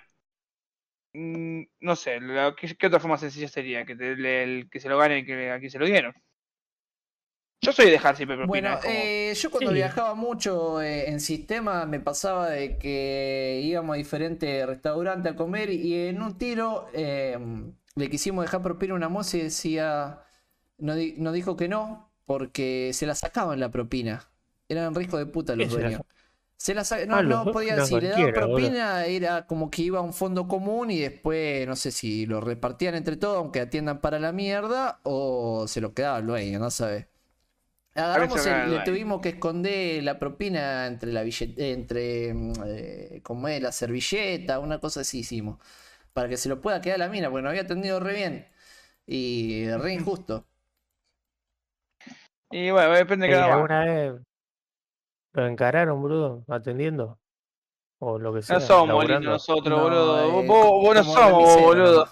Speaker 3: mm, no sé, la- ¿qué, qué otra forma sencilla sería? Que, te- le- el que se lo gane y que a quien se lo dieron. Yo soy de dejar siempre propina.
Speaker 2: Bueno,
Speaker 3: como-
Speaker 2: eh, yo cuando
Speaker 5: Sí.
Speaker 2: viajaba mucho eh, en sistema me pasaba de que íbamos a diferentes restaurantes a comer y en un tiro eh, le quisimos dejar propina a una moza y decía, no, di- no dijo que no porque se la sacaban la propina. Eran ricos de puta los
Speaker 5: ¿Qué se la
Speaker 2: dueños. Se la sa- no,
Speaker 5: Ah, los
Speaker 2: no
Speaker 5: dueños
Speaker 2: podía,
Speaker 5: no
Speaker 2: si le daban
Speaker 5: cualquiera, boludo.
Speaker 2: propina era como que iba a un fondo común y después no sé si lo repartían entre todos, aunque atiendan para la mierda, o se lo quedaba el dueño, no sabes. Agarramos
Speaker 3: se lo
Speaker 2: el-
Speaker 3: quedaba el
Speaker 2: le
Speaker 3: dueño.
Speaker 2: tuvimos que esconder la propina entre la billet- entre mm, eh, como es la servilleta, una cosa así hicimos, para que se lo pueda quedar la mina, porque nos había atendido re bien y re injusto.
Speaker 3: Y bueno, depende de
Speaker 5: Eh,
Speaker 3: cada uno.
Speaker 5: ¿Alguna vez lo encararon, boludo, atendiendo? O lo que sea.
Speaker 3: No somos lindos
Speaker 5: laburando.
Speaker 3: nosotros,
Speaker 2: No,
Speaker 3: boludo.
Speaker 2: eh,
Speaker 3: Vos- vos, vos no
Speaker 2: como re
Speaker 3: somos, vos,
Speaker 2: misero,
Speaker 3: boludo.
Speaker 2: ¿no?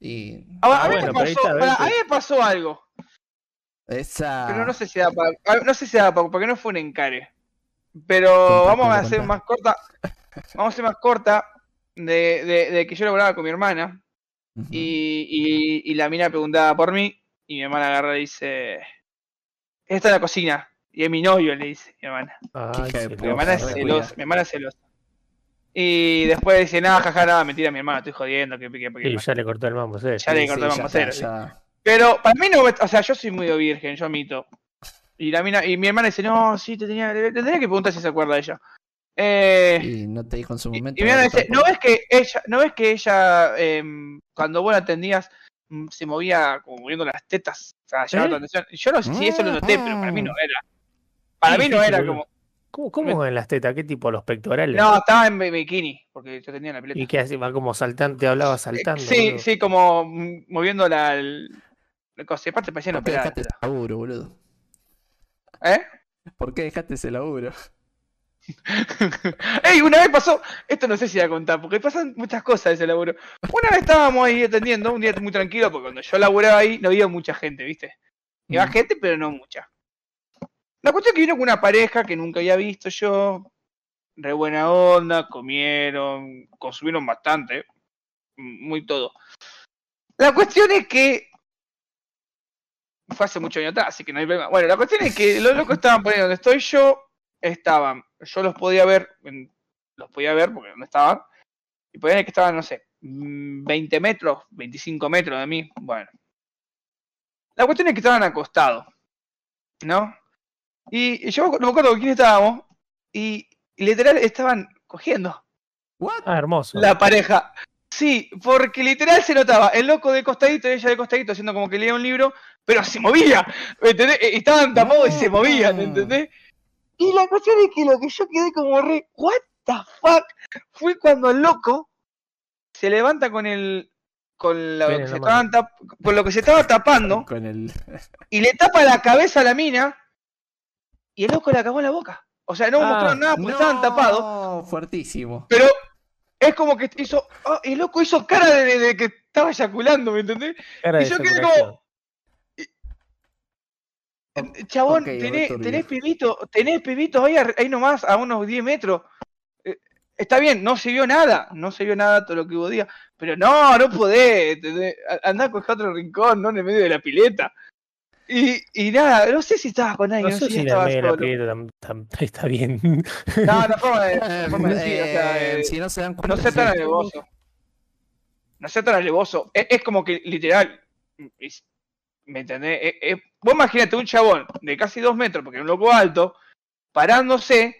Speaker 2: Y
Speaker 3: Ahora,
Speaker 5: Ah,
Speaker 3: a, mí
Speaker 5: bueno,
Speaker 3: me
Speaker 5: pero ahí
Speaker 3: pasó,
Speaker 5: está,
Speaker 3: pará,
Speaker 5: ¿viste?
Speaker 3: a mí me pasó algo.
Speaker 2: esa...
Speaker 3: Pero no sé si da para. a- No sé si da para, porque no fue un encare. Pero
Speaker 2: Contá,
Speaker 3: vamos a
Speaker 2: contá,
Speaker 3: hacer
Speaker 2: contá.
Speaker 3: más corta. Vamos a hacer más corta de, de- de que yo laburaba con mi hermana
Speaker 2: Ujú.
Speaker 3: y, y- y la mina preguntaba por mí. Y mi hermana agarra y dice: Esta es la cocina. Y es mi novio, le dice mi hermana.
Speaker 5: Ay,
Speaker 2: hija de
Speaker 5: se
Speaker 3: Mi
Speaker 2: puta,
Speaker 5: lo-
Speaker 3: hermana es
Speaker 2: re
Speaker 3: celosa.
Speaker 2: cuidada.
Speaker 3: Mi hermana es celosa. Y después dice: Nada, jaja, nada, mentira, mi hermana, estoy jodiendo. Que, que-
Speaker 5: Sí,
Speaker 3: que-
Speaker 5: ya le cortó el mambo, sí.
Speaker 3: Ya le cortamos
Speaker 2: ya
Speaker 3: cero.
Speaker 2: está, ya.
Speaker 3: Pero para mí no, me- o sea, yo soy muy virgen, yo admito. Y la mina, y mi hermana dice, no, sí, te tenía, te tenía que preguntar si se acuerda de ella. Eh,
Speaker 2: Y no te dijo en su
Speaker 3: y, y
Speaker 2: momento.
Speaker 3: mi hermana
Speaker 2: ahora
Speaker 3: dice, ¿no
Speaker 2: tampoco.
Speaker 3: ves que ella, no ves que ella em, cuando vos la atendías mm, se movía como moviendo las tetas? O sea, llamaba
Speaker 5: ¿Eh?
Speaker 3: tu
Speaker 5: Ah.
Speaker 3: atención. Yo no sé si eso lo noté, pero para mí no era. Para
Speaker 5: Sí,
Speaker 3: mí
Speaker 5: sí,
Speaker 3: no
Speaker 5: sí,
Speaker 3: era
Speaker 5: boludo.
Speaker 3: como.
Speaker 5: ¿Cómo, cómo en las tetas? ¿Qué tipo? ¿Los pectorales?
Speaker 3: No, estaba en bi- bikini, porque yo tenía la
Speaker 5: ¿Y
Speaker 3: pileta.
Speaker 5: qué hace? Va como saltando, te hablaba saltando.
Speaker 3: eh, Sí,
Speaker 5: boludo.
Speaker 3: sí, como mm, moviendo la, el- la cosa. Aparte parecían
Speaker 2: ¿Por qué
Speaker 3: operadas.
Speaker 2: dejaste ese laburo, boludo?
Speaker 3: ¿Eh?
Speaker 2: ¿Por qué dejaste ese laburo?
Speaker 3: ¡Ey! Una vez pasó. Esto no sé si voy a contar, porque pasan muchas cosas de ese laburo. Una vez estábamos ahí atendiendo, un día muy tranquilo, porque cuando yo laburaba ahí no había mucha gente, ¿viste? Iba
Speaker 2: Mm.
Speaker 3: gente, pero no mucha. La cuestión es que vino con una pareja que nunca había visto yo. Re buena onda, comieron, consumieron bastante. m- Muy todo. La cuestión es que. Fue hace mucho años atrás, así que no hay problema. Bueno, la cuestión es que los locos estaban poniendo donde estoy yo, estaban. Yo los podía ver, en- los podía ver porque no estaban. Y podían ver que estaban, no sé, mm, 20 metros, 25 metros de mí. Bueno. La cuestión es que estaban acostados, ¿no? Y y yo no me acuerdo con quién estábamos. Y y literal estaban cogiendo
Speaker 2: ¿What?
Speaker 4: Ah, hermoso.
Speaker 3: la pareja. Sí, porque literal se notaba el loco de costadito y ella de costadito haciendo como que leía un libro, pero se movía. ¿Me entendés? Eh, Estaban tapados y se
Speaker 4: Ah.
Speaker 3: movían, ¿me entendés? Y la cuestión es que lo que yo quedé como re, ¿What the fuck? Fue cuando el loco se levanta con el. con la- lo
Speaker 4: Pene
Speaker 3: que
Speaker 4: en
Speaker 3: se
Speaker 4: la mano.
Speaker 3: estaban tap- con lo que se estaba tapando
Speaker 2: Con el.
Speaker 3: y le tapa la cabeza a la mina y el loco le acabó en la boca. O sea, no
Speaker 4: Ah,
Speaker 3: mostraron nada porque estaban tapados.
Speaker 2: No, fuertísimo.
Speaker 3: Pero es como que hizo. ah, el loco hizo cara de, de- de que estaba eyaculando, ¿me entendés?
Speaker 4: Cara
Speaker 3: y
Speaker 4: de
Speaker 3: yo quedé
Speaker 4: separación.
Speaker 3: como- Chabón,
Speaker 2: ok,
Speaker 3: tenés,
Speaker 2: Roberto Ríos.
Speaker 3: tenés pibitos, tenés pibitos ahí, ar- ahí nomás, a unos 10 metros. Eh, Está bien, no se vio nada, no se vio nada todo lo que hubo día, pero no, no podés, ¿entendés? A- andá con otro rincón, no en el medio de la pileta. Y, y nada, no sé si estaba con alguien,
Speaker 4: No
Speaker 3: no
Speaker 4: sé si la
Speaker 3: estaba
Speaker 4: media de la
Speaker 3: solo.
Speaker 4: pileta tam- tam- está bien.
Speaker 3: No, no, forma de-
Speaker 2: Eh,
Speaker 3: no, forma de decir, o sea,
Speaker 2: eh,
Speaker 3: eh,
Speaker 2: si no se dan cuenta.
Speaker 3: No sea tan
Speaker 2: sí.
Speaker 3: alevoso. No sea tan alevoso. Es, es como que literal. es- ¿Me entendés? Es- es- vos imagínate un chabón de casi dos metros, porque era un loco alto, parándose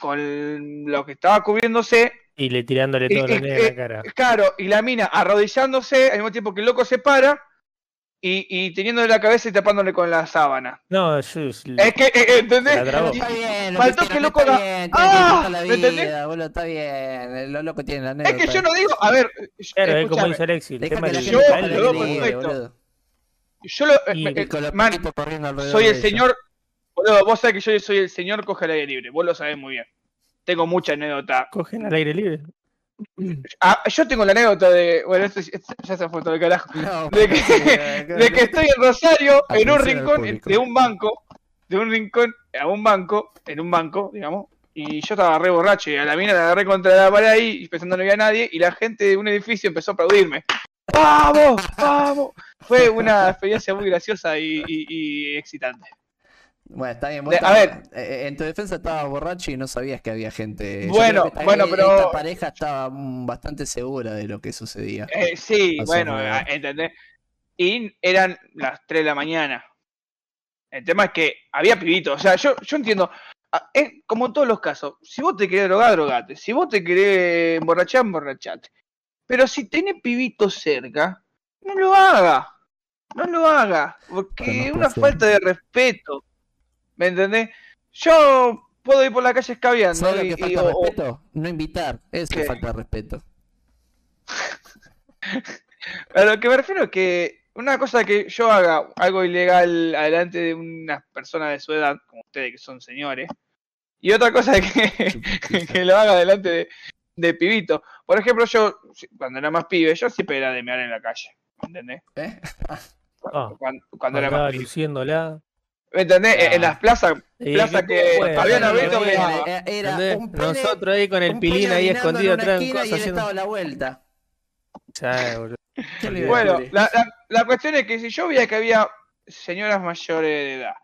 Speaker 3: con lo que estaba cubriéndose,
Speaker 4: y le tirándole
Speaker 3: Y-
Speaker 4: todo
Speaker 3: y-
Speaker 4: lo negro en
Speaker 3: eh,
Speaker 4: la cara.
Speaker 3: claro, y la mina arrodillándose al mismo tiempo que el loco se para y, y teniéndole la cabeza y tapándole con la sábana.
Speaker 4: No, yo.
Speaker 3: Es que, eh, eh, ¿entendés?
Speaker 4: La trabó.
Speaker 3: Y-
Speaker 2: Está bien,
Speaker 3: Faltó que
Speaker 2: hicieron
Speaker 3: loco
Speaker 2: está
Speaker 3: la-
Speaker 2: bien, tienen
Speaker 3: ¡Ah!
Speaker 2: que disfrutar la
Speaker 3: ¿Me entendés?
Speaker 2: vida, boludo, está bien. eh, Los locos tienen la
Speaker 3: Es
Speaker 2: anécdota.
Speaker 3: que yo no digo, a ver,
Speaker 4: Claro, es como
Speaker 3: escúchame,
Speaker 4: dice Alexis. El
Speaker 2: Deja
Speaker 4: tema
Speaker 2: que la
Speaker 4: del
Speaker 2: gente
Speaker 3: yo-
Speaker 2: haga
Speaker 4: mental
Speaker 2: lo
Speaker 4: es
Speaker 3: yo-
Speaker 2: que
Speaker 4: que-
Speaker 2: quiere,
Speaker 3: perfecto.
Speaker 2: boludo.
Speaker 3: yo lo... eh,
Speaker 4: Y
Speaker 3: me-
Speaker 2: Y con los
Speaker 3: man,
Speaker 2: piquitos corriendo alrededor
Speaker 3: soy el
Speaker 2: de ellos.
Speaker 3: señor. Boludo, vos sabés que yo soy el señor coge el aire libre. Vos lo sabés muy bien. Tengo mucha anécdota.
Speaker 4: Cogen al aire libre.
Speaker 3: Ah, yo tengo la anécdota de. Bueno, esto, esto ya se fue todo el carajo.
Speaker 2: No,
Speaker 3: De que-
Speaker 2: pero-
Speaker 3: De que estoy en Rosario, en
Speaker 2: Atención
Speaker 3: un
Speaker 2: al
Speaker 3: rincón
Speaker 2: público.
Speaker 3: de un banco. De un rincón a un banco. En un banco, digamos. Y yo estaba re borracho. Y a la mina la agarré contra la pared ahí. Y pensando no había nadie. Y la gente de un edificio empezó a aplaudirme. ¡Vamos! ¡Vamos! Fue una experiencia muy graciosa y- y- y excitante.
Speaker 2: Bueno, está bien.
Speaker 3: De-
Speaker 2: Vos
Speaker 3: a
Speaker 2: estabas- eh, eh, en tu defensa estabas borracho y no sabías que había gente. Yo
Speaker 3: Bueno,
Speaker 2: creo que esta-
Speaker 3: bueno,
Speaker 2: eh,
Speaker 3: pero-
Speaker 2: Esta pareja estaba mm, bastante segura de lo que sucedía.
Speaker 3: Eh, sí,
Speaker 2: Más o
Speaker 3: bueno,
Speaker 2: menos.
Speaker 3: ah, ¿entendés? Y eran las 3 de la mañana. El tema es que había pibitos. O sea, yo, yo entiendo. ah, Es como en todos los casos. Si vos te querés drogar, drogate. Si vos te querés emborrachar, emborrachate. Pero si tenés pibitos cerca, no lo haga. No lo haga.
Speaker 2: Pero no
Speaker 3: Porque es
Speaker 2: puede
Speaker 3: una
Speaker 2: ser.
Speaker 3: falta de respeto. ¿Me entendés? Yo puedo ir por la calle escabeando.
Speaker 2: ¿Sabes
Speaker 3: y-
Speaker 2: lo que
Speaker 3: y-
Speaker 2: falta
Speaker 3: o- o-
Speaker 2: respeto? No invitar. Eso
Speaker 3: ¿Qué?
Speaker 2: es falta de respeto.
Speaker 3: A lo que me refiero es que una cosa que yo haga algo ilegal adelante de unas personas de su edad, como ustedes que son señores, y otra cosa es que, que lo haga delante de, de pibitos. Por ejemplo, yo, si- cuando era más pibe, yo siempre era de mear en la calle, ¿me entendés?
Speaker 2: ¿Eh?
Speaker 4: Ah,
Speaker 3: Cuando, cuando era
Speaker 4: andaba
Speaker 3: más pibe.
Speaker 4: luciéndola.
Speaker 3: ¿Me entendés? En- En
Speaker 2: Ah.
Speaker 3: las plazas,
Speaker 4: Y
Speaker 3: Plaza
Speaker 4: qué
Speaker 3: que
Speaker 4: bueno,
Speaker 3: Fabián
Speaker 4: no lo
Speaker 3: Abeto
Speaker 4: vi,
Speaker 3: me-
Speaker 2: era, era- era
Speaker 4: ¿entendés?
Speaker 2: un pene,
Speaker 4: Nosotros ahí con
Speaker 2: un
Speaker 4: el
Speaker 2: pene
Speaker 4: pilín ahí
Speaker 2: orinando en
Speaker 4: escondido
Speaker 2: una
Speaker 4: atrás en
Speaker 2: esquina y
Speaker 4: cosas
Speaker 2: él estaba
Speaker 4: haciendo.
Speaker 2: a la vuelta.
Speaker 4: Ya, boludo.
Speaker 2: Yo le iba a
Speaker 3: Bueno,
Speaker 2: descubrir.
Speaker 3: la, la- la cuestión es que si yo veía que había señoras mayores de edad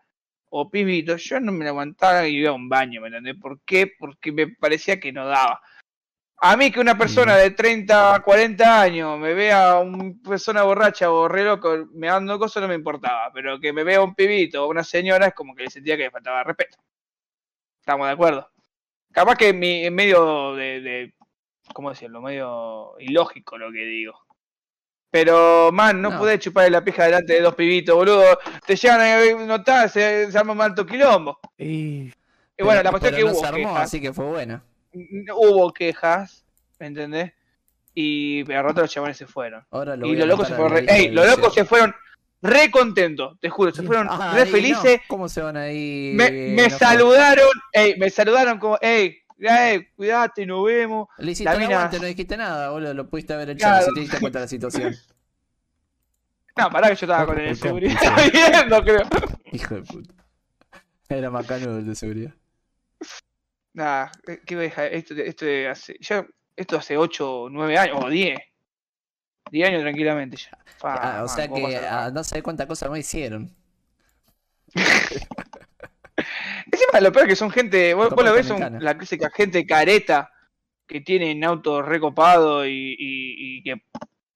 Speaker 3: o pibitos, yo no me la aguantaba y iba a un baño, ¿me entendés? ¿Por qué? Porque me parecía que no daba. A mí que una persona de 30, 40 años me vea una persona borracha o re loco me dando cosas no me importaba, pero que me vea un pibito o una señora es como que le sentía que le faltaba respeto. Estamos de acuerdo. Capaz que en, mi- en medio de, de, ¿cómo decirlo? Medio ilógico lo que digo. Pero, man, no,
Speaker 2: No.
Speaker 3: podés chuparle la pija delante de dos pibitos, boludo. Te llegan a notar, se, se arma un alto quilombo.
Speaker 4: Y
Speaker 3: Y bueno,
Speaker 2: Pero-
Speaker 3: la cuestión es
Speaker 2: pero
Speaker 3: que
Speaker 2: no
Speaker 3: hubo
Speaker 2: se armó,
Speaker 3: quejas.
Speaker 2: así que fue buena.
Speaker 3: N- Hubo quejas, ¿me entendés? Y pero al rato los chabones se fueron.
Speaker 2: Ahora lo
Speaker 3: y
Speaker 2: voy a
Speaker 3: los locos se
Speaker 2: anotar a
Speaker 3: fueron.
Speaker 2: la lista
Speaker 3: re- ¡Ey!
Speaker 2: de
Speaker 3: Los
Speaker 2: deseos.
Speaker 3: locos se fueron. re contentos, te juro, se fueron
Speaker 2: Ah,
Speaker 3: re
Speaker 2: y no,
Speaker 3: felices.
Speaker 2: ¿Cómo se van ahí?
Speaker 3: Me, me
Speaker 2: enojados?
Speaker 3: saludaron, ey, me saludaron como, hey, cuidate, nos vemos.
Speaker 2: Le hiciste el
Speaker 3: También a-
Speaker 2: aguante, no dijiste nada, boludo. Lo pudiste haber hecho
Speaker 3: Claro.
Speaker 2: si te diste cuenta de la situación.
Speaker 3: No, pará que yo estaba con
Speaker 4: Ojo,
Speaker 3: el de
Speaker 4: ojo,
Speaker 3: seguridad viendo, creo.
Speaker 2: Hijo de puta. Era macano el de seguridad.
Speaker 3: Nah, eh, qué vieja, esto, esto de hace, ya, esto hace 8, 9 años, o 10. 10 años tranquilamente ya. Fa,
Speaker 2: Ah, o
Speaker 3: man,
Speaker 2: sea
Speaker 3: ¿cómo
Speaker 2: que
Speaker 3: pasa?
Speaker 2: ah, no sé cuántas cosas me hicieron.
Speaker 3: Encima lo peor es que son gente, vos, vos lo ves, son
Speaker 2: Dominicana.
Speaker 3: la clásica gente careta que tienen autos recopados y, y- y que,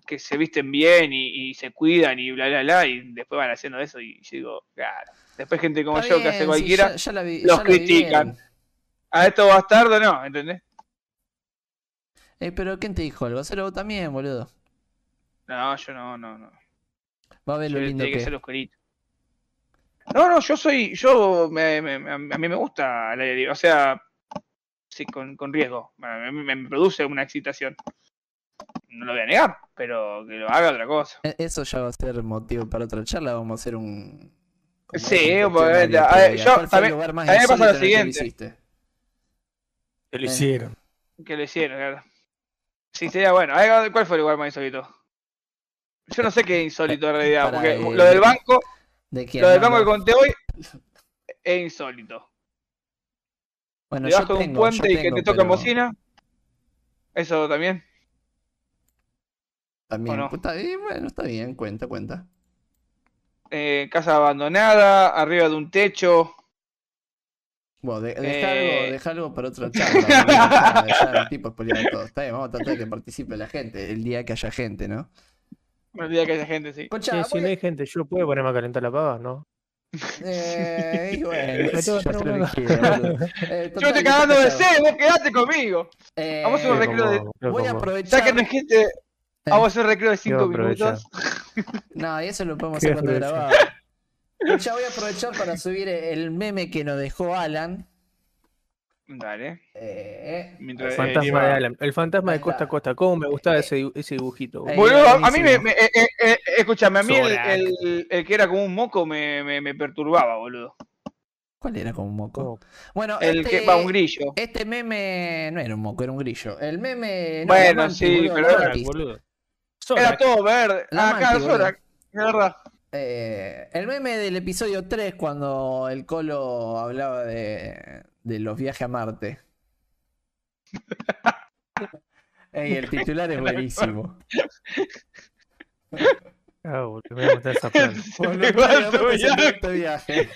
Speaker 3: que se visten bien y, y se cuidan y bla, bla, bla, y después van haciendo eso y yo digo, claro. Después gente como
Speaker 2: Está
Speaker 3: yo que
Speaker 2: bien,
Speaker 3: hace
Speaker 2: sí,
Speaker 3: cualquiera,
Speaker 2: ya- ya la vi-
Speaker 3: los
Speaker 2: ya la vi
Speaker 3: critican.
Speaker 2: bien.
Speaker 3: a esto bastardo no, ¿entendés?
Speaker 2: Eh, pero ¿quién te dijo algo? Hacelo vos también, boludo.
Speaker 3: No, yo no, no, no.
Speaker 2: Va a ver
Speaker 3: Yo-
Speaker 2: lo lindo
Speaker 3: tiene
Speaker 2: que
Speaker 3: que ser oscurito. No, no, yo soy, yo, me, me- me- a mí me gusta, el aire libre, o sea, sí, con, con riesgo, me, me- me produce una excitación. No lo voy a negar, pero que lo haga otra cosa.
Speaker 2: Eh, Eso ya va a ser motivo para otra charla. Vamos a hacer un.
Speaker 3: Sí,
Speaker 2: una cuestión
Speaker 3: obviamente.
Speaker 2: aleatoria.
Speaker 3: A ver, yo
Speaker 2: ¿Cuál fue el
Speaker 3: también-
Speaker 2: lugar más
Speaker 3: también me pasa lo
Speaker 2: insólito en el que
Speaker 3: siguiente.
Speaker 2: lo hiciste?
Speaker 4: Te lo
Speaker 2: Eh.
Speaker 4: hicieron.
Speaker 3: Que lo hicieron, claro.
Speaker 2: Ah.
Speaker 3: Sí, sería bueno. A ver, ¿Cuál fue el lugar más insólito? Yo no sé qué es insólito en realidad,
Speaker 2: Pará,
Speaker 3: porque
Speaker 2: eh,
Speaker 3: lo del banco,
Speaker 2: ¿De quién?
Speaker 3: lo del
Speaker 2: No,
Speaker 3: banco que
Speaker 2: no.
Speaker 3: conté hoy es insólito.
Speaker 2: Bueno, yo
Speaker 3: Debajo de un
Speaker 2: tengo, yo
Speaker 3: puente y que
Speaker 2: tengo,
Speaker 3: te tocan
Speaker 2: pero
Speaker 3: bocina. Eso también.
Speaker 2: También.
Speaker 3: ¿o no?
Speaker 2: Está bien, bueno, está bien, cuenta, cuenta.
Speaker 3: eh, casa abandonada, arriba de un techo.
Speaker 2: Bueno, de- deja,
Speaker 3: Eh.
Speaker 2: algo, deja algo para otra charla. boludo. Ya, ya, el tipo spoileando todo. Está bien, vamos a tratar de que participe la gente el día que haya gente, ¿no?
Speaker 3: Me olvidé que haya gente, sí.
Speaker 2: Concha,
Speaker 5: Che, si no
Speaker 2: voy-
Speaker 5: hay gente, yo puedo ponerme a calentar la pava, ¿no?
Speaker 2: eh, y bueno,
Speaker 5: Me tengo que
Speaker 2: ya
Speaker 5: hacer
Speaker 2: sé lo
Speaker 5: lo
Speaker 2: que
Speaker 5: que
Speaker 2: quiero,
Speaker 5: quiera.
Speaker 2: boludo. Eh,
Speaker 3: Yo
Speaker 2: total,
Speaker 3: te cagando de
Speaker 2: ya-
Speaker 3: sed, vos quedate conmigo.
Speaker 2: Eh,
Speaker 3: Vamos a un
Speaker 4: Creo
Speaker 3: recreo de-
Speaker 4: como- creo
Speaker 2: Voy a
Speaker 4: como-
Speaker 2: aprovechar.
Speaker 3: Ya que no hay gente, vamos a hacer un recreo de 5
Speaker 4: Quiero aprovechar.
Speaker 3: minutos.
Speaker 2: No, y eso lo podemos
Speaker 4: Qué
Speaker 2: hacer cuando
Speaker 4: aprovechar.
Speaker 2: grabamos. Ya voy a aprovechar para subir el meme que nos dejó Alan.
Speaker 3: Dale.
Speaker 2: Eh,
Speaker 3: Mientras-
Speaker 4: El
Speaker 3: Eh,
Speaker 4: fantasma
Speaker 3: iba-
Speaker 4: de Alan. El fantasma
Speaker 2: Ahí
Speaker 4: de Costa
Speaker 2: está.
Speaker 4: a Costa. ¿Cómo me gustaba ese, dibu- ese dibujito? boludo.
Speaker 2: Eh,
Speaker 3: Boludo, a- a mí
Speaker 2: buenísimo.
Speaker 3: me. me- eh, eh, eh, escúchame, a mí el,
Speaker 4: Zorak.
Speaker 3: el- el que era como un moco me, me- me perturbaba, boludo.
Speaker 2: ¿Cuál era como un moco?
Speaker 4: ¿Cómo?
Speaker 2: Bueno,
Speaker 3: El
Speaker 2: este,
Speaker 3: que va un grillo.
Speaker 2: este meme no era un moco, era un grillo. El meme. no,
Speaker 3: Bueno,
Speaker 2: la mantis,
Speaker 3: sí,
Speaker 2: boludo,
Speaker 3: pero
Speaker 2: la
Speaker 3: era-
Speaker 2: mantis.
Speaker 4: boludo.
Speaker 3: Era
Speaker 4: Zorak.
Speaker 3: todo verde. Ah,
Speaker 2: La
Speaker 3: Acá,
Speaker 2: mantis,
Speaker 3: Zorak. De verdad.
Speaker 2: Eh, el meme del episodio 3 cuando el Colo hablaba de, de los viajes a Marte. Ey, el titular es buenísimo.
Speaker 4: Ah, boludo, me voy a matar esa planta.
Speaker 3: Igual
Speaker 2: Voluntariamente
Speaker 3: subí
Speaker 2: aceptó
Speaker 3: algo.
Speaker 2: este viaje.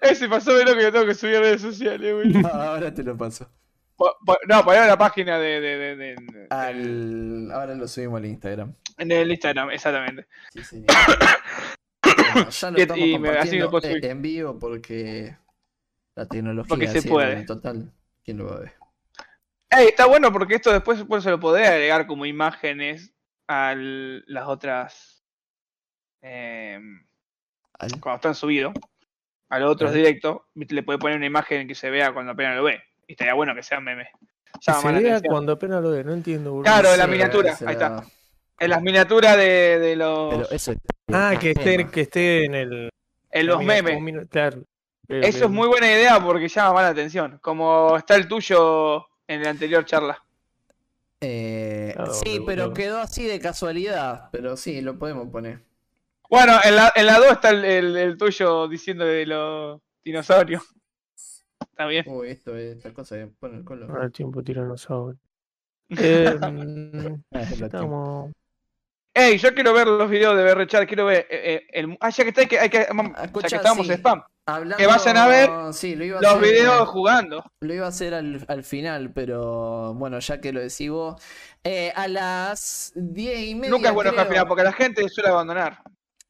Speaker 3: Ese pasó de lo que tengo que subir a redes sociales, boludo.
Speaker 2: Ahora te lo paso.
Speaker 3: Po- po- No, poner la página de, de- de- de-
Speaker 2: Al... Ahora lo subimos al Instagram.
Speaker 3: en el Instagram, exactamente.
Speaker 2: Sí, señor. Bueno, ya lo
Speaker 3: Y-
Speaker 2: estamos
Speaker 3: y me- así
Speaker 2: compartiendo,
Speaker 3: lo puedo subir.
Speaker 2: eh, en vivo porque la tecnología
Speaker 3: Porque se
Speaker 2: sí,
Speaker 3: puede.
Speaker 2: en total. ¿Quién lo va a ver?
Speaker 3: Ey, está bueno porque esto después pues, se lo podés agregar como imágenes a las otras. em,
Speaker 2: Al-
Speaker 3: cuando están subidos, a los otros
Speaker 4: Ah.
Speaker 3: directos, viste, le podés poner una imagen que se vea cuando apenas lo ve. Y estaría bueno que sea meme.
Speaker 4: Que
Speaker 3: Llama más
Speaker 4: se
Speaker 3: la
Speaker 4: vea
Speaker 3: atención.
Speaker 4: cuando apenas lo ve, no entiendo, boludo.
Speaker 3: Claro, la
Speaker 2: Sí,
Speaker 3: miniatura,
Speaker 2: se
Speaker 3: ahí
Speaker 2: la-
Speaker 3: En las miniaturas de, de los,
Speaker 2: Pero eso es-
Speaker 4: Ah, que esté,
Speaker 2: Tema.
Speaker 4: que esté en el.
Speaker 3: en los
Speaker 4: mira,
Speaker 3: memes.
Speaker 4: como mira- claro. Creo
Speaker 3: Eso
Speaker 4: que-
Speaker 3: es muy buena idea porque llama más la atención. Como está el tuyo en la anterior charla.
Speaker 2: Eh,
Speaker 4: Claro,
Speaker 2: sí,
Speaker 4: Ah, boludo.
Speaker 2: pero quedó así de casualidad. Pero sí, lo podemos poner.
Speaker 3: Bueno, en la, en 2 está el, el- el tuyo diciendo de los dinosaurios. Está bien.
Speaker 2: Uy, esto es esta cosa que pone el color.
Speaker 4: Ah, el tiempo tiranosaurio. Eh, mm, estamos.
Speaker 3: Ey, yo quiero ver los videos de Berrechar, quiero ver. eh, eh, el, ah, ya que está, hay que. Hay que mam- ya
Speaker 2: Escuchá,
Speaker 3: que estábamos
Speaker 2: sí.
Speaker 3: spam.
Speaker 2: Hablando-
Speaker 3: que vayan a ver
Speaker 2: sí, lo iba a
Speaker 3: Los
Speaker 2: hacer,
Speaker 3: videos jugando.
Speaker 2: Lo iba a hacer al, al final, pero bueno, ya que lo decís vos. Eh, a las diez y media.
Speaker 3: Nunca es bueno que al
Speaker 2: creo-
Speaker 3: final, porque la gente suele abandonar.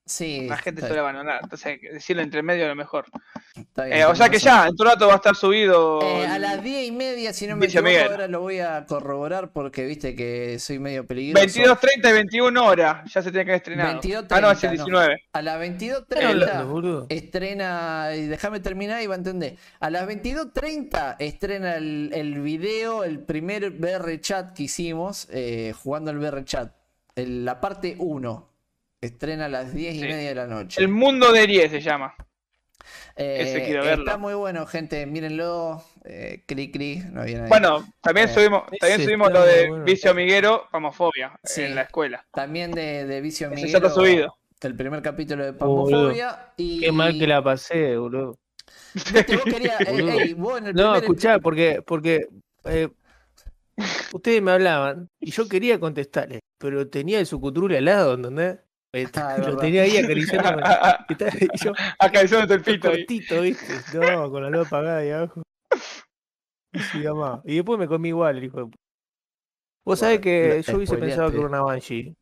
Speaker 2: Sí,
Speaker 3: La gente
Speaker 2: está-
Speaker 3: suele abandonar. Entonces, hay que decirlo entre medio es lo mejor.
Speaker 2: está bien,
Speaker 3: Eh, o sea que
Speaker 2: tenés razón.
Speaker 3: ya, en tu rato va a estar subido.
Speaker 2: Eh, a
Speaker 3: el
Speaker 2: las diez y media, si no me
Speaker 3: Villa
Speaker 2: equivoco,
Speaker 3: Miguel.
Speaker 2: ahora lo voy a corroborar porque viste que soy medio peligroso.
Speaker 3: 22, 30 y 21 horas. Ya se tiene que estrenar.
Speaker 2: 22,
Speaker 3: ah, no, es el
Speaker 2: 30, no.
Speaker 3: 19.
Speaker 2: A las 22.30.
Speaker 4: ¿Qué hablando, boludo?
Speaker 2: Estrena, y déjame terminar y va a entender. A las 22.30 estrena el, el video, el primer BR chat que hicimos, eh, jugando al BR chat. El- la parte 1. Estrena a las 10
Speaker 3: Sí.
Speaker 2: y media de la noche.
Speaker 3: El mundo de 10 se llama.
Speaker 2: Eh,
Speaker 3: ese quiero
Speaker 2: Está
Speaker 3: verlo.
Speaker 2: muy bueno, gente. Mírenlo. Eh, cri cri. No viene ahí.
Speaker 3: Bueno, también
Speaker 2: Eh,
Speaker 3: subimos, también
Speaker 4: ese
Speaker 3: subimos
Speaker 4: está
Speaker 3: lo de
Speaker 4: muy bueno.
Speaker 3: vicio amiguero, famofobia,
Speaker 2: Sí.
Speaker 3: en la escuela.
Speaker 2: También de, de Vicio
Speaker 3: Ese
Speaker 2: Miguel.
Speaker 3: ya está subido.
Speaker 2: El primer capítulo de
Speaker 4: Oh, boludo.
Speaker 2: Pamofobia. y
Speaker 4: Qué mal que la pasé, boludo.
Speaker 2: Viste, vos querías- eh,
Speaker 4: Boludo.
Speaker 2: ey, vos en el
Speaker 4: No,
Speaker 2: primer-
Speaker 4: escuchá, porque, porque eh, ustedes me hablaban y yo quería contestarles, pero tenía el sucutrule al lado, ¿entendés? Eh,
Speaker 2: Ah, es
Speaker 4: lo
Speaker 2: verdad.
Speaker 4: tenía ahí acariciándome. Y tal, y yo,
Speaker 3: Acariciándote el pito ahí.
Speaker 4: cortito, ¿viste? No, con la luz apagada ahí abajo. Y sí, mamá. Y después me comí igual, el hijo de pu- Vos sabés
Speaker 2: Bueno,
Speaker 4: que
Speaker 2: la
Speaker 4: yo hubiese pensado que
Speaker 2: spoileaste.
Speaker 4: era una Banshee.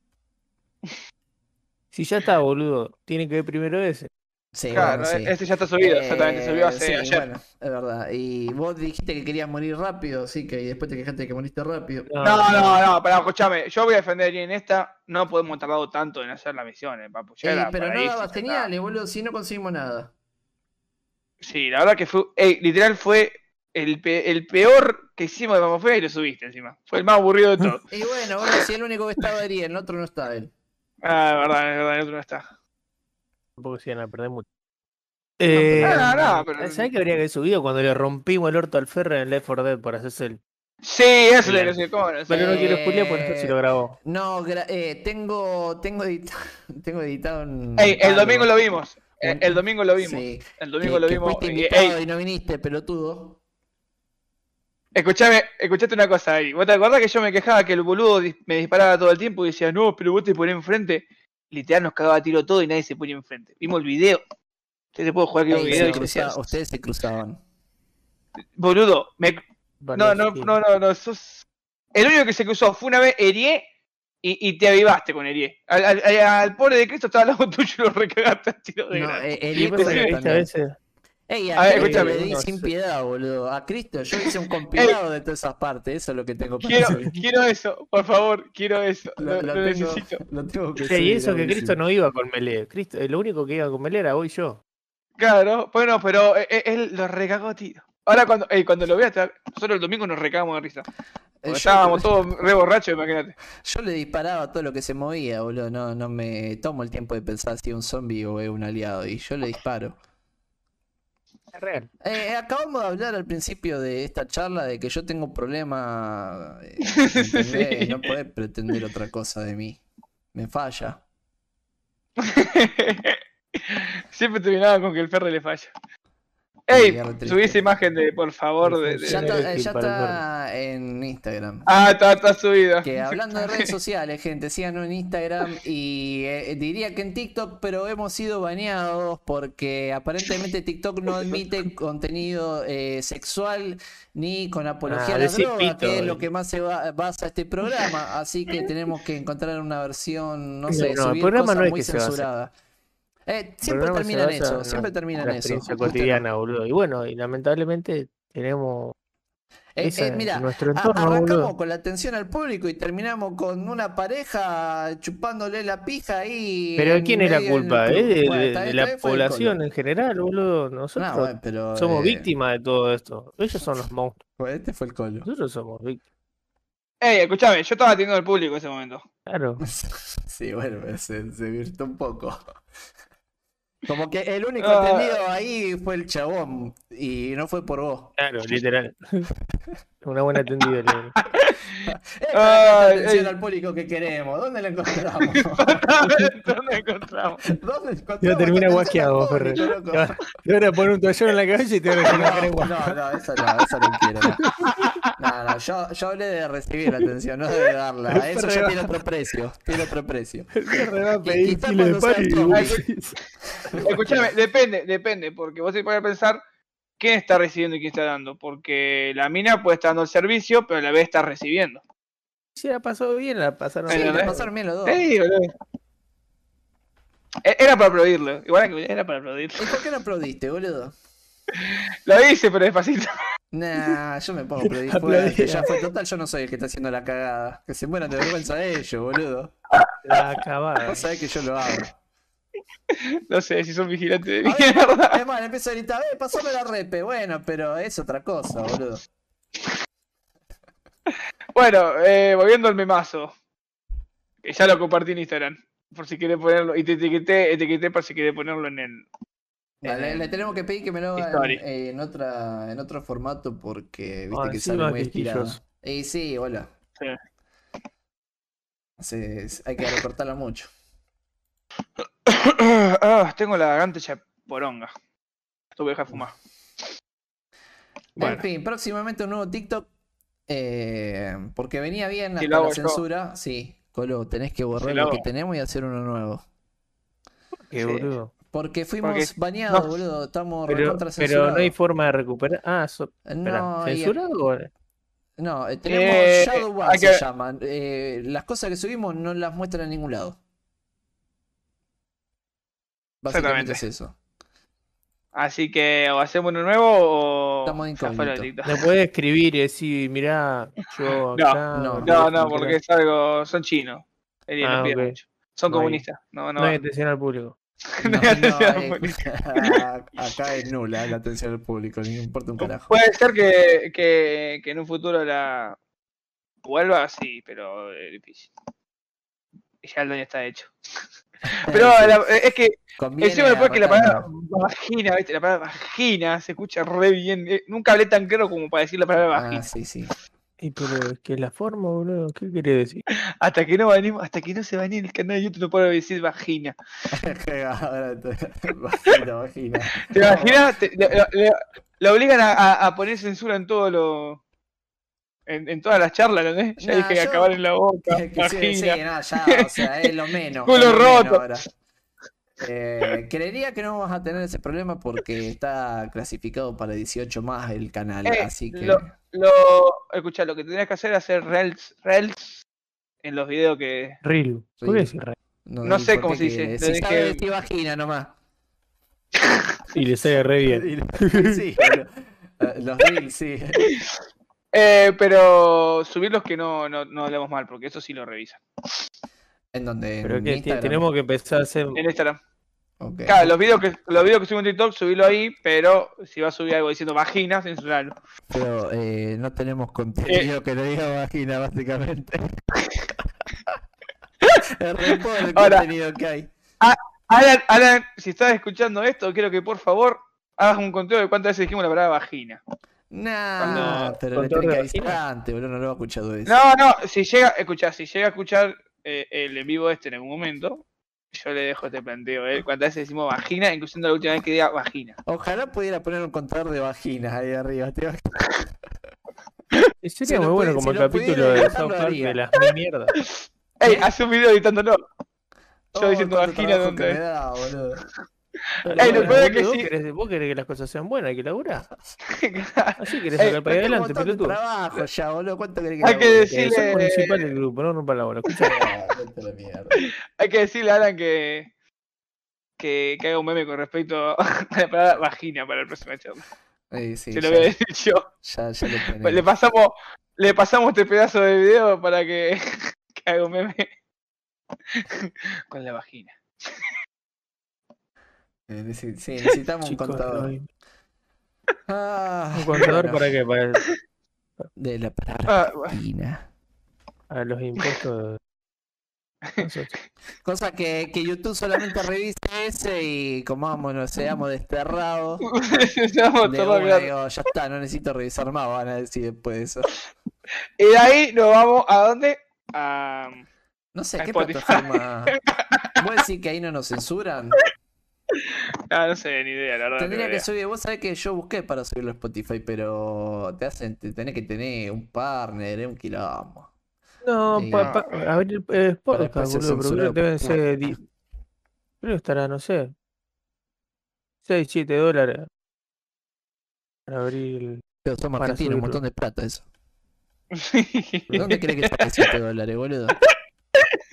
Speaker 4: Si ya está, boludo. Tiene que ver primero ese.
Speaker 2: Sí,
Speaker 3: Claro,
Speaker 2: bueno, sí.
Speaker 3: este ya está subido,
Speaker 2: Eh,
Speaker 3: exactamente, subió hace
Speaker 2: sí,
Speaker 3: ayer.
Speaker 2: Bueno, es verdad. Y vos dijiste que querías morir rápido, así que y después te quejaste de que moriste rápido.
Speaker 3: No, no, no, pará, escúchame, yo voy a defender y en esta no podemos tardar tanto en hacer la misión, eh, papu. ya
Speaker 2: Eh,
Speaker 3: era
Speaker 2: pero
Speaker 3: para
Speaker 2: no
Speaker 3: irse,
Speaker 2: daba
Speaker 3: ya
Speaker 2: señales, boludo, si no conseguimos nada.
Speaker 3: está. Sí, la verdad que fue, ey, literal fue el, pe- el peor que hicimos de Famofobia y lo subiste encima. Fue el más aburrido de todos.
Speaker 2: Y bueno, bueno, si el único que estaba era el otro no estaba él.
Speaker 3: Ah, es verdad, es verdad, el otro no está.
Speaker 4: Tampoco se iban a perder mucho.
Speaker 2: Eh,
Speaker 4: Eh,
Speaker 3: no, no, no, pero-
Speaker 4: ¿Sabés que habría que haber subido cuando le rompimos el orto al Ferrer en Left 4 Dead por hacerse el. Eh,
Speaker 3: Sí, eso le
Speaker 4: Bien.
Speaker 3: decía, ¿cómo no?
Speaker 4: Pero no
Speaker 3: Sí.
Speaker 4: quiero
Speaker 2: Eh,
Speaker 4: spoilear porque no sé si lo grabó.
Speaker 2: No, gra- eh, tengo, tengo, edita- tengo editado un.
Speaker 3: Ey, el
Speaker 2: algo.
Speaker 3: domingo lo vimos. eh,
Speaker 2: ah, Un-
Speaker 3: El domingo lo vimos.
Speaker 2: Sí.
Speaker 3: El domingo
Speaker 2: que,
Speaker 3: lo
Speaker 2: que
Speaker 3: vimos.
Speaker 2: fuiste
Speaker 3: y,
Speaker 2: invitado
Speaker 3: ey,
Speaker 2: y no viniste, pelotudo.
Speaker 3: escuchame, escuchate una cosa, Ari. ¿Vos te acordás que yo me quejaba que el boludo dis- me disparaba todo el tiempo y decía, no, pero vos te ponés enfrente? Literal nos cagaba a tiro todo y nadie se ponía enfrente. Vimos el video. Yo te puedo jugar que
Speaker 2: Ey,
Speaker 3: vimos el
Speaker 2: se
Speaker 3: video. y-
Speaker 2: cruza- ustedes se cruzaban.
Speaker 3: Boludo, me- no, no,
Speaker 4: Barney,
Speaker 3: no, no, no, sos- El único que se cruzó fue una vez Erie y, y te avivaste con Erie. Al, al- al- al pobre de Cristo estaba al lado tuyo y lo recagaste a tiro de
Speaker 2: No,
Speaker 3: gratis.
Speaker 2: eh,
Speaker 4: sí.
Speaker 2: el
Speaker 4: Y
Speaker 2: Nico
Speaker 4: vos
Speaker 3: sí,
Speaker 4: sabés que
Speaker 2: también.
Speaker 4: viste a veces.
Speaker 2: Ey,
Speaker 3: A
Speaker 2: a
Speaker 3: ver,
Speaker 2: Cristo
Speaker 3: escúchame.
Speaker 2: le di sin piedad, boludo. A Cristo, yo hice un compilado de todas esas partes, eso es lo que tengo para
Speaker 3: Quiero,
Speaker 2: subir.
Speaker 3: quiero eso, por favor, quiero eso.
Speaker 2: Lo,
Speaker 3: Lo,
Speaker 2: lo
Speaker 3: lo
Speaker 2: tengo,
Speaker 3: necesito.
Speaker 2: lo tengo que
Speaker 4: Sí, y
Speaker 2: subir,
Speaker 4: eso que
Speaker 2: buenísimo.
Speaker 4: Cristo no iba con Melee. Cristo, eh, lo único que iba con Melee era hoy yo.
Speaker 3: Claro, bueno, pero e- e- él, lo recagó, tío. Ahora cuando, ey, cuando lo veas, te va- nosotros el domingo nos recagamos de risa.
Speaker 2: Eh,
Speaker 3: Porque
Speaker 2: yo-
Speaker 3: estábamos todos re borrachos, imagínate.
Speaker 2: Yo le disparaba a todo lo que se movía, boludo. No, no me tomo el tiempo de pensar si es un zombie o es un aliado. Y yo le disparo.
Speaker 4: Es real.
Speaker 2: Eh, acabamos de hablar al principio de esta charla de que yo tengo un problema. eh, ¿entendés?
Speaker 3: Sí.
Speaker 2: No podés pretender otra cosa de mí. Me falla.
Speaker 3: Siempre terminaba con que el ferre le falla.
Speaker 2: Me
Speaker 3: Ey,
Speaker 2: agarra triste.
Speaker 3: subí esa imagen de, por favor, de. de-
Speaker 2: Ya
Speaker 4: Sí,
Speaker 2: está, eh,
Speaker 4: sí,
Speaker 2: ya
Speaker 4: para el
Speaker 2: está en Instagram.
Speaker 3: Ah, está, está subida.
Speaker 2: Que hablando de redes sociales, gente, síganos en Instagram y eh, diría que en TikTok, pero hemos sido baneados porque aparentemente TikTok no admite contenido eh, sexual ni con apología
Speaker 4: Ah,
Speaker 2: a la
Speaker 4: decí
Speaker 2: droga,
Speaker 4: pito,
Speaker 2: que es lo
Speaker 4: eh.
Speaker 2: que más se va- basa este programa. Así que tenemos que encontrar una versión, no
Speaker 4: No,
Speaker 2: sé,
Speaker 4: no, el
Speaker 2: subir
Speaker 4: programa
Speaker 2: cosas
Speaker 4: no es
Speaker 2: muy
Speaker 4: que se basa.
Speaker 2: censurada. Eh,
Speaker 4: El
Speaker 2: siempre
Speaker 4: programa se
Speaker 2: terminan
Speaker 4: basa
Speaker 2: eso,
Speaker 4: en
Speaker 2: siempre terminan
Speaker 4: la
Speaker 2: eso.
Speaker 4: experiencia
Speaker 2: Usted no.
Speaker 4: cotidiana, boludo. Y bueno, y lamentablemente tenemos
Speaker 2: Eh,
Speaker 4: esa
Speaker 2: eh,
Speaker 4: en
Speaker 2: mira,
Speaker 4: nuestro
Speaker 2: A-
Speaker 4: entorno,
Speaker 2: Arrancamos
Speaker 4: boludo.
Speaker 2: con la atención al público y terminamos con una pareja chupándole la pija ahí.
Speaker 4: Pero ¿de
Speaker 2: en
Speaker 4: ¿quién es la
Speaker 2: medio del
Speaker 4: culpa?
Speaker 2: club.
Speaker 4: ¿Es de,
Speaker 2: Bueno,
Speaker 4: de-
Speaker 2: esta
Speaker 4: de
Speaker 2: vez- esta
Speaker 4: la
Speaker 2: vez fue el
Speaker 4: población
Speaker 2: Colo.
Speaker 4: en general, boludo? Nosotros
Speaker 2: No, bueno, pero,
Speaker 4: somos
Speaker 2: eh,
Speaker 4: víctimas de todo esto. Ellos son los monstruos.
Speaker 2: bueno, Este fue el colo.
Speaker 4: Nosotros somos víctimas.
Speaker 3: Ey, escuchame, yo estaba atendiendo al público en ese momento.
Speaker 4: Claro.
Speaker 2: sí, bueno, se, se virtió un poco. Como que el único
Speaker 3: Ah.
Speaker 2: atendido ahí fue el chabón y no fue por vos.
Speaker 4: Claro, literal. Una buena atendida. Leo.
Speaker 2: Esta es
Speaker 4: Ah,
Speaker 2: la
Speaker 3: Ay,
Speaker 2: atención
Speaker 3: ey.
Speaker 2: al público que queremos. ¿Dónde la encontramos?
Speaker 3: ¿Dónde encontramos?
Speaker 2: ¿Dónde encontramos?
Speaker 4: Ya termina
Speaker 2: atención al
Speaker 4: guasqueado, Ferre.
Speaker 2: público, loco?
Speaker 4: Te van- te van a poner un toallón en la cabeza y te van a
Speaker 2: No,
Speaker 4: colocar en
Speaker 2: no,
Speaker 4: guapo.
Speaker 2: no, eso no, eso no quiero. No, no, no, yo, yo hablé de recibir la atención, no de darla. Eso ya tiene otro precio, tiene otro precio.
Speaker 4: Ferre va a
Speaker 2: pedir
Speaker 4: pedir
Speaker 2: quizá
Speaker 4: kilo de
Speaker 2: cuando sea
Speaker 4: pan y
Speaker 2: zombie.
Speaker 4: dulces.
Speaker 3: Escuchame, depende, depende, porque vos te podés pensar quién está recibiendo y quién está dando, porque la mina puede estar dando el servicio, pero a la vez está recibiendo.
Speaker 4: Si la pasó bien, la pasaron
Speaker 2: Sí,
Speaker 3: Bueno,
Speaker 2: me
Speaker 4: bien.
Speaker 3: ¿eh?
Speaker 2: pasaron bien los dos.
Speaker 3: Ey, boludo. E- Era para aplaudirlo, igual que era para aplaudirlo.
Speaker 2: ¿Y por qué no aplaudiste, boludo?
Speaker 3: Lo hice, pero despacito.
Speaker 2: Nah, yo me pongo a aplaudir fuera,
Speaker 4: Aplaudí.
Speaker 2: que ya fue total, yo no soy el que está haciendo la cagada. Que se mueran de vergüenza ellos, boludo.
Speaker 4: La acabada.
Speaker 2: Vos sabés que yo lo hago.
Speaker 3: No sé si son vigilantes de
Speaker 2: A ver,
Speaker 3: mierda.
Speaker 2: Es más, le empiezo a gritar, eh, pasame la repe, bueno, pero es otra cosa, boludo.
Speaker 3: Bueno, eh, volviendo al memazo, que ya lo compartí en Instagram. por si quiere ponerlo. Y te etiqueté, etiqueté para si quiere ponerlo en el.
Speaker 2: Vale,
Speaker 3: en-
Speaker 2: le tenemos que pedir que me lo haga en,
Speaker 3: Story.
Speaker 2: eh, en otra, en otro formato porque viste
Speaker 4: Ah,
Speaker 2: que
Speaker 4: encima
Speaker 2: sale muy
Speaker 4: que
Speaker 2: estirado.
Speaker 4: quillos.
Speaker 2: Y sí, hola.
Speaker 3: Sí.
Speaker 2: Se- se- hay que recortarla mucho.
Speaker 3: Ah, tengo la garganta ya poronga. Esto voy a dejar de fumar.
Speaker 2: En
Speaker 3: Bueno.
Speaker 2: fin, próximamente un nuevo TikTok. eh, porque venía bien
Speaker 3: Si
Speaker 2: hasta
Speaker 3: lo
Speaker 2: la
Speaker 3: hago yo.
Speaker 2: censura. Sí, Colo, tenés que borrar
Speaker 3: Si lo
Speaker 2: lo que
Speaker 3: hago.
Speaker 2: tenemos y hacer uno nuevo.
Speaker 4: Qué
Speaker 3: Sí.
Speaker 4: boludo.
Speaker 2: Porque fuimos
Speaker 3: Porque-
Speaker 2: bañados,
Speaker 3: no.
Speaker 2: boludo. Estamos
Speaker 4: Pero,
Speaker 2: recontra
Speaker 4: pero
Speaker 2: censurados.
Speaker 4: no hay forma de recuperar. Ah, so- espera,
Speaker 2: No, y-
Speaker 4: ¿censurado? o-
Speaker 2: No, eh, tenemos
Speaker 3: Eh,
Speaker 2: Shadow
Speaker 3: hay
Speaker 2: Ban, se
Speaker 3: que-
Speaker 2: llaman. Eh, las cosas que subimos no las muestran en ningún lado. Básicamente
Speaker 3: Exactamente.
Speaker 2: es eso.
Speaker 3: Así que o hacemos uno nuevo o.
Speaker 2: Estamos de
Speaker 3: ya fue lo de
Speaker 2: incógnito.
Speaker 4: No puede escribir y decir, mirá, yo
Speaker 3: No,
Speaker 4: acá.
Speaker 2: no,
Speaker 4: boludo,
Speaker 3: No, no,
Speaker 4: como
Speaker 3: porque
Speaker 4: quiera.
Speaker 3: es algo. Son chinos. Eli,
Speaker 4: Ah,
Speaker 3: no pidan
Speaker 4: ok.
Speaker 3: mucho. Son
Speaker 4: No hay-
Speaker 3: comunistas. No, no.
Speaker 4: No hay atención al público.
Speaker 2: No,
Speaker 3: hay atención
Speaker 2: no,
Speaker 3: al
Speaker 2: eh,
Speaker 3: público.
Speaker 2: acá es nula la atención del público, ni importa un carajo.
Speaker 3: Puede ser que, que, que en un futuro la vuelva, sí, pero es difícil. Ya el dueño está hecho.
Speaker 2: Eh,
Speaker 3: Pero la- es que
Speaker 2: Conviene
Speaker 3: encima después que la palabra
Speaker 2: arrastrarlo.
Speaker 3: vagina, ¿viste? La palabra vagina se escucha re bien. Eh, Nunca hablé tan claro como para decir la palabra
Speaker 2: Ah,
Speaker 3: vagina.
Speaker 2: sí, sí.
Speaker 4: Y pero es que la forma, boludo, ¿qué quiere decir?
Speaker 3: Hasta que no banimos- hasta que no se banee el canal de YouTube no puedo decir vagina.
Speaker 2: Ahora te- vagina, vagina.
Speaker 3: ¿Te imaginas? Te- le, le- le obligan a, a- a poner censura en todo lo. En, en todas las charlas, ¿entendés? Ya
Speaker 2: Nah,
Speaker 3: dije que
Speaker 2: yo-
Speaker 3: acabar en la boca.
Speaker 2: Que sí, sí,
Speaker 3: Vagina.
Speaker 2: no, ya, o sea, es lo menos.
Speaker 3: Culo
Speaker 2: es lo menos
Speaker 3: roto.
Speaker 2: ahora. Eh, creería que no vamos a tener ese problema porque está clasificado para 18 más el canal,
Speaker 3: Eh,
Speaker 2: así que
Speaker 3: lo- Lo, escuchá, lo que tendrías que hacer es hacer reels, reels en los videos que.
Speaker 4: Reel. ¿Por qué
Speaker 2: Reel.
Speaker 4: es reel?
Speaker 2: digo
Speaker 3: sé
Speaker 2: por
Speaker 3: cómo
Speaker 2: qué
Speaker 3: se dice,
Speaker 2: que-
Speaker 3: tenés
Speaker 2: Si
Speaker 3: que-
Speaker 2: sabe vestir vagina nomás.
Speaker 4: Y le sale re bien.
Speaker 2: Sí, lo- los reels, sí.
Speaker 3: Eh, pero subir los que no, no, no hablamos mal, porque eso sí lo revisan.
Speaker 2: En donde
Speaker 4: Pero
Speaker 2: en
Speaker 4: que te-
Speaker 2: Instagram.
Speaker 4: tenemos que empezar a hacer.
Speaker 3: En Instagram.
Speaker 2: Ok.
Speaker 3: Claro, los videos que, los videos que subo en TikTok, subilo ahí, pero si vas a subir algo diciendo vagina, censuralo.
Speaker 2: Pero eh, no tenemos contenido que no diga vagina, básicamente. es re poco el
Speaker 3: Ahora-
Speaker 2: contenido que hay.
Speaker 3: Alan, Alan, si estás escuchando esto, quiero que por favor hagas un conteo de cuántas veces dijimos la palabra vagina.
Speaker 2: Nah,
Speaker 3: Cuando-
Speaker 2: pero le
Speaker 4: con
Speaker 2: tenés
Speaker 4: torre
Speaker 2: que
Speaker 4: de
Speaker 2: avisar antes, boludo, no lo he escuchado eso.
Speaker 3: No, no, si llega, escuchá, si llega a escuchar eh, el en vivo este en algún momento, yo le dejo este planteo, ¿eh? Cuántas veces decimos vagina, incluyendo la última vez que diga vagina.
Speaker 2: Ojalá pudiera poner un contador de vaginas ahí arriba, tío.
Speaker 4: Sería
Speaker 2: si lo
Speaker 4: muy bueno
Speaker 2: pudiera-
Speaker 4: como
Speaker 2: si
Speaker 4: el
Speaker 2: lo
Speaker 4: capítulo
Speaker 2: pudiera
Speaker 4: de
Speaker 2: editar,
Speaker 4: South
Speaker 2: lo
Speaker 4: Park
Speaker 2: haría.
Speaker 4: de las mil mierdas.
Speaker 3: Ey, hace un video editándolo. Yo
Speaker 2: Oh,
Speaker 3: diciendo
Speaker 2: cuánto
Speaker 3: vagina Eh,
Speaker 2: trabajo que
Speaker 3: donde.
Speaker 2: me da, boludo.
Speaker 3: Ey, lo
Speaker 4: Bueno,
Speaker 3: peor es que
Speaker 4: boludo,
Speaker 3: sí.
Speaker 4: vos querés- Vos querés que las cosas sean buenas, hay que laburar. Así
Speaker 3: Ey,
Speaker 4: querés sacar para
Speaker 2: Tengo Eh, un
Speaker 4: adelante,
Speaker 2: montón de
Speaker 4: pero tú.
Speaker 2: trabajo ya, boludo. ¿Cuánto querés
Speaker 3: Hay
Speaker 2: haga,
Speaker 3: que
Speaker 2: boludo?
Speaker 3: decir-
Speaker 4: Que sos
Speaker 3: decirle-
Speaker 4: principal del grupo, no, no para la bola. Escuchá,
Speaker 2: Ah, vete a la mierda.
Speaker 3: Hay que decirle a Alan que, que, que haga un meme con respecto a la palabra vagina para el próximo charla.
Speaker 2: Eh, sí,
Speaker 3: Se
Speaker 2: ya,
Speaker 3: lo voy a decir yo.
Speaker 2: ya, ya lo tenés.
Speaker 3: Pues Le pasamos, le pasamos este pedazo de video para que, que haga un meme con la vagina.
Speaker 2: Eh, neces- Sí, necesitamos
Speaker 4: chicos,
Speaker 2: un
Speaker 4: no
Speaker 2: contador.
Speaker 4: hay-
Speaker 2: Ah,
Speaker 4: Un contador
Speaker 2: bueno,
Speaker 4: para qué? Para
Speaker 2: De la palabra
Speaker 3: Ah, bueno.
Speaker 2: vagina.
Speaker 4: a los impuestos. de nosotros.
Speaker 2: Cosa que, que YouTube solamente revise ese y comámonos, seamos desterrados.
Speaker 3: Necesitamos
Speaker 2: De
Speaker 3: todo
Speaker 2: una,
Speaker 3: claro.
Speaker 2: digo, ya está, no necesito revisar más, van a decir después de eso.
Speaker 3: Y de ahí nos vamos a dónde? A,
Speaker 2: No sé,
Speaker 3: A
Speaker 2: ¿qué
Speaker 3: Spotify.
Speaker 2: plataforma? ¿Vos decís que ahí no nos censuran?
Speaker 3: ah, no, no sé, ni idea, la verdad.
Speaker 2: Tendría
Speaker 3: ni
Speaker 2: que
Speaker 3: idea.
Speaker 2: subir, vos sabés que yo busqué para subirlo a Spotify, pero te hacen, te tenés que tener un partner, eh, un quilombo.
Speaker 4: No,
Speaker 2: Sí.
Speaker 4: pa, pa- abrir eh,
Speaker 2: después
Speaker 4: podcast,
Speaker 2: ser
Speaker 4: boludo, pero creo
Speaker 2: censurado
Speaker 4: que
Speaker 2: por
Speaker 4: deben ser. di- Creo que estará, no sé. 6, 7 dólares. Para abrir. el-
Speaker 2: Pero somos
Speaker 4: Para
Speaker 2: argentinos, un
Speaker 4: subirlo.
Speaker 2: montón de plata eso. ¿De dónde crees que saques 7 dólares, boludo?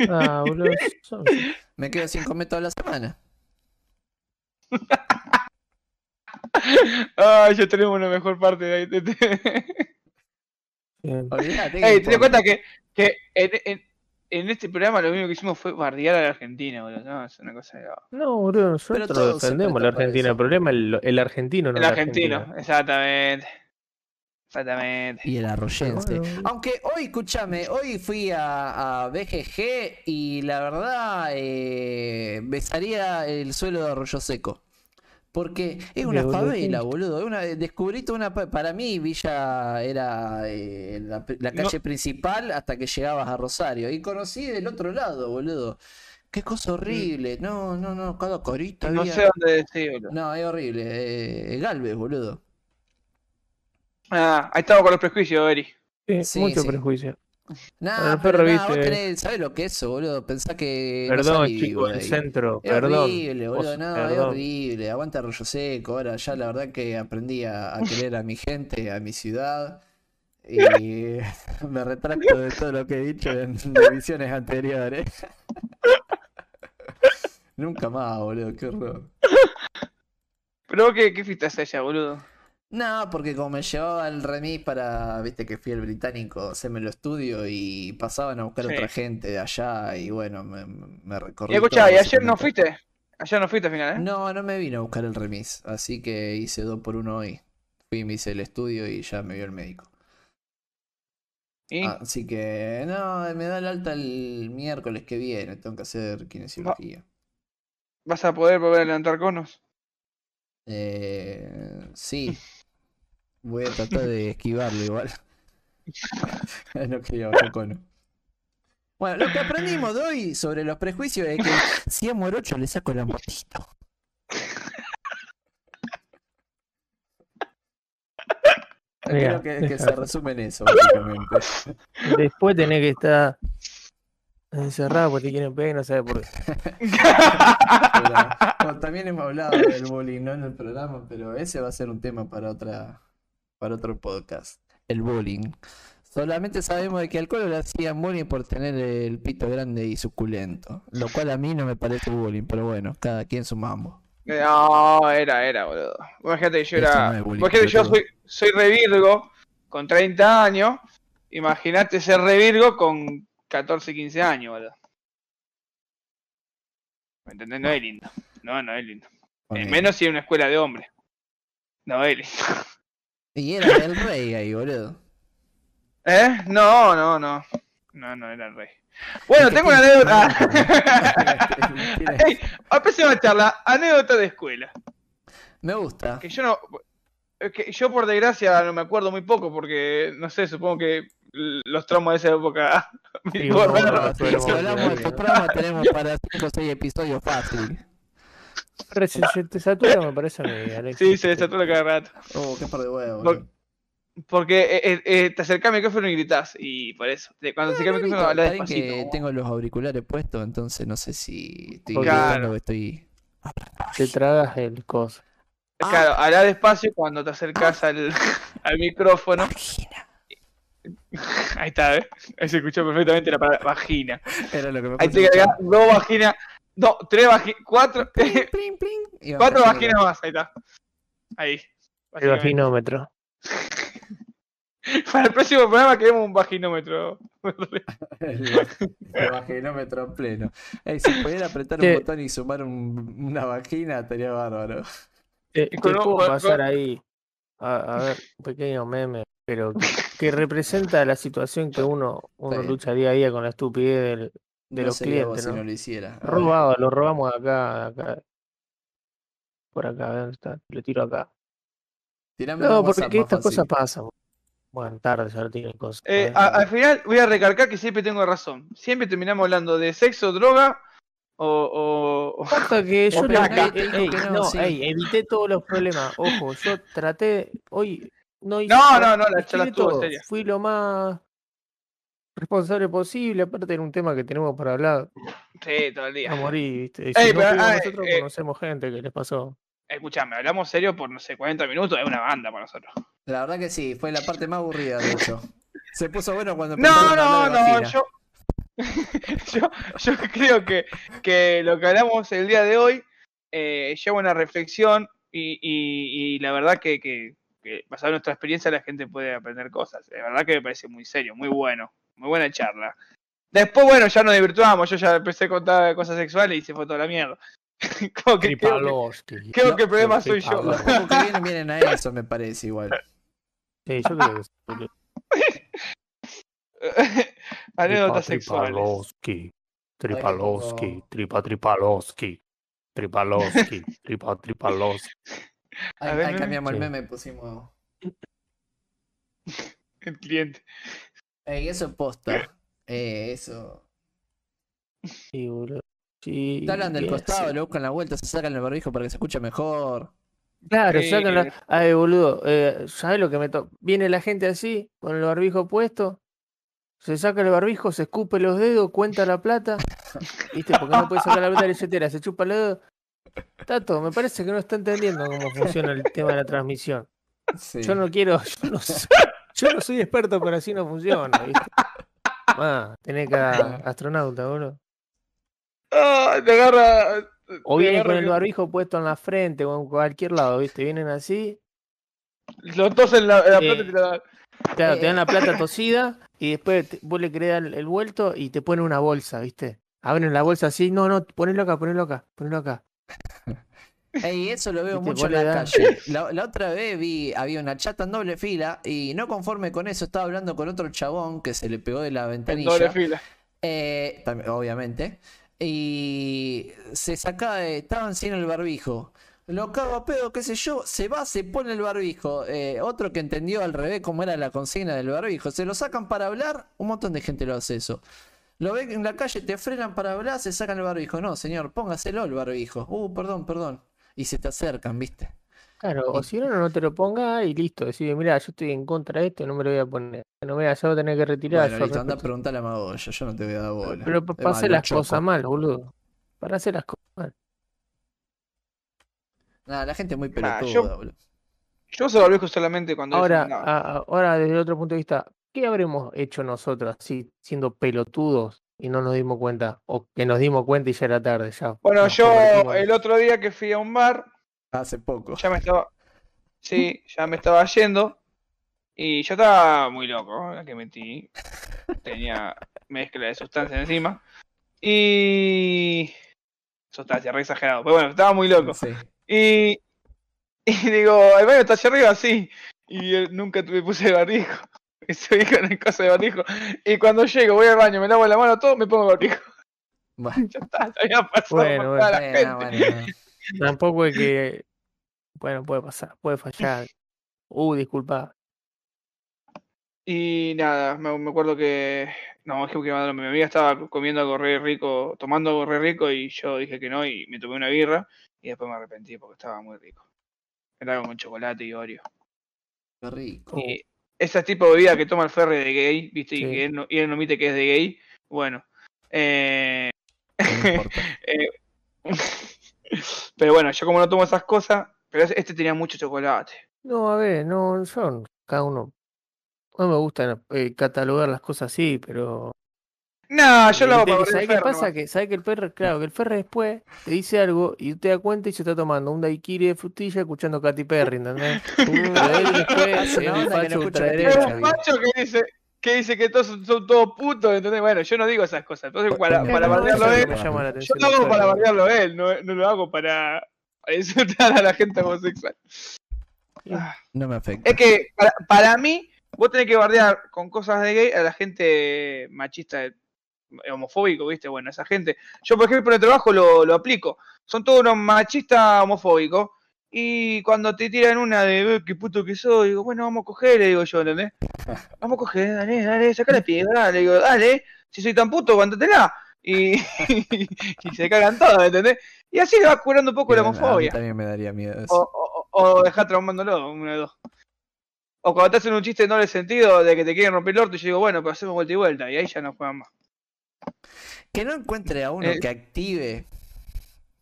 Speaker 4: Ah, boludo. son-
Speaker 2: Me quedo sin comer toda la semana.
Speaker 3: Ay, Ah, ya tenemos una mejor parte de ahí. de- de-
Speaker 4: eh,
Speaker 2: Olvidate.
Speaker 3: Ey, ten en cuenta que, que en, en- en este programa lo único que hicimos fue bardear a la Argentina, boludo. No, es una cosa de...
Speaker 4: No, boludo,
Speaker 2: Pero
Speaker 4: nosotros
Speaker 2: todos se
Speaker 4: defendemos a la
Speaker 2: prestan para
Speaker 4: Argentina.
Speaker 2: eso.
Speaker 4: El problema es el, el argentino, no
Speaker 3: El
Speaker 4: la
Speaker 3: argentino,
Speaker 4: Argentina.
Speaker 3: exactamente. Exactamente.
Speaker 2: Y el arroyense.
Speaker 5: Bueno.
Speaker 2: Aunque hoy, escúchame, hoy fui a, a BGG y la verdad eh, besaría el suelo de Arroyo Seco. Porque es una
Speaker 5: boludo,
Speaker 2: favela,
Speaker 5: sí.
Speaker 2: boludo. es una- descubrí toda una. pa- Para mí, Villa era eh, la, la
Speaker 3: No.
Speaker 2: calle principal hasta que llegabas a Rosario. Y conocí del otro lado, boludo. Qué cosa horrible. No, no, no. Cada corita
Speaker 3: Mm. No
Speaker 2: había-
Speaker 3: sé dónde decirlo.
Speaker 2: No, es horrible. Eh, Galvez, boludo.
Speaker 3: Ah, ahí estamos con los prejuicios, Eri.
Speaker 5: Sí,
Speaker 2: Sí,
Speaker 5: mucho
Speaker 2: sí.
Speaker 5: prejuicio.
Speaker 2: Nah,
Speaker 5: Bueno, el
Speaker 2: pero
Speaker 5: perro,
Speaker 2: nah, vos
Speaker 5: viste.
Speaker 2: tenés, ¿sabés lo que es eso, boludo? Pensá que. Eh, no
Speaker 5: Perdón,
Speaker 2: salí,
Speaker 5: chicos,
Speaker 2: boludo,
Speaker 5: el
Speaker 2: ahí.
Speaker 5: centro.
Speaker 2: Es
Speaker 5: Perdón.
Speaker 2: horrible, boludo,
Speaker 5: Vos,
Speaker 2: no, es
Speaker 5: perdón.
Speaker 2: horrible. Aguanta rollo seco. Ahora ya la verdad que aprendí a, a querer a mi gente, a mi ciudad. Y me retracto de todo lo que he dicho en divisiones anteriores. Nunca más, boludo, qué horror.
Speaker 3: Pero qué, qué fuiste a hacer allá, boludo.
Speaker 2: No, porque como me llevaba el remis para, viste que fui al británico, se me lo estudio y pasaban a buscar
Speaker 3: Sí.
Speaker 2: otra gente de allá y bueno, me, me recorrí.
Speaker 3: Y escuchá,
Speaker 2: todo,
Speaker 3: y ayer no
Speaker 2: básicamente.
Speaker 3: fuiste. Ayer no fuiste al final, ¿eh?
Speaker 2: No, no me vino a buscar el remis, así que hice dos por uno hoy. Fui, me hice el estudio y ya me vio el médico.
Speaker 3: ¿Y?
Speaker 2: Así que no, me da el alta el miércoles que viene, tengo que hacer kinesiología.
Speaker 3: ¿Vas a poder volver a levantar conos?
Speaker 2: Eh, sí. Voy a tratar de esquivarlo igual. No quería bajar cono. Bueno, lo que aprendimos de hoy sobre los prejuicios es que si es morocho le saco la motito. Creo
Speaker 5: Mira,
Speaker 2: que, que
Speaker 5: deja.
Speaker 2: se resume en eso, básicamente.
Speaker 5: Después tenés que estar encerrado porque te quieren pegar y no sabes por qué.
Speaker 2: Pero, bueno, también hemos hablado del bullying, no en el programa, pero ese va a ser un tema para otra para otro podcast. El bullying. Solamente sabemos de que al colo le hacían bullying por tener el pito grande y suculento. Lo cual a mí no me parece bullying, pero bueno, cada quien su mambo.
Speaker 3: Eh, No, era, era, boludo. Vos Imagínate que yo
Speaker 2: Eso
Speaker 3: era.
Speaker 2: no es bullying,
Speaker 3: vos imagínate que yo
Speaker 2: pelotudo.
Speaker 3: soy, soy re virgo con 30 años. Imagínate ser re virgo con 14, 15 años, boludo. ¿Me entendés? No es lindo. No, no es lindo. Eh,
Speaker 2: Ah. Ponele.
Speaker 3: menos si es una escuela de hombres. No es lindo.
Speaker 2: Y era el rey ahí, boludo.
Speaker 3: ¿Eh? No, no, no. No, no era el rey. Bueno,
Speaker 2: ¿Y qué
Speaker 3: tengo una
Speaker 2: tiene?
Speaker 3: anécdota. Ey, empecemos la charla. Anécdota de escuela.
Speaker 2: Me gusta.
Speaker 3: Que yo no. es que yo, por desgracia, no me acuerdo muy poco porque, no sé, supongo que l- los traumas de esa época. me
Speaker 5: Sí,
Speaker 3: borraron.
Speaker 5: no,
Speaker 2: Bueno,
Speaker 5: no,
Speaker 2: si
Speaker 5: pero-
Speaker 2: si hablamos de estos programas tenemos para 5 o 6 episodios fácil.
Speaker 5: Pero se, se te satura, me parece a mí, Alex.
Speaker 3: sí, se desató cada rato.
Speaker 2: Oh, qué par de huevos.
Speaker 3: Por-
Speaker 2: boludo.
Speaker 3: Porque eh, eh, eh, te acercás al micrófono y gritás. Y por eso. De- Cuando te acercás al micrófono, hablas
Speaker 2: Está bien
Speaker 3: despacito.
Speaker 2: Ah, que tengo los auriculares puestos, entonces no sé si estoy
Speaker 5: Porque-
Speaker 2: gritando o estoy.
Speaker 5: Te tragas el coso.
Speaker 3: Claro, hablar despacio cuando te acercas al, al micrófono. Ahí está, ¿eh? Ahí se escuchó perfectamente la palabra vagina.
Speaker 2: Era lo que me
Speaker 3: Ahí te cargas dos vaginas, dos, tres vaginas, cuatro, cuatro vaginas más. Ahí está. Ahí.
Speaker 5: El
Speaker 3: básicamente.
Speaker 5: vaginómetro.
Speaker 3: Para el próximo programa queremos un vaginómetro.
Speaker 2: El vaginómetro pleno. Ey, si pudiera apretar un
Speaker 5: Che.
Speaker 2: botón y sumar un- una vagina, estaría bárbaro.
Speaker 5: Te,
Speaker 3: Y
Speaker 5: te
Speaker 3: con un-
Speaker 5: puedo
Speaker 3: con-
Speaker 5: pasar
Speaker 3: con-
Speaker 5: ahí a, a ver un pequeño meme, pero que, que representa la situación que uno, uno
Speaker 2: bien.
Speaker 5: lucha día a día con la estupidez del De
Speaker 2: no
Speaker 5: los
Speaker 2: sería vos
Speaker 5: clientes,
Speaker 2: si
Speaker 5: ¿no?
Speaker 2: no lo hiciera. A ver.
Speaker 5: robado, lo robamos acá, acá. Por acá, a ver, ¿dónde está? Lo tiro acá.
Speaker 2: Tirame
Speaker 5: No,
Speaker 2: un WhatsApp
Speaker 5: porque
Speaker 2: más
Speaker 5: estas
Speaker 2: fácil.
Speaker 5: cosas pasan. Bueno, tarde, ya lo tienen cosas.
Speaker 3: Eh,
Speaker 5: ¿no?
Speaker 3: a- al final voy a recalcar que siempre tengo razón. Siempre terminamos hablando de sexo, droga o- o,
Speaker 5: Posta que yo
Speaker 2: Vos
Speaker 5: le
Speaker 2: pensás que
Speaker 5: ey,
Speaker 2: te dijo
Speaker 5: ey,
Speaker 2: que no,
Speaker 5: no,
Speaker 2: sí.
Speaker 5: ey, evité todos los problemas. Ojo, yo traté hoy no hice
Speaker 3: No,
Speaker 5: nada,
Speaker 3: no, no, la
Speaker 5: esquivé
Speaker 3: charla estuvo
Speaker 5: todo,
Speaker 3: seria.
Speaker 5: Fui lo más responsable posible, aparte era un tema que tenemos para hablar
Speaker 3: Sí, todo el
Speaker 5: a
Speaker 3: día.
Speaker 5: morir, ¿viste? Y
Speaker 3: Ey,
Speaker 5: si no
Speaker 3: pero,
Speaker 5: fuimos
Speaker 3: ah,
Speaker 5: nosotros
Speaker 3: eh,
Speaker 5: conocemos gente que les pasó.
Speaker 3: Escuchame, hablamos serio por no sé, 40 minutos, es una banda para nosotros.
Speaker 2: La verdad que sí, fue la parte más aburrida, de hecho. Se puso bueno cuando
Speaker 3: No,
Speaker 2: empezaron a
Speaker 3: no,
Speaker 2: hablar de
Speaker 3: no,
Speaker 2: vagina.
Speaker 3: yo, yo, yo creo que, que lo que hablamos el día de hoy eh, lleva una reflexión y, y- y la verdad que, que, que basado en nuestra experiencia la gente puede aprender cosas. La verdad que me parece muy serio, muy bueno, muy buena charla. Después, bueno, ya nos divirtuamos, yo ya empecé a contar cosas sexuales y se fue toda la mierda. Como que creo que-
Speaker 5: Tripalowski.
Speaker 3: creo que el
Speaker 5: No,
Speaker 3: problema soy yo.
Speaker 5: Tripalowski.
Speaker 2: Los pocos que vienen vienen a eso, me parece igual.
Speaker 7: Sí, yo creo que sí, boludo.
Speaker 3: Anécdotas
Speaker 7: Tripa,
Speaker 3: sexuales.
Speaker 7: Tripalowski, Tripalowski, Tripa Tripalowski, Tripalowski, Tripa Tripalowski.
Speaker 3: A
Speaker 2: Ahí,
Speaker 3: ver,
Speaker 2: ahí
Speaker 3: meme.
Speaker 2: cambiamos el
Speaker 7: Sí.
Speaker 2: meme, pusimos.
Speaker 3: El cliente.
Speaker 2: Ey, eso es posta. Eh, eso.
Speaker 7: Sí, boludo. Sí,
Speaker 2: Te hablan del
Speaker 7: sí.
Speaker 2: costado, lo buscan la vuelta, se sacan el barbijo para que se escuche mejor.
Speaker 4: Claro,
Speaker 3: Sí.
Speaker 4: sacan la- Ay, boludo, eh, ¿sabes lo que me toca? Viene la gente así, con el barbijo puesto, se saca el barbijo, se escupe los dedos, cuenta la plata, ¿viste? Porque no puede sacar la plata de la billetera, se chupa los dedos. Tato, me parece que no está entendiendo cómo funciona el tema de la transmisión.
Speaker 2: Sí.
Speaker 4: Yo no quiero, yo no soy, yo no soy experto, pero así no funciona, ¿viste? Ma, tenés que astronauta, boludo.
Speaker 3: Ah, te agarra.
Speaker 4: O
Speaker 3: te
Speaker 4: vienen
Speaker 3: agarra
Speaker 4: con el
Speaker 3: que-
Speaker 4: barbijo puesto en la frente o en cualquier lado, ¿viste? Vienen así.
Speaker 3: Los dos en la, en la
Speaker 4: Sí.
Speaker 3: plata y te la dan.
Speaker 4: Claro, te dan
Speaker 2: Eh.
Speaker 4: la plata tosida y después te- vos le querés dar el vuelto y te ponen una bolsa, ¿viste? Abren la bolsa así, no, no, ponelo acá, ponelo acá, ponelo acá.
Speaker 2: Ey, eso lo veo
Speaker 4: Viste,
Speaker 2: mucho en
Speaker 4: vos
Speaker 2: la
Speaker 4: le das-
Speaker 2: calle. La, la otra vez vi, había una chata en doble fila y no conforme con eso, estaba hablando con otro chabón que se le pegó de la
Speaker 3: En
Speaker 2: ventanilla.
Speaker 3: doble fila.
Speaker 2: Eh, también, obviamente. Y se saca, eh, estaban sin el barbijo. Lo cago a pedo, qué sé yo, se va, se pone el barbijo. Eh, otro que entendió al revés cómo era la consigna del barbijo. Se lo sacan para hablar, un montón de gente lo hace eso. Lo ven en la calle, te frenan para hablar, se sacan el barbijo. No, señor, póngaselo el barbijo. Uh, perdón, perdón. Y se te acercan, ¿viste?
Speaker 4: Claro, o si no, no, no te lo ponga y listo. Decide, mira, yo estoy en contra de esto, no me lo voy a poner. No me voy a, ya voy a tener que retirar.
Speaker 2: bueno,
Speaker 4: yo
Speaker 2: listo, anda a
Speaker 4: respeto".
Speaker 2: preguntarle a Magoya, yo no te voy a dar bola.
Speaker 4: Pero pa-
Speaker 2: Es
Speaker 4: para
Speaker 2: más,
Speaker 4: hacer
Speaker 2: lo
Speaker 4: las
Speaker 2: choco.
Speaker 4: cosas mal, boludo. Para hacer las cosas mal.
Speaker 2: Nah, la gente es muy
Speaker 3: Nah,
Speaker 2: pelotuda,
Speaker 3: yo-
Speaker 2: boludo.
Speaker 3: Yo uso barbijo solamente cuando.
Speaker 4: Ahora, ah,
Speaker 3: desayunaba.
Speaker 4: a- a- ahora, desde otro punto de vista, ¿qué habremos hecho nosotros así, siendo pelotudos y no nos dimos cuenta? O que nos dimos cuenta y ya era tarde, ya.
Speaker 3: Bueno,
Speaker 4: nos
Speaker 3: yo eh,
Speaker 4: convertimos en-
Speaker 3: el otro día que fui a un bar,
Speaker 2: Hace poco.
Speaker 3: ya me estaba. Sí, ya me estaba yendo. Y yo estaba muy loco, la que metí. Tenía mezcla de sustancias encima. Y. Sustancia, re exagerado. Pero bueno, estaba muy loco.
Speaker 2: Sí.
Speaker 3: Y. Y digo, el baño está hacia arriba, sí. Y yo nunca me puse el barbijo. Y se dijo en el caso de barbijo. Y cuando llego, voy al baño, me lavo la mano, todo, me pongo el barbijo.
Speaker 2: Bueno.
Speaker 3: Ya está, ya había pasado por
Speaker 4: Bueno,
Speaker 3: toda la
Speaker 2: Ah, Bueno,
Speaker 3: gente.
Speaker 2: bueno, no.
Speaker 4: Tampoco es que. Bueno, puede pasar, puede fallar. Uh, disculpa.
Speaker 3: Y nada, me, me acuerdo que. No, es que porque, madre, mi amiga estaba comiendo algo re rico, tomando algo re rico, y yo dije que no, y me tomé una birra, y después me arrepentí porque estaba muy rico. Era algo con chocolate y Oreo.
Speaker 2: Qué rico.
Speaker 3: Y ese tipo de bebida que toma el Ferre de gay, ¿viste? Y
Speaker 4: Oh. Sí.
Speaker 3: que él no, y él no omite que es de gay. Bueno. eh,
Speaker 2: No importa.
Speaker 3: pero bueno, yo como no tomo esas cosas, pero ese- este tenía mucho chocolate.
Speaker 4: No, a ver, no, yo, no- cada uno. No me gusta eh, catalogar las cosas así, pero.
Speaker 3: No, Ah, yo lo hago para ver
Speaker 4: Viste que
Speaker 3: el
Speaker 4: ¿Sabés qué
Speaker 3: Ferre
Speaker 4: pasa?
Speaker 3: nomás.
Speaker 4: Que, ¿Sabés que el perro, claro, que el perro después te dice algo y te da cuenta y se está tomando un daiquiri de frutilla escuchando Katy Perry, ¿entendés? Pero él después
Speaker 2: Hace
Speaker 4: es
Speaker 2: una
Speaker 4: un
Speaker 2: onda que no
Speaker 4: facho
Speaker 2: escucha Katy Perry.
Speaker 3: Pero
Speaker 4: ultraderecha,
Speaker 3: un
Speaker 4: ¿viste?
Speaker 3: macho que dice que dice que todos son, son todos putos, ¿entendés? Bueno, yo no digo esas cosas. Entonces, para,
Speaker 2: Claro,
Speaker 3: para
Speaker 2: no, eso
Speaker 3: bardearlo a
Speaker 2: es
Speaker 3: él,
Speaker 2: lo
Speaker 4: me llama la
Speaker 3: yo
Speaker 4: atención.
Speaker 3: lo hago
Speaker 4: Claro.
Speaker 3: para bardearlo a él, no, no lo hago para insultar a la gente homosexual.
Speaker 2: No me afecta.
Speaker 3: Es que para, para mí, vos tenés que bardear con cosas de gay a la gente machista, eh, homofóbico, ¿viste? Bueno, esa gente. Yo, por ejemplo, en el trabajo lo, lo aplico. Son todos unos machistas homofóbicos. Y cuando te tiran una de "Eh, qué puto que soy, digo, bueno, vamos a coger, le digo yo, ¿entendés? Vamos a coger, dale, dale, saca la piedra, le digo, dale, si soy tan puto, aguántatela. Y, y se cagan todos, ¿entendés? Y así le va curando un poco la
Speaker 2: Bien, A mí
Speaker 3: homofobia. Oh.
Speaker 2: también me daría miedo
Speaker 3: O,
Speaker 2: eso.
Speaker 3: o, o- o dejar traumándolo, una de dos. O cuando te hacen un chiste en doble sentido de que te quieren romper el orto y yo digo, bueno, pero hacemos vuelta y vuelta, y ahí ya no juegan más.
Speaker 2: Que no encuentre a uno
Speaker 3: Eh.
Speaker 2: que active.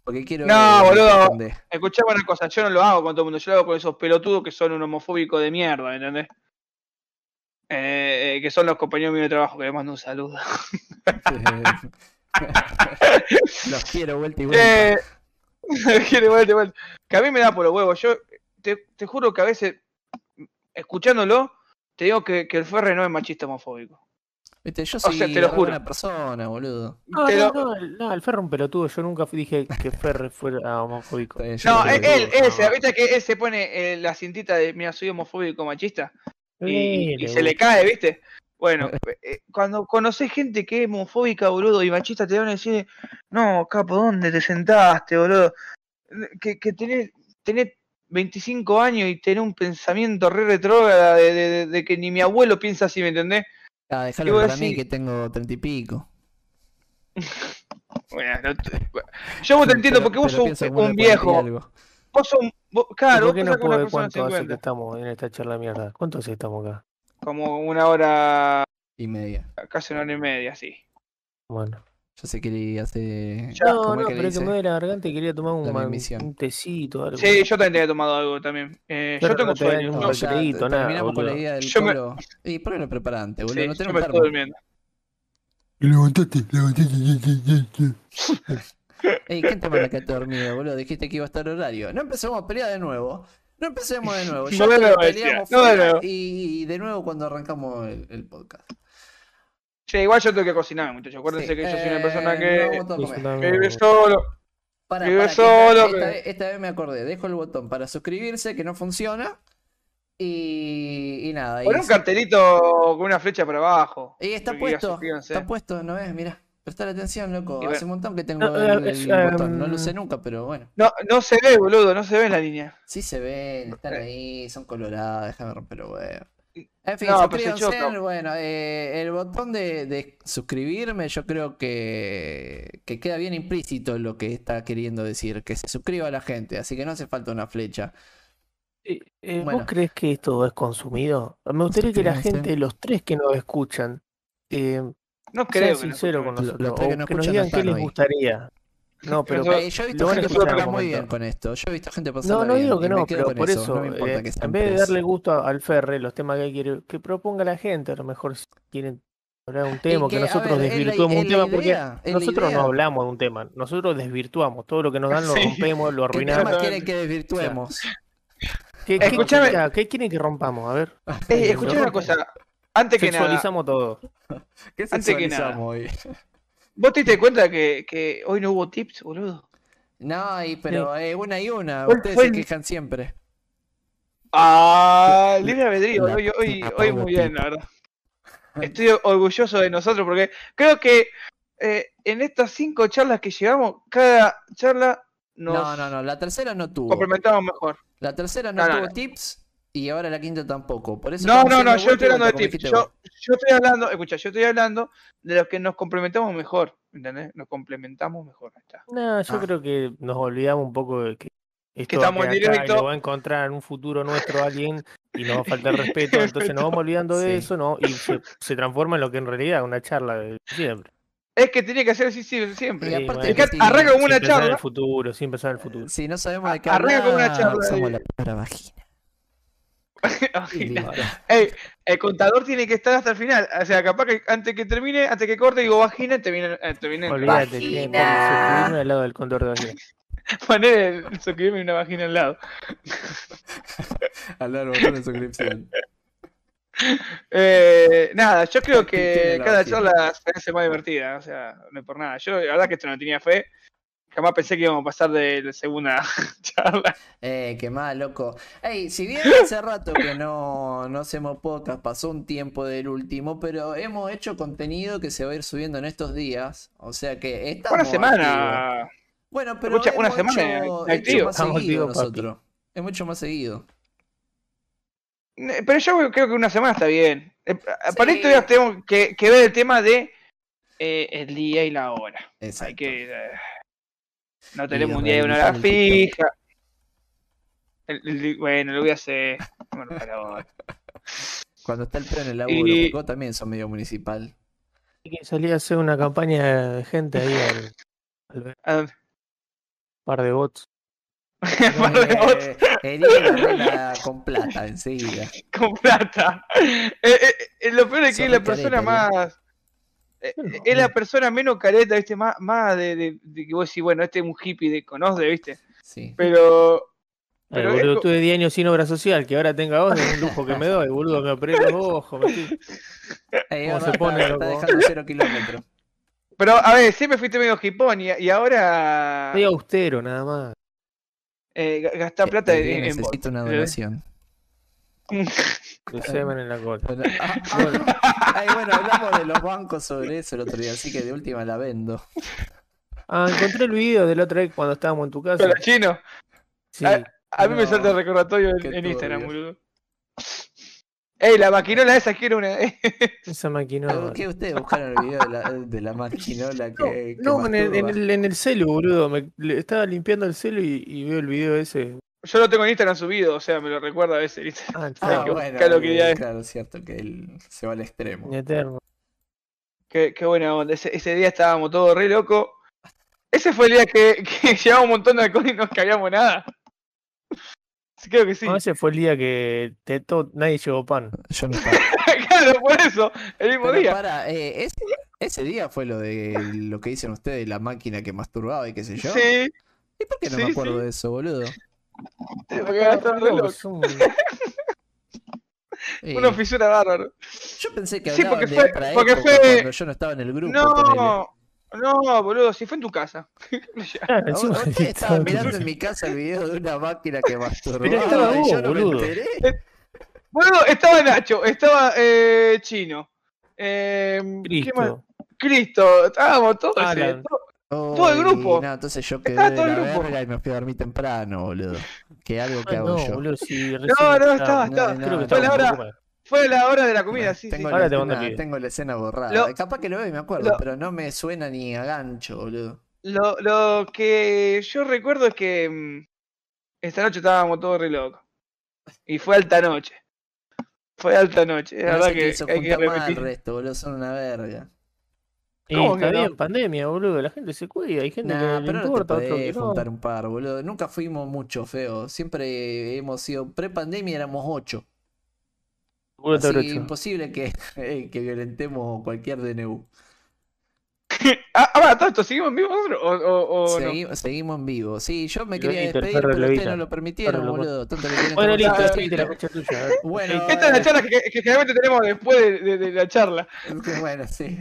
Speaker 2: Porque quiero.
Speaker 3: No,
Speaker 2: ver-
Speaker 3: boludo.
Speaker 2: ¿Dónde?
Speaker 3: Escuchame una cosa, yo no lo hago con todo el mundo, yo lo hago con esos pelotudos que son un homofóbico de mierda, ¿entendés? Eh, eh, que son los compañeros míos de trabajo, que además no saludan.
Speaker 2: Los quiero vuelta y vuelta.
Speaker 3: Eh, quiere vuelta y vuelta. Que a mí me da por los huevos, yo te, te juro que a veces, escuchándolo, te digo que, que el Ferre no es machista homofóbico.
Speaker 2: Viste, yo
Speaker 3: sea,
Speaker 2: soy
Speaker 3: te lo
Speaker 2: re
Speaker 3: juro.
Speaker 2: buena persona, boludo.
Speaker 4: No,
Speaker 3: Te lo-
Speaker 4: no, no, el- no, el Ferro es un pelotudo. Yo nunca fui- dije que Ferre fuera homofóbico.
Speaker 2: Está bien, yo
Speaker 3: No, e-
Speaker 2: soy
Speaker 3: él,
Speaker 2: pelotudo.
Speaker 3: él, ese, ¿viste que él se pone eh, la cintita de mira, soy homofóbico machista? y, y
Speaker 4: Mire,
Speaker 3: se le
Speaker 4: vos.
Speaker 3: cae, ¿viste? Bueno, eh, cuando conocés gente que es homofóbica, boludo, y machista, te van a decir, no, capo, ¿dónde te sentaste, boludo? Que, que tenés, tenés 25 años y tenés un pensamiento re retrógrada de, de- de- de que ni mi abuelo piensa así, ¿me entendés?
Speaker 2: Ah,
Speaker 3: Y
Speaker 2: déjalo
Speaker 3: vos
Speaker 2: para mí
Speaker 3: decís-
Speaker 2: que tengo treinta y pico.
Speaker 3: Bueno, no te- bueno. yo vos te entiendo porque vos sos un, un viejo. Vos sos un- vos- claro, pues vos pensás que una
Speaker 4: ¿Por qué no puedo ver
Speaker 3: persona de
Speaker 4: cuánto hace que
Speaker 3: 50,
Speaker 4: estamos en esta charla de mierda? ¿Cuánto hace que estamos acá?
Speaker 3: como una hora,
Speaker 2: Y media.
Speaker 3: casi una hora y media, así.
Speaker 4: Bueno.
Speaker 2: Yo sé que le hace.
Speaker 3: Ya,
Speaker 2: ¿cómo es
Speaker 4: No, no,
Speaker 2: que le
Speaker 4: pero es
Speaker 2: dice?
Speaker 4: que me duele la garganta y quería tomar un,
Speaker 2: La
Speaker 4: man-
Speaker 2: mimisión.
Speaker 4: un tecito algo.
Speaker 3: Sí, yo también tenía tomado algo también. Eh, yo
Speaker 4: Pero
Speaker 3: tengo
Speaker 4: no te da
Speaker 3: sueño.
Speaker 4: ningún
Speaker 3: yo-
Speaker 2: No, ya
Speaker 4: recreíto,
Speaker 2: te-
Speaker 4: nada,
Speaker 2: terminamos con la
Speaker 4: boludo.
Speaker 2: idea del
Speaker 3: Yo me-
Speaker 2: polo. Y por lo preparante, boludo.
Speaker 3: Sí,
Speaker 2: no
Speaker 3: yo
Speaker 2: tenemos
Speaker 3: me estoy
Speaker 2: termo.
Speaker 3: durmiendo.
Speaker 6: Levantate, levantate, ye, ye, ye, ye.
Speaker 2: Ey, ¿qué te manda que te dormido, boludo? Dijiste que iba a estar horario. No empecemos a pelear de nuevo. No empecemos de nuevo. Ya
Speaker 3: No de
Speaker 2: te-
Speaker 3: nuevo,
Speaker 2: peleamos
Speaker 3: decía, no de
Speaker 2: fuera
Speaker 3: nuevo.
Speaker 2: Y de nuevo cuando arrancamos el, el podcast.
Speaker 3: Che, igual yo tengo que cocinar, muchachos. Acuérdense
Speaker 2: Sí,
Speaker 3: que yo soy una
Speaker 2: eh,
Speaker 3: persona
Speaker 2: no
Speaker 3: que,
Speaker 2: vamos todos a
Speaker 4: Yo
Speaker 2: comer.
Speaker 4: también,
Speaker 3: que vive
Speaker 4: boludo.
Speaker 3: solo.
Speaker 2: Para,
Speaker 3: Vive
Speaker 2: para, que
Speaker 3: solo,
Speaker 2: esta,
Speaker 3: que-
Speaker 2: vez, esta vez me acordé. Dejo el botón para suscribirse, que no funciona. Y, y nada. Y,
Speaker 3: Pon un cartelito con una flecha para abajo.
Speaker 2: y está
Speaker 3: que diga
Speaker 2: puesto.
Speaker 3: suscríbanse.
Speaker 2: Está puesto, ¿no ves? Mirá. Prestar atención, loco.
Speaker 3: Y
Speaker 2: Hace
Speaker 3: bueno.
Speaker 2: un montón que tengo
Speaker 4: No,
Speaker 2: el,
Speaker 4: eh,
Speaker 2: el
Speaker 4: eh,
Speaker 2: botón. No lo
Speaker 4: mm.
Speaker 2: usé nunca, pero bueno.
Speaker 3: No, no se ve, boludo, no se ve en la línea.
Speaker 2: Sí se ven, están
Speaker 3: Eh.
Speaker 2: ahí, son coloradas, déjame romper los huevos. En fin,
Speaker 3: No, pero se
Speaker 2: suscríbanse,
Speaker 3: choca.
Speaker 2: bueno, eh, el botón de, de suscribirme yo creo que, que queda bien implícito lo que está queriendo decir, que se suscriba la gente, así que no hace falta una flecha.
Speaker 4: Eh, eh,
Speaker 2: Bueno.
Speaker 4: ¿Vos crees que esto es consumido? Me gustaría que la
Speaker 2: Suscríbanse.
Speaker 4: gente, los tres que nos escuchan, eh,
Speaker 3: No creo. que
Speaker 4: sean
Speaker 3: no
Speaker 4: sinceros con
Speaker 3: escuchen.
Speaker 2: Lo- los tres
Speaker 4: nosotros. o
Speaker 2: que nos
Speaker 4: que nos
Speaker 2: escuchan no
Speaker 4: digan qué
Speaker 2: están
Speaker 4: les
Speaker 2: hoy.
Speaker 4: gustaría. No, pero
Speaker 3: Yo-
Speaker 2: Eh, yo he visto
Speaker 4: lo van a
Speaker 2: gente
Speaker 4: escuchar en
Speaker 2: pasarla
Speaker 4: un
Speaker 2: muy bien
Speaker 4: momento.
Speaker 2: con esto, yo he visto gente pasarla
Speaker 4: No, no
Speaker 2: bien,
Speaker 4: digo que
Speaker 2: y me
Speaker 4: no,
Speaker 2: quedo
Speaker 4: pero
Speaker 2: con
Speaker 4: por eso,
Speaker 2: no me importa
Speaker 4: eh,
Speaker 2: que sean
Speaker 4: en vez de
Speaker 2: tres.
Speaker 4: darle gusto a- al Ferre, los temas que él quiere, que proponga la gente, a lo mejor si quieren hablar de un
Speaker 2: Y
Speaker 4: tema, que,
Speaker 2: a
Speaker 4: nosotros
Speaker 2: ver, es la-
Speaker 4: desvirtuamos
Speaker 2: es
Speaker 4: un
Speaker 2: la
Speaker 4: tema, porque
Speaker 2: idea, es la
Speaker 4: nosotros
Speaker 2: idea.
Speaker 4: no hablamos de un tema, nosotros desvirtuamos, todo lo que nos dan lo
Speaker 3: Sí.
Speaker 4: rompemos, lo
Speaker 2: ¿Qué
Speaker 4: arruinamos.
Speaker 2: tema
Speaker 3: Exactamente.
Speaker 2: quieren que desvirtuemos?
Speaker 4: ¿Qué, qué-
Speaker 3: Escúchame.
Speaker 4: ya, ¿qué quieren que rompamos? A ver,
Speaker 3: Eh, escuchame una cosa. Antes que nada,
Speaker 4: sexualizamos todo.
Speaker 2: ¿Qué
Speaker 3: antes que nada.
Speaker 2: sexualizamos hoy?
Speaker 3: ¿vos te diste cuenta que, que hoy no hubo tips, boludo?
Speaker 2: No, y pero eh, una y una,
Speaker 3: ¿Cuál
Speaker 2: ustedes
Speaker 3: fue
Speaker 2: se
Speaker 3: el-
Speaker 2: quejan siempre.
Speaker 3: Ah, libre albedrío,
Speaker 2: La
Speaker 3: hoy, hoy,
Speaker 2: puta,
Speaker 3: hoy
Speaker 2: Pablo
Speaker 3: muy bien, la verdad. Estoy orgulloso de nosotros porque creo que eh, en estas cinco charlas que llevamos, cada charla nos
Speaker 2: No, no, no, la tercera no tuvo.
Speaker 3: complementamos mejor.
Speaker 2: La tercera no,
Speaker 3: No, no,
Speaker 2: tuvo
Speaker 3: no.
Speaker 2: tips y ahora la quinta tampoco. Por eso
Speaker 3: No,
Speaker 2: estamos
Speaker 3: no, no,
Speaker 2: haciendo
Speaker 3: yo estoy
Speaker 2: vuelta y
Speaker 3: hablando de
Speaker 2: vuelta, como
Speaker 3: tips.
Speaker 2: dijiste
Speaker 3: Yo,
Speaker 2: vos.
Speaker 3: yo estoy hablando, escucha, yo estoy hablando de los que nos complementamos mejor, ¿entendés? Nos complementamos mejor. ahí está.
Speaker 4: No, yo
Speaker 2: Ah.
Speaker 4: creo que nos olvidamos un poco de que esto
Speaker 3: Que
Speaker 4: va a
Speaker 3: estamos en
Speaker 4: quedar acá y
Speaker 3: directo.
Speaker 4: lo va a encontrar en un futuro nuestro alguien y nos va a faltar respeto. Entonces nos vamos olvidando de
Speaker 2: Sí.
Speaker 4: eso ¿no? y se, se transforma en lo que en realidad es una charla de siempre.
Speaker 3: Es que tenía que hacer así sí, siempre.
Speaker 2: Y
Speaker 4: Sí,
Speaker 2: aparte,
Speaker 4: bueno.
Speaker 2: que
Speaker 3: Es que arranca como
Speaker 4: Sin
Speaker 3: una
Speaker 4: pensar en el
Speaker 3: charla.
Speaker 4: futuro, sin pensar en el futuro.
Speaker 2: si no sabemos de qué
Speaker 3: Arranca con una
Speaker 2: hablar,
Speaker 3: charla
Speaker 2: usamos
Speaker 3: de-
Speaker 2: la palabra vagina. Y
Speaker 3: Imagina.
Speaker 2: listo.
Speaker 3: Ey, el contador tiene que estar hasta el final. O sea, capaz que antes que termine, antes que corte, digo vagina, te viene, eh, te viene
Speaker 4: Olvídate, tiene que ponerse al lado del condor de vagina.
Speaker 3: poner el suscribirme y una vagina al lado.
Speaker 2: Al dar botón de suscripción.
Speaker 3: Eh, nada, yo creo
Speaker 2: Tiene
Speaker 3: que
Speaker 2: la
Speaker 3: cada
Speaker 2: vagina.
Speaker 3: charla se hace más divertida. O sea, no es por nada. Yo, la verdad, que esto no tenía fe. Jamás pensé que íbamos a pasar de la segunda charla.
Speaker 2: Eh, qué mal, loco. Ey, si bien hace rato que no, no hacemos podcast, pasó un tiempo del último, pero hemos hecho contenido que se va a ir subiendo en estos días. O sea que estamos
Speaker 3: Una
Speaker 2: activos.
Speaker 3: semana.
Speaker 2: Bueno, pero
Speaker 3: Escucha, una
Speaker 2: hemos
Speaker 3: semana
Speaker 2: hecho,
Speaker 3: de
Speaker 2: hecho
Speaker 3: activo.
Speaker 2: más
Speaker 4: Estamos
Speaker 2: seguido
Speaker 4: activos, papi.
Speaker 2: nosotros. Es mucho más seguido.
Speaker 3: Eh, Pero yo creo que una semana está bien. Eh, Para
Speaker 2: Sí.
Speaker 3: esto ya tenemos que, que ver el tema de eh, el día y la hora.
Speaker 2: Exacto.
Speaker 3: Hay que. eh, no tenemos un día y una
Speaker 2: realizar
Speaker 3: hora
Speaker 2: el
Speaker 3: fija. El- el di- bueno, lo voy a hacer. Bueno, para ahora.
Speaker 2: Cuando está el pedo en el laburo,
Speaker 3: Y-
Speaker 2: porque vos también sos medio municipal.
Speaker 4: Hay que salir a hacer una campaña de gente ahí al, al
Speaker 3: Ah,
Speaker 4: par de bots.
Speaker 3: Mano de bot
Speaker 2: Eh, Herida arregla con plata enseguida.
Speaker 3: con plata. Eh, eh, eh, lo peor es
Speaker 2: Son
Speaker 3: que es la
Speaker 2: careta,
Speaker 3: persona
Speaker 2: ¿no?
Speaker 3: más. eh,
Speaker 4: Pero
Speaker 3: Es la
Speaker 4: no.
Speaker 3: persona menos careta, ¿viste? Más, más de, de- de que vos decís, bueno, este es un hippie de conoce, ¿viste?
Speaker 2: Sí.
Speaker 3: Pero
Speaker 4: El
Speaker 3: Pero es
Speaker 4: boludo,
Speaker 3: co-
Speaker 4: tuve 10 años sin obra social, que ahora tenga vos, es un lujo que me doy, boludo, me operé los ojos, me estoy-
Speaker 2: Eh,
Speaker 4: ¿Cómo
Speaker 2: ahora
Speaker 4: se
Speaker 2: está-
Speaker 4: pone,
Speaker 2: está,
Speaker 4: loco?
Speaker 2: dejando cero kilómetros.
Speaker 3: Pero, a ver, siempre fuiste medio hipón y, y ahora
Speaker 4: estoy austero nada más.
Speaker 3: eh, ga- gastás plata
Speaker 2: Eh, Herida
Speaker 3: en, en
Speaker 2: necesita una
Speaker 3: bots.
Speaker 2: donación.
Speaker 4: de semen en la cola.
Speaker 2: Bueno, ah, bueno. Ay, bueno, hablamos de los bancos sobre eso el otro día, así que de última la vendo.
Speaker 4: Ah, encontré el video del otro vez cuando estábamos en tu casa.
Speaker 3: Pero chino,
Speaker 4: Sí,
Speaker 3: a mí me
Speaker 2: No,
Speaker 3: salta el recordatorio
Speaker 2: qué
Speaker 3: en, en Instagram,
Speaker 2: turbio.
Speaker 3: boludo. Ey, la maquinola esa quiero una.
Speaker 4: esa maquinola.
Speaker 2: ¿Qué ustedes buscaron el video de la, de la maquinola que. que
Speaker 4: No, en el, en,
Speaker 2: masturba?
Speaker 4: el, en el celu, boludo. Me, le- estaba limpiando el celu y, y veo el video ese.
Speaker 3: Yo lo tengo en Instagram subido, o sea, me lo recuerda a veces. ¿viste?
Speaker 4: Ah,
Speaker 2: Ah,
Speaker 4: qué-
Speaker 2: bueno,
Speaker 3: buscar lo que ya es.
Speaker 2: claro, es cierto que él se va al extremo.
Speaker 4: eterno.
Speaker 3: Qué, qué buena onda. Ese, ese día estábamos todos re locos. Ese fue el día que, que llevaba un montón de alcohol y no cabíamos nada. Sí, Creo que sí.
Speaker 4: No, Ah, ese fue el día que te to- nadie llevó pan.
Speaker 2: Yo no estaba.
Speaker 3: claro, por eso. El mismo
Speaker 2: Pero
Speaker 3: día.
Speaker 2: para, eh, ese, ese día fue lo de lo que dicen ustedes, la máquina que masturbaba y qué sé yo.
Speaker 3: Sí.
Speaker 2: ¿Y por qué no
Speaker 3: sí,
Speaker 2: me acuerdo
Speaker 3: sí.
Speaker 2: de eso, boludo?
Speaker 3: porque ahora están re locos.
Speaker 4: Es un-
Speaker 2: Eh,
Speaker 3: Una fisura bárbaro.
Speaker 2: yo pensé que
Speaker 3: Sí,
Speaker 2: hablaban
Speaker 3: porque
Speaker 2: de
Speaker 3: fue-
Speaker 2: otra
Speaker 3: porque
Speaker 2: época
Speaker 3: fue-
Speaker 2: cuando yo no estaba en el grupo. ponele.
Speaker 3: No, no, boludo, si fue en tu casa.
Speaker 4: Claro,
Speaker 2: Ah,
Speaker 4: encima
Speaker 2: Ustedes estaban mirando en mi casa el video de una máquina que masturbaba
Speaker 4: estaba
Speaker 2: y
Speaker 4: vos,
Speaker 2: yo no
Speaker 4: boludo.
Speaker 2: me enteré.
Speaker 3: Eh, Boludo, estaba Nacho, estaba eh, Chino. Eh, ¿Qué más?
Speaker 4: Cristo.
Speaker 3: Cristo, estábamos todos. eh, ese-
Speaker 4: Alan.
Speaker 3: todo-
Speaker 2: Todo
Speaker 3: el grupo.
Speaker 2: No, entonces yo quedé
Speaker 3: Estaba
Speaker 2: de
Speaker 3: todo el
Speaker 2: la
Speaker 3: grupo.
Speaker 2: verga y me fui a dormir temprano, boludo. Que algo que
Speaker 4: Ah,
Speaker 2: hago
Speaker 4: no,
Speaker 2: yo.
Speaker 4: boludo, sí, recién
Speaker 3: No, no,
Speaker 4: estaba-
Speaker 3: estaba, estaba.
Speaker 2: no,
Speaker 4: Creo que
Speaker 2: no,
Speaker 3: fue,
Speaker 4: estaba
Speaker 3: la
Speaker 4: un
Speaker 3: hora,
Speaker 4: poco más.
Speaker 3: fue la hora de la comida, sí, sí.
Speaker 2: tengo,
Speaker 4: Ahora
Speaker 2: la
Speaker 4: te mando el
Speaker 2: escena,
Speaker 4: video.
Speaker 2: tengo la escena borrada.
Speaker 3: Lo-
Speaker 2: Capaz que lo veo y me acuerdo,
Speaker 3: lo-
Speaker 2: pero no me suena ni a gancho, boludo.
Speaker 3: Lo, lo que yo recuerdo es que mm, esta noche estábamos todos re locos. Y fue alta noche. Fue alta noche. La
Speaker 2: no
Speaker 3: verdad
Speaker 2: sé qué
Speaker 3: que
Speaker 2: hizo
Speaker 3: hay que
Speaker 2: juntar más al
Speaker 3: repetir.
Speaker 2: resto, boludo. Son una verga.
Speaker 4: Y
Speaker 3: ¿Cómo
Speaker 4: está
Speaker 3: que no?
Speaker 4: bien, pandemia, boludo. La gente se cuida. Hay gente
Speaker 2: Nah,
Speaker 4: que le
Speaker 2: pero no te
Speaker 4: importa, otro que
Speaker 2: podés
Speaker 4: no.
Speaker 2: juntar un par, boludo. Nunca fuimos mucho, feo. Siempre hemos sido. Pre-pandemia éramos ocho.
Speaker 4: Seguro te
Speaker 2: Así
Speaker 4: abrocho.
Speaker 2: imposible que, que violentemos cualquier DNU.
Speaker 3: Ah, ahora, todo esto, ¿seguimos en vivo nosotros? ¿O, o,
Speaker 4: Oh,
Speaker 3: o no?
Speaker 2: Segui- Seguimos en vivo. Sí, yo me
Speaker 4: Lo
Speaker 2: quería
Speaker 4: Inter,
Speaker 2: despedir,
Speaker 4: Ferro
Speaker 2: pero
Speaker 4: lo
Speaker 2: ustedes
Speaker 4: Inter.
Speaker 2: no lo permitieron,
Speaker 4: Ferro lo-
Speaker 2: boludo. Tonto le quieren
Speaker 4: Bueno,
Speaker 2: tomar
Speaker 4: listo,
Speaker 2: la
Speaker 3: listo,
Speaker 4: seguite
Speaker 2: vida.
Speaker 4: la concha tuya. a ver.
Speaker 2: Bueno,
Speaker 3: Esta es la charla que, que generalmente tenemos después de, de- de la charla.
Speaker 2: Bueno, sí.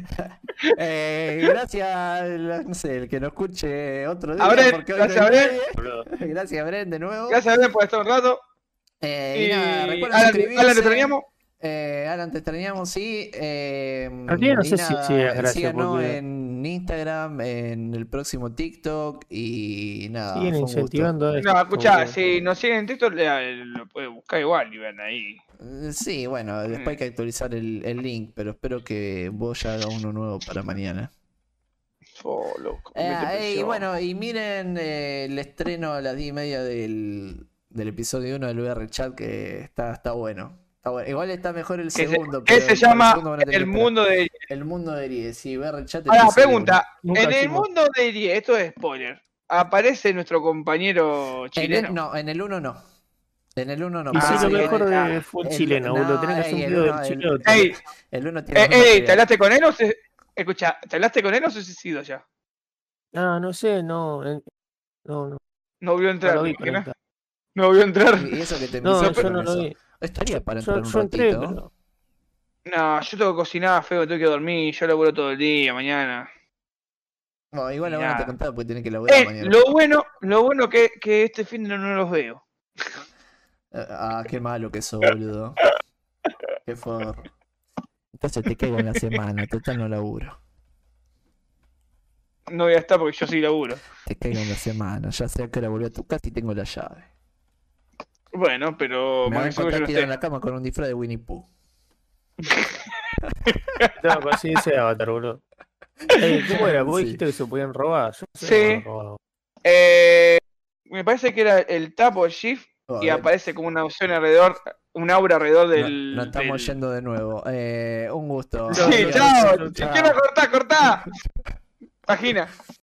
Speaker 2: Eh, gracias, al- no sé, el que nos escuche otro día.
Speaker 3: A Bren,
Speaker 2: porque hoy
Speaker 3: gracias
Speaker 2: no
Speaker 3: a
Speaker 2: hay
Speaker 3: Bren.
Speaker 4: Boludo.
Speaker 2: nadie. Gracias, Bren, de nuevo.
Speaker 3: Gracias a Belén por estar un rato.
Speaker 2: Eh,
Speaker 3: Y
Speaker 2: y nada, recuerden
Speaker 3: Alan,
Speaker 2: suscribirse.
Speaker 3: Alan, te extrañamos.
Speaker 2: Eh, Alan, te extrañamos, sí. Eh,
Speaker 4: realidad no
Speaker 2: y
Speaker 4: sé si-
Speaker 2: nada,
Speaker 4: si es gracias,
Speaker 2: síganos
Speaker 4: porque-
Speaker 2: en Instagram, en el próximo TikTok y nada.
Speaker 4: Siguen
Speaker 2: fue un gusto.
Speaker 4: incentivando esto.
Speaker 3: No, escuchá,
Speaker 4: boludo.
Speaker 3: si nos siguen en TikTok, le- lo pueden buscar igual y ven ahí.
Speaker 2: Eh, Sí, bueno, después hay que actualizar el, el link, pero espero que vos ya hagas uno nuevo para mañana.
Speaker 3: Oh, loco.
Speaker 2: Eh, eh,
Speaker 3: mete
Speaker 2: y
Speaker 3: presión.
Speaker 2: bueno, y miren eh, el estreno a las 10 y media del, del episodio 1 del VR Chat, que está, está bueno. Está bueno. Igual está mejor el
Speaker 3: Que se-
Speaker 2: segundo.
Speaker 3: que
Speaker 2: pero
Speaker 3: se
Speaker 2: el
Speaker 3: llama
Speaker 2: segundo van a tener
Speaker 3: El
Speaker 2: que esperar.
Speaker 3: mundo de
Speaker 2: El mundo de Iris, sí, VR Chat.
Speaker 3: Ahora,
Speaker 2: episodio
Speaker 3: pregunta.
Speaker 4: Nunca
Speaker 3: En el
Speaker 4: hicimos-
Speaker 3: mundo de Irie, esto es spoiler. Aparece nuestro compañero
Speaker 2: uno. En el-
Speaker 3: chileno.
Speaker 2: no, en el 1 no. En el 1 no.
Speaker 4: Y
Speaker 2: pasa
Speaker 4: sí, lo
Speaker 2: que
Speaker 4: mejor
Speaker 2: Ah, en-
Speaker 4: de fue
Speaker 2: el-
Speaker 4: chileno,
Speaker 2: no,
Speaker 4: boludo. Tenés que hacer un
Speaker 2: ey,
Speaker 4: video
Speaker 2: el-
Speaker 4: del
Speaker 2: no, el-
Speaker 4: chileno.
Speaker 3: Ey,
Speaker 2: El 1 tiene.
Speaker 3: eh,
Speaker 2: más
Speaker 3: ey,
Speaker 2: material.
Speaker 3: ¿te hablaste con él o se... Escucha, ¿te hablaste con él o se suicidó ya?
Speaker 4: Ah, no sé, no. en- No, no.
Speaker 3: No vio
Speaker 4: No
Speaker 3: entrar.
Speaker 4: lo vi
Speaker 3: ¿qué no?
Speaker 4: conectar.
Speaker 3: No vio entrar.
Speaker 2: Y eso que te
Speaker 4: No,
Speaker 2: me
Speaker 4: yo
Speaker 2: hicieron
Speaker 4: no lo
Speaker 2: eso.
Speaker 4: vi.
Speaker 2: Estaría para entrar
Speaker 4: Yo,
Speaker 2: un
Speaker 4: yo entré,
Speaker 2: ratito.
Speaker 4: pero.
Speaker 3: No, yo tengo que cocinar, feo, tengo que dormir, yo laburo todo el día, mañana.
Speaker 2: No, igual
Speaker 3: Ni
Speaker 2: ahora no te
Speaker 3: nada.
Speaker 2: contaba porque tiene que laburar
Speaker 3: Eh,
Speaker 2: mañana.
Speaker 3: lo bueno, lo bueno que, que este fin de no los veo.
Speaker 2: Ah, qué malo que sos, boludo. Qué forro. Entonces te quedo en la semana, total no laburo.
Speaker 3: No voy a estar porque yo sí laburo.
Speaker 2: Te caigo en la semana, ya sé que la volví a tu casa y tengo la llave.
Speaker 3: Bueno, pero
Speaker 2: Me voy a
Speaker 3: más que Oh, yo
Speaker 2: encontrar
Speaker 3: no
Speaker 2: tirado en
Speaker 3: sé.
Speaker 2: la cama con un disfraz de Winnie Pooh.
Speaker 4: Estaba con así pues ese avatar, boludo. Ey, ¿Cómo era? Vos
Speaker 2: Sí.
Speaker 4: dijiste que se podían robar. Yo no sé
Speaker 3: Sí.
Speaker 4: que me robaban.
Speaker 3: Eh, me parece que era el tapo shift
Speaker 2: Oh, a
Speaker 3: y
Speaker 2: ver,
Speaker 3: aparece como una opción alrededor, un aura alrededor
Speaker 2: no-
Speaker 3: del.
Speaker 2: no, estamos
Speaker 3: del-
Speaker 2: yendo de nuevo. Eh, un gusto.
Speaker 3: Sí,
Speaker 4: No,
Speaker 3: chao.
Speaker 4: no, no,
Speaker 3: Quiero cortar, cortar. Página.